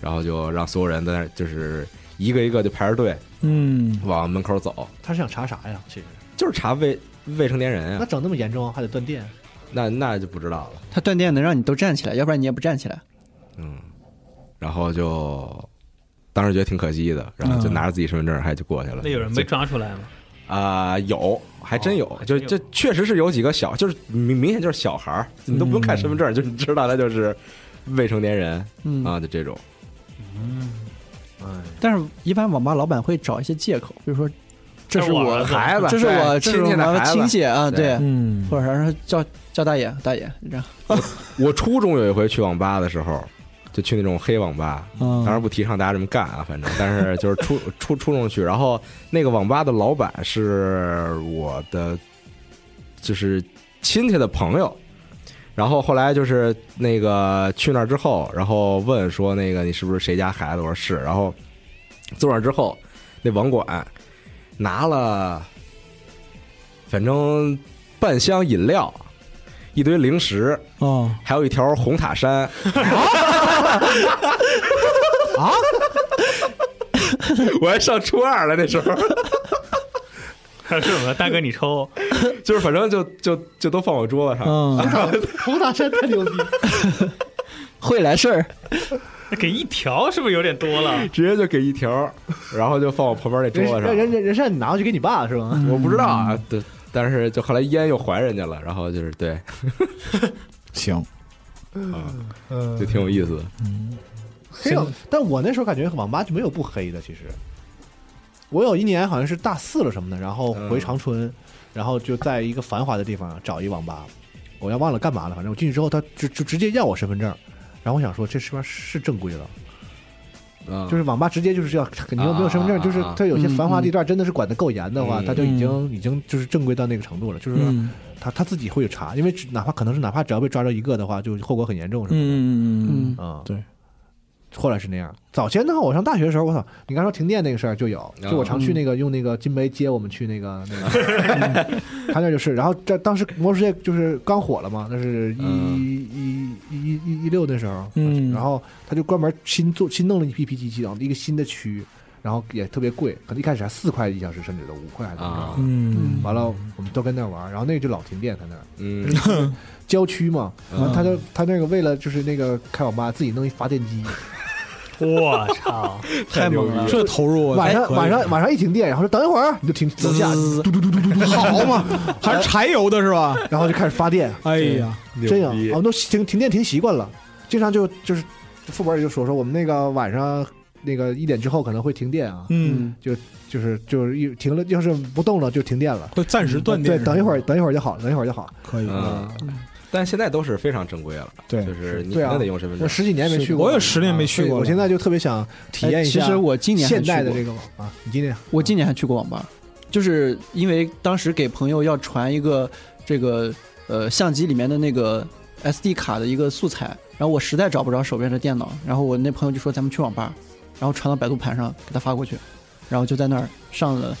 然后就让所有人在那儿就是一个一个就排着队
嗯，
往门口走，
他是想查啥呀？其实
就是查未未成年人
那
啊，
整那么严重还得断电，
那那就不知道了。
他断电能让你都站起来，要不然你也不站起来。
嗯，然后就当时觉得挺可惜的，然后
嗯
就拿着自己身份证，还就过去了。
那有人被抓出 来吗？
啊、有，还真有，
哦还
就
真有
就确实是有几个小，就是明明显就是小孩儿，你都不用看身份证，就你知道他就是未成年人
嗯，
啊，就这种。
但是一般网吧老板会找一些借口，比如说这是
我
我
儿子
孩子，
这是
对
我
亲
这是
戚
我
的
的
孩
亲
子。
戚啊，
对
对，
嗯，
或者然后叫叫大爷大爷，然后
我初中有一回去网吧的时候，就去那种黑网吧，
当
嗯
当然不提倡大家这么干啊，反正，但是就是初初初中去，然后那个网吧的老板是我的，就是亲戚的朋友，然后后来就是那个去那儿之后，然后问说那个你是不是谁家孩子？我说是，然后坐那儿之后，那网管拿了，反正半箱饮料，一堆零食，
哦，
还有一条红塔山。啊！我还上初二了，那时候
还有什么？大哥，你抽，
就是反正就就就都放我桌子上。
嗯，
红塔山太牛 逼，
会来事儿，
那 给一条是不是有点多了？
直接就给一条，然后就放我旁边那桌
人人人
子上。
人人是让你拿回去给你爸是吗？
我不知道啊，对，但是就后来烟又还人家了，然后就是对
行，
啊，
嗯
就，挺有意思的。
黑了。但我那时候感觉网吧就没有不黑的，其实。我有一年好像是大四了什么的，然后
嗯
回长春，然后就在一个繁华的地方找一网吧，我要忘了干嘛了，反正我进去之后，他就就直接要我身份证，然
然后我想说，这是不是是正规的？
啊，
就是网吧直接就是要，你又没有身份证，
啊啊啊
就是它有些
嗯
繁华地段真的是管得够严的话，
嗯
它就已经已经就是正规到那个程度了，就是
嗯
他他自己会有查，因为只哪怕可能是哪怕只要被抓着一个的话，就后果很严重，
嗯
是吧？
嗯嗯
嗯
啊、
对。
后来是那样，早前的话，我上大学的时候，我操，你刚说停电那个事儿就有，就我
嗯
常去那个、用那个金杯接我们去那个那个，他那就是，然后这当时魔兽世界就是刚火了嘛，那是一一一一一一六那时候，
嗯
然后他就专门新做新弄了一批 PPT 系统，一个新的区，然后也特别贵，可能一开始还四块一小时，甚至都五块还怎么着。
啊
嗯
完了，我们都跟那儿玩儿，然后那个就老停电，他那儿
嗯
郊区嘛，
嗯
然后他就他那个为了就是那个开网吧自己弄一发电机，
我操，
嗯
太牛逼了，
这投入
晚上晚上晚上一停电，然后说等一会儿啊你就停楼下，
嘟嘟嘟嘟嘟 嘟，好嘛，还是柴油的是吧？
然后就开始发电，
哎呀，
这样我们都停停电停习惯了，经常就就是副本里就说说我们那个晚上那个一点之后可能会停电啊，
嗯，
就是就是一停了要是不动了就停电了，嗯
会暂时断电。
对，等一会儿等一会儿就好了，等一会儿就好了，
可以。
嗯，但现在都是非常正规了，
对
就是你
对啊
肯定得用身份
我
证。
十几年没去过了，
我有十年没
所
去
以
过了，哎
我现在就特别想体验一下
哎其实我今年还
现
去
代的
过
这个网啊，你今天
我今年还去过网吧，就是因为当时给朋友要传一个这个呃相机里面的那个 SD 卡的一个素材，然后我实在找不着手边的电脑，然后我那朋友就说咱们去网吧，然后传到百度盘上给他发过去，然后就在那儿上了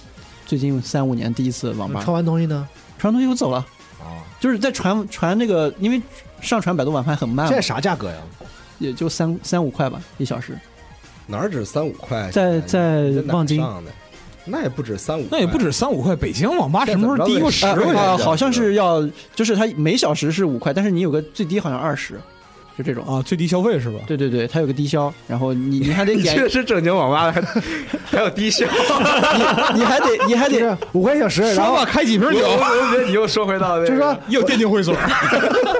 最近三五年第啊一次网吧，
啊穿完东西呢，
传完东西我走了，就是在传传那个，因为上传百度晚饭很慢
现在，
嘛
啥价格呀？
啊
也就三三五块吧一小时，
哪儿止三五块？
在在
你哪儿
望京
上的，那也不止三五，
那也不。止三五块，北京网吧什么时候低过十
现在怎么
块
着
钱
也
啊，
啊
好像是要，就是它每小时是五块，但是你有个最低好像二十，就这种。
啊？最低消费是吧？
对对对，它有个低消，然后 你你还得
你
点
去，的是正经网吧的，还还有低消。
你还得你还
就
得
是五块一小时，然
说
后
吧，开几瓶
我
酒，
我觉得你又说回到那个，
就是说
又电竞会所。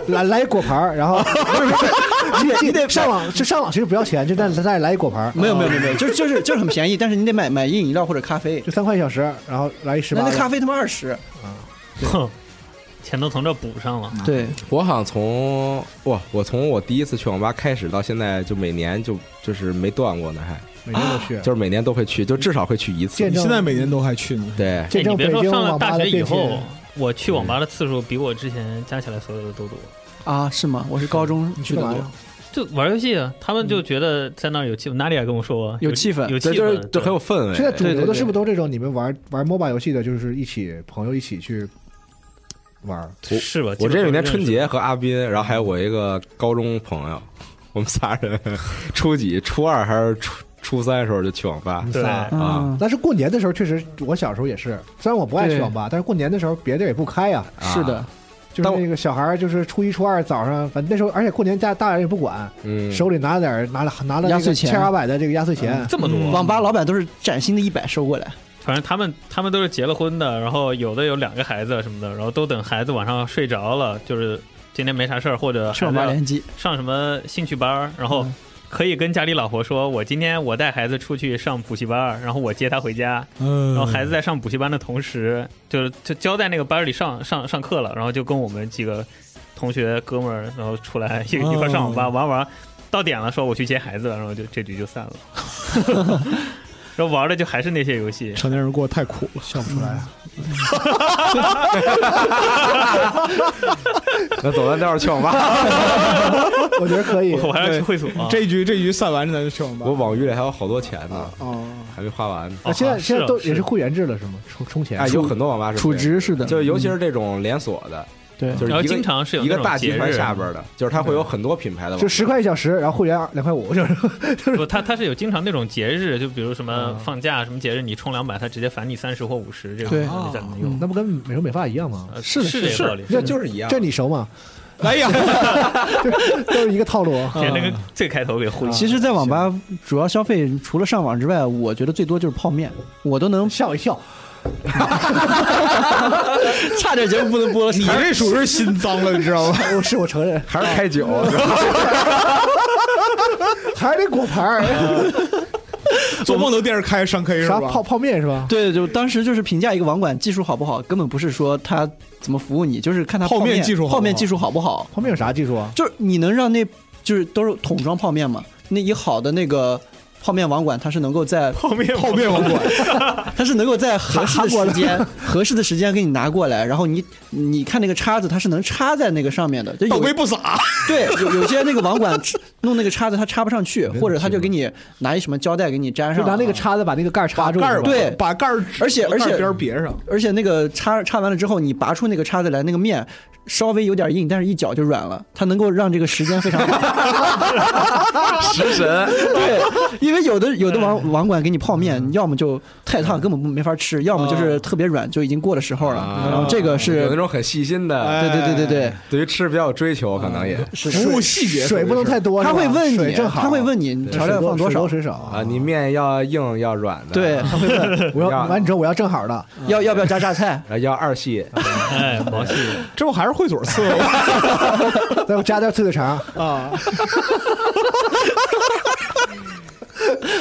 来来一果盘儿，然 后不是不是你得你得上网，就上网其实不要钱，就再再来一果盘儿，
没有没有没有没 有，就是就是就是很便宜，但是你得买买一饮料或者咖啡，
就三块一小时，然后来一十
那
八
那
的。
咖啡他妈二十，
哼，钱都从这补上了。
对，
我好像从哇，我从我第一次去网吧开始到现在，就每年就就是没断过呢，还
每天都去
就，是每年都会去，就至少会去一次
见。
你
证
现在每年都还去呢？
对，
哎
见
你
证
别
北
说
京
上了
网吧
大
的
学以
变
后
迁。，
我去网吧的次数比我之前加起来所有的都多。
啊是吗？我是高中
你
去
去
的
干嘛
多
呀？，
就玩游戏啊，他们就觉得在那儿有气氛。哪里啊也跟我说
有气氛
有气
这就是
氛，
就很有氛围。
现在主流的
对对对
是不是都这种？你们玩玩 MOBA 游戏的，就是一起朋友一起去玩儿，
对是吧？
我
基本
这
上
有一年
认识
春节和阿斌，然后还有我一个高中朋友， 我们仨人初几、初二还是初初三的时候就去网吧
你
对
仨。
啊
啊，
但是过年的时候，确实我小时候也是，虽然我不爱去
对
网吧，但是过年的时候别地儿也不开呀、
啊
是的，
就是
但我
那个小孩儿，就是初一初二早上，反正那时候，而且过年家大人也不管，
嗯，
手里拿点儿拿了拿了
压岁钱
千八百的这个压岁钱，
这么多，
嗯
网吧老板都是崭新的一百收过来，
反正他们他们都是结了婚的，然后有的有两个孩子啊什么的，然后都等孩子晚上睡着了，就是今天没啥事儿，或者
去
孩
网
子
吧
要
联机，
上什么兴趣班儿，然后
嗯
可以跟家里老婆说，我今天我带孩子出去上补习班儿，然后我接他回家，
嗯，
然后孩子在上补习班的同时，就是就教在那个班里上上上课了，然后就跟我们几个同学哥们儿，然后出来一
哦
一块儿上网吧玩玩，到点了说我去接孩子了，然后就这局就散 了。然后玩的就还是那些游戏，
成年人过得太苦了，笑不出来啊。
那走，咱待会儿去网 吧。
我觉得可 以。
我还要去
对
会所。
这一局这一局散完咱就去网吧。
我网域里还有好多钱呢，
哦，
还没花完呢。
哦
啊，现在
是
现在都
是
也是会员制了是吗？充充钱
哎，有很多网吧是
储值是的，
就尤其是这种连锁的，
对
就是
然后
一个
经常是有
一
那
个
种
大集
节
团
日
下边的，就是它会有很多品牌的网
就。十块一小时，然后会员两块五，就是
不，他他是有经常那种节日，就比如什么
嗯
放假什么节日，你充两百，他直接返你三十或五十，这
对
种你才能
嗯
用。
那不跟美容美发一样吗？
呃
是的
是这
是
个道理，
这就是一样，
这你熟吗？
哎 呀，
都是一个套路。啊
简直跟最开头给 混。
其实，在网吧主要消费除了上网之外，我觉得最多就是泡面，我都能
吓我一跳！
差点节目不能播了。
你这属于是心脏了，你知 道吗？ 嗯
我是我承认，
还是 开酒，
还是得果盘儿，
做梦都惦着开上 K 是
啥
吧？
泡泡面是吧？
对，就当时就是评价一个网管技术好不好，根本不是说他怎么服务你，就是看他
泡面
面
技术好不好
泡面技术好不好，
泡面有啥技术啊？
就是你能让那就是都是桶装泡面嘛。那以好的那个泡面网管，它是能够 在
泡面
泡面王管，
它是能够在合适的时间、 合适的时间给你拿过来，然后你你看那个叉子，它是能插在那个上面的。就
倒
有
杯不洒，
对有有些那个网 管弄那个叉子，它插不上去，或者他就给你拿一什么胶带给你粘
就
上。
拿那个。叉子把那个盖儿插住，
盖儿
是吧
对
把盖儿
而且
把盖儿
而且
边儿别上，
而且那个插插完了之后，你拔出那个叉子来，那个面稍微有点硬，但是一搅就软了，它能够让这个时间非常快。
食神，
对，因为有的有的网网管给你泡面，
嗯
要么就太烫，根本不没法吃；要么
啊
就是特别软，就已经过了时候了
啊。
然后这个
有那
是，
种很细心的，
对对对对对，
哎
对于吃比较有追求，可能也
嗯是
服务细节
水不能太多，
他会
是吧
问
水
你，
正好，啊
他会问你你调料放多
水啊
少
多，水少啊
啊，你面要硬要软的，
对，
他会问我要
要
完你之后我要正好的，
要要不要加榨 菜？
啊，要 二细，
哎，毛细，
这不还是会所伺候吗？
再我加点脆脆肠，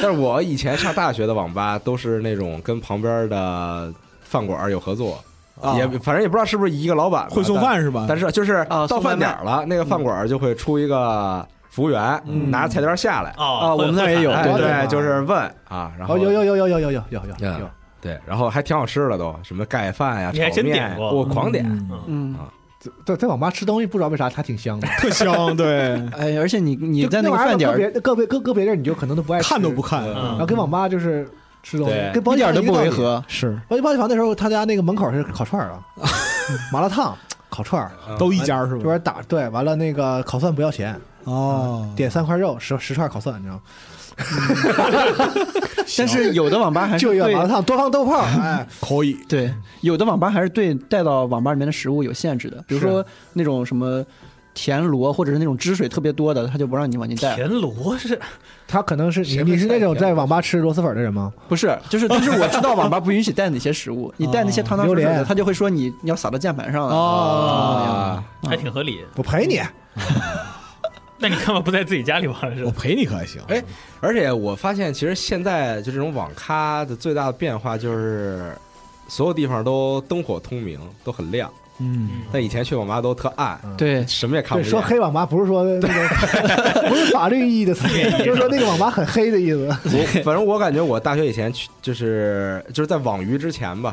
但是我以前上大学的网吧都是那种跟旁边的饭馆儿有合作，
啊
也反正也不知道是不是一个老板吧
会送，饭是吧
但？但是就是
啊
哦
到
送外
饭点儿了，那个饭馆儿就会出一个服务员，
嗯
拿着菜单下来，
哦
啊，我们那儿也有，
哎，
对对
对，就是问啊，然后
哦有有有有有有有有有
嗯
有，
对，然后还挺好吃的都，什么盖饭呀、
你还
炒
真
面
点
呀
过
我狂点，
嗯
嗯，
啊在在网吧吃东西不知道为啥它挺香的，
特香， 对，
哎，而且你你
就
在
那
那个
玩意儿
饭点
个
儿，
别个别个个别地儿你就可能都不爱吃
看都不，看，
嗯
然后跟网吧就是吃东西
对，
跟包
一
间
点都不违
一个道理。
和。
是
包间包间房那时候他家那个门口是烤串儿啊，麻辣烫、烤串儿，
嗯
都一家是
这
吧？
边打对，完了那个烤蒜不要钱，
哦，
嗯
点三块肉十十串烤蒜，你知道吗？
但是有的网吧还是
就一碗
对
麻辣烫，多放豆泡，哎，
可以，
对，有的网吧还是对带到网吧里面的食物有限制的，比如说那种什么田螺，或者是那种汁水特别多的，他就不让你往进带。
田螺是
他可能是你
谁会
你是那种
晒太
在
阳
网吧吃螺蛳粉的人吗？
不是，就是但是我知 道网吧不允许带哪些食 物，你带那些汤汤水水
榴莲
的，他就会说你要撒到键盘上啊了。
哦
啊，
还挺合理。
我陪你，
那你干嘛不在自己家里玩是
我
吧？
陪你可还行，
哎而且我发现，其实现在就这种网咖的最大的变化就是，所有地方都灯火通明，都很亮。
嗯，
但以前去网吧都特暗，
对，
什么也看
嗯对，
不
说
见。
黑网吧不是说那个不是法律意义的思辨，就是说那个网吧很黑的意思。
我反正我感觉我大学以前去，就是就是在网娱之前吧，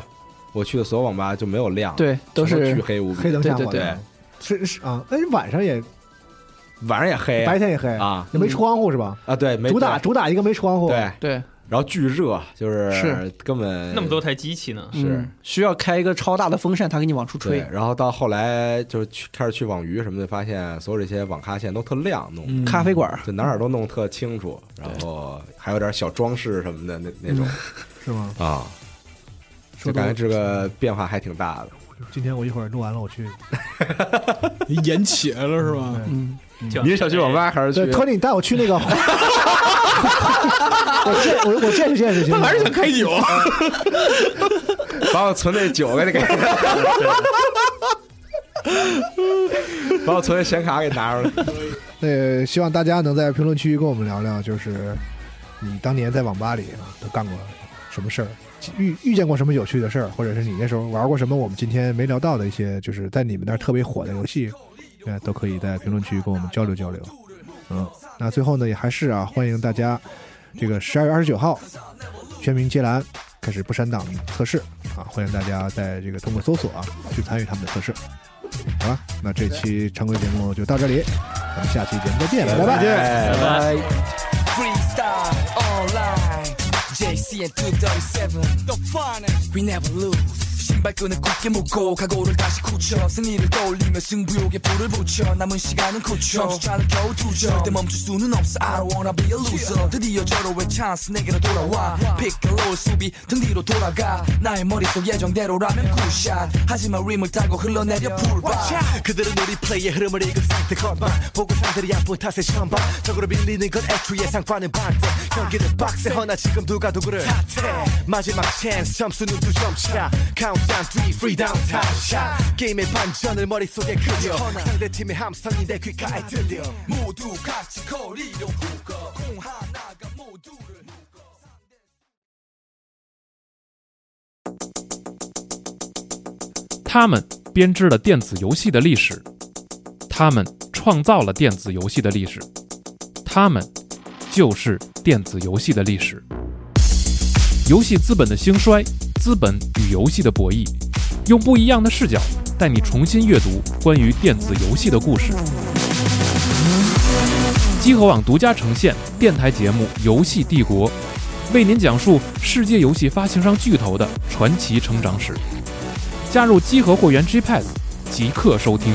我去的所有网吧就没有亮，
对，都
全
是
巨黑无
黑
比，
灯瞎火的，
对
对
是是啊，但是晚上也
晚上也黑
白天也黑，
啊
也没窗户是吧？
啊！对，没
主打主打一个没窗户，
对，
对，
然后巨热，就是
是
根本
那么多台机器呢？
是
嗯需要开一个超大的风扇，它给你往出吹
对。。然后到后来就是去开始去网娱什么的，发现所有这些网咖现在都特亮，弄得
嗯
咖啡馆儿，
就哪儿哪儿都弄特清楚，然后还有点小装饰什么的那那种
是吗？
啊，就
嗯说
感觉
的
这个变化还挺大的。
今天我一会儿录完了我去，
演起来了是吧？
嗯，
叫
你是想去网吧还是
对，
去？
托尼你带我去 那个，我见我我见识见识行吗？
还是想开酒，
把我存那酒给你给， 把我存那显卡给拿出来。
那希望大家能在评论区跟我们聊聊，就是你当年在网吧里啊都干过什么事儿，遇遇见过什么有趣的事儿，或者是你那时候玩过什么我们今天没聊到的一些，就是在你们那儿特别火的游戏，呃，都可以在评论区跟我们交流交流。嗯，那最后呢，也还是啊，欢迎大家这个十二月二十九号，全民皆蓝开始不删档测试啊，欢迎大家在这个通过搜索啊去参与他们的测试。好了，那这期常规节目就到这里，咱们下期节目再见，拜拜。
哎
Freestyle online JC and 237 The finest We never lose 신발끈을 굳게 묶고 각오를 다시 굳혀 승리를 떠올리며 승부욕에 불을 붙여 남은 시간은 고쳐 점수차를 겨우 두점 절대 멈출 수는 없어 I don't wanna be a loser 드디어 절호의 찬스 내게로 돌아와 피클로의 수비 등 뒤로 돌아가 나의 머릿속 예정대로라면 굿샷 하지만 림을 타고 흘러내려 풀바
그들은 우리 플레이의 흐름을 읽은 상태 겉만 보고 상들이 아픈 탓에 시험반 적으로 밀리는 건 애초에 상관은 반대 경기는 빡세 허나 지금 누가 누구를 탓해 마지막 찬스 점수는 두 점차 카운트다운 3 프리다운 탑샷 게임의 반전을 머릿속에 그려 상대팀의 함성이 내 귓가에 들려
모두 같이 거리로 묶어 공 하나가 모두를 묶어
他们编织了电子游戏的历史，他们创造了电子游戏的历史，
他们就是电子游戏的历史。游戏资本的兴衰，资本与游戏的博弈，用不一样的视角带你重新阅读关于电子游戏的故事。机核网独家呈现电台节目《游戏帝国》，为您讲述世界游戏发行商巨头的传奇成长史。加入机核会员 G Pass，即刻收听。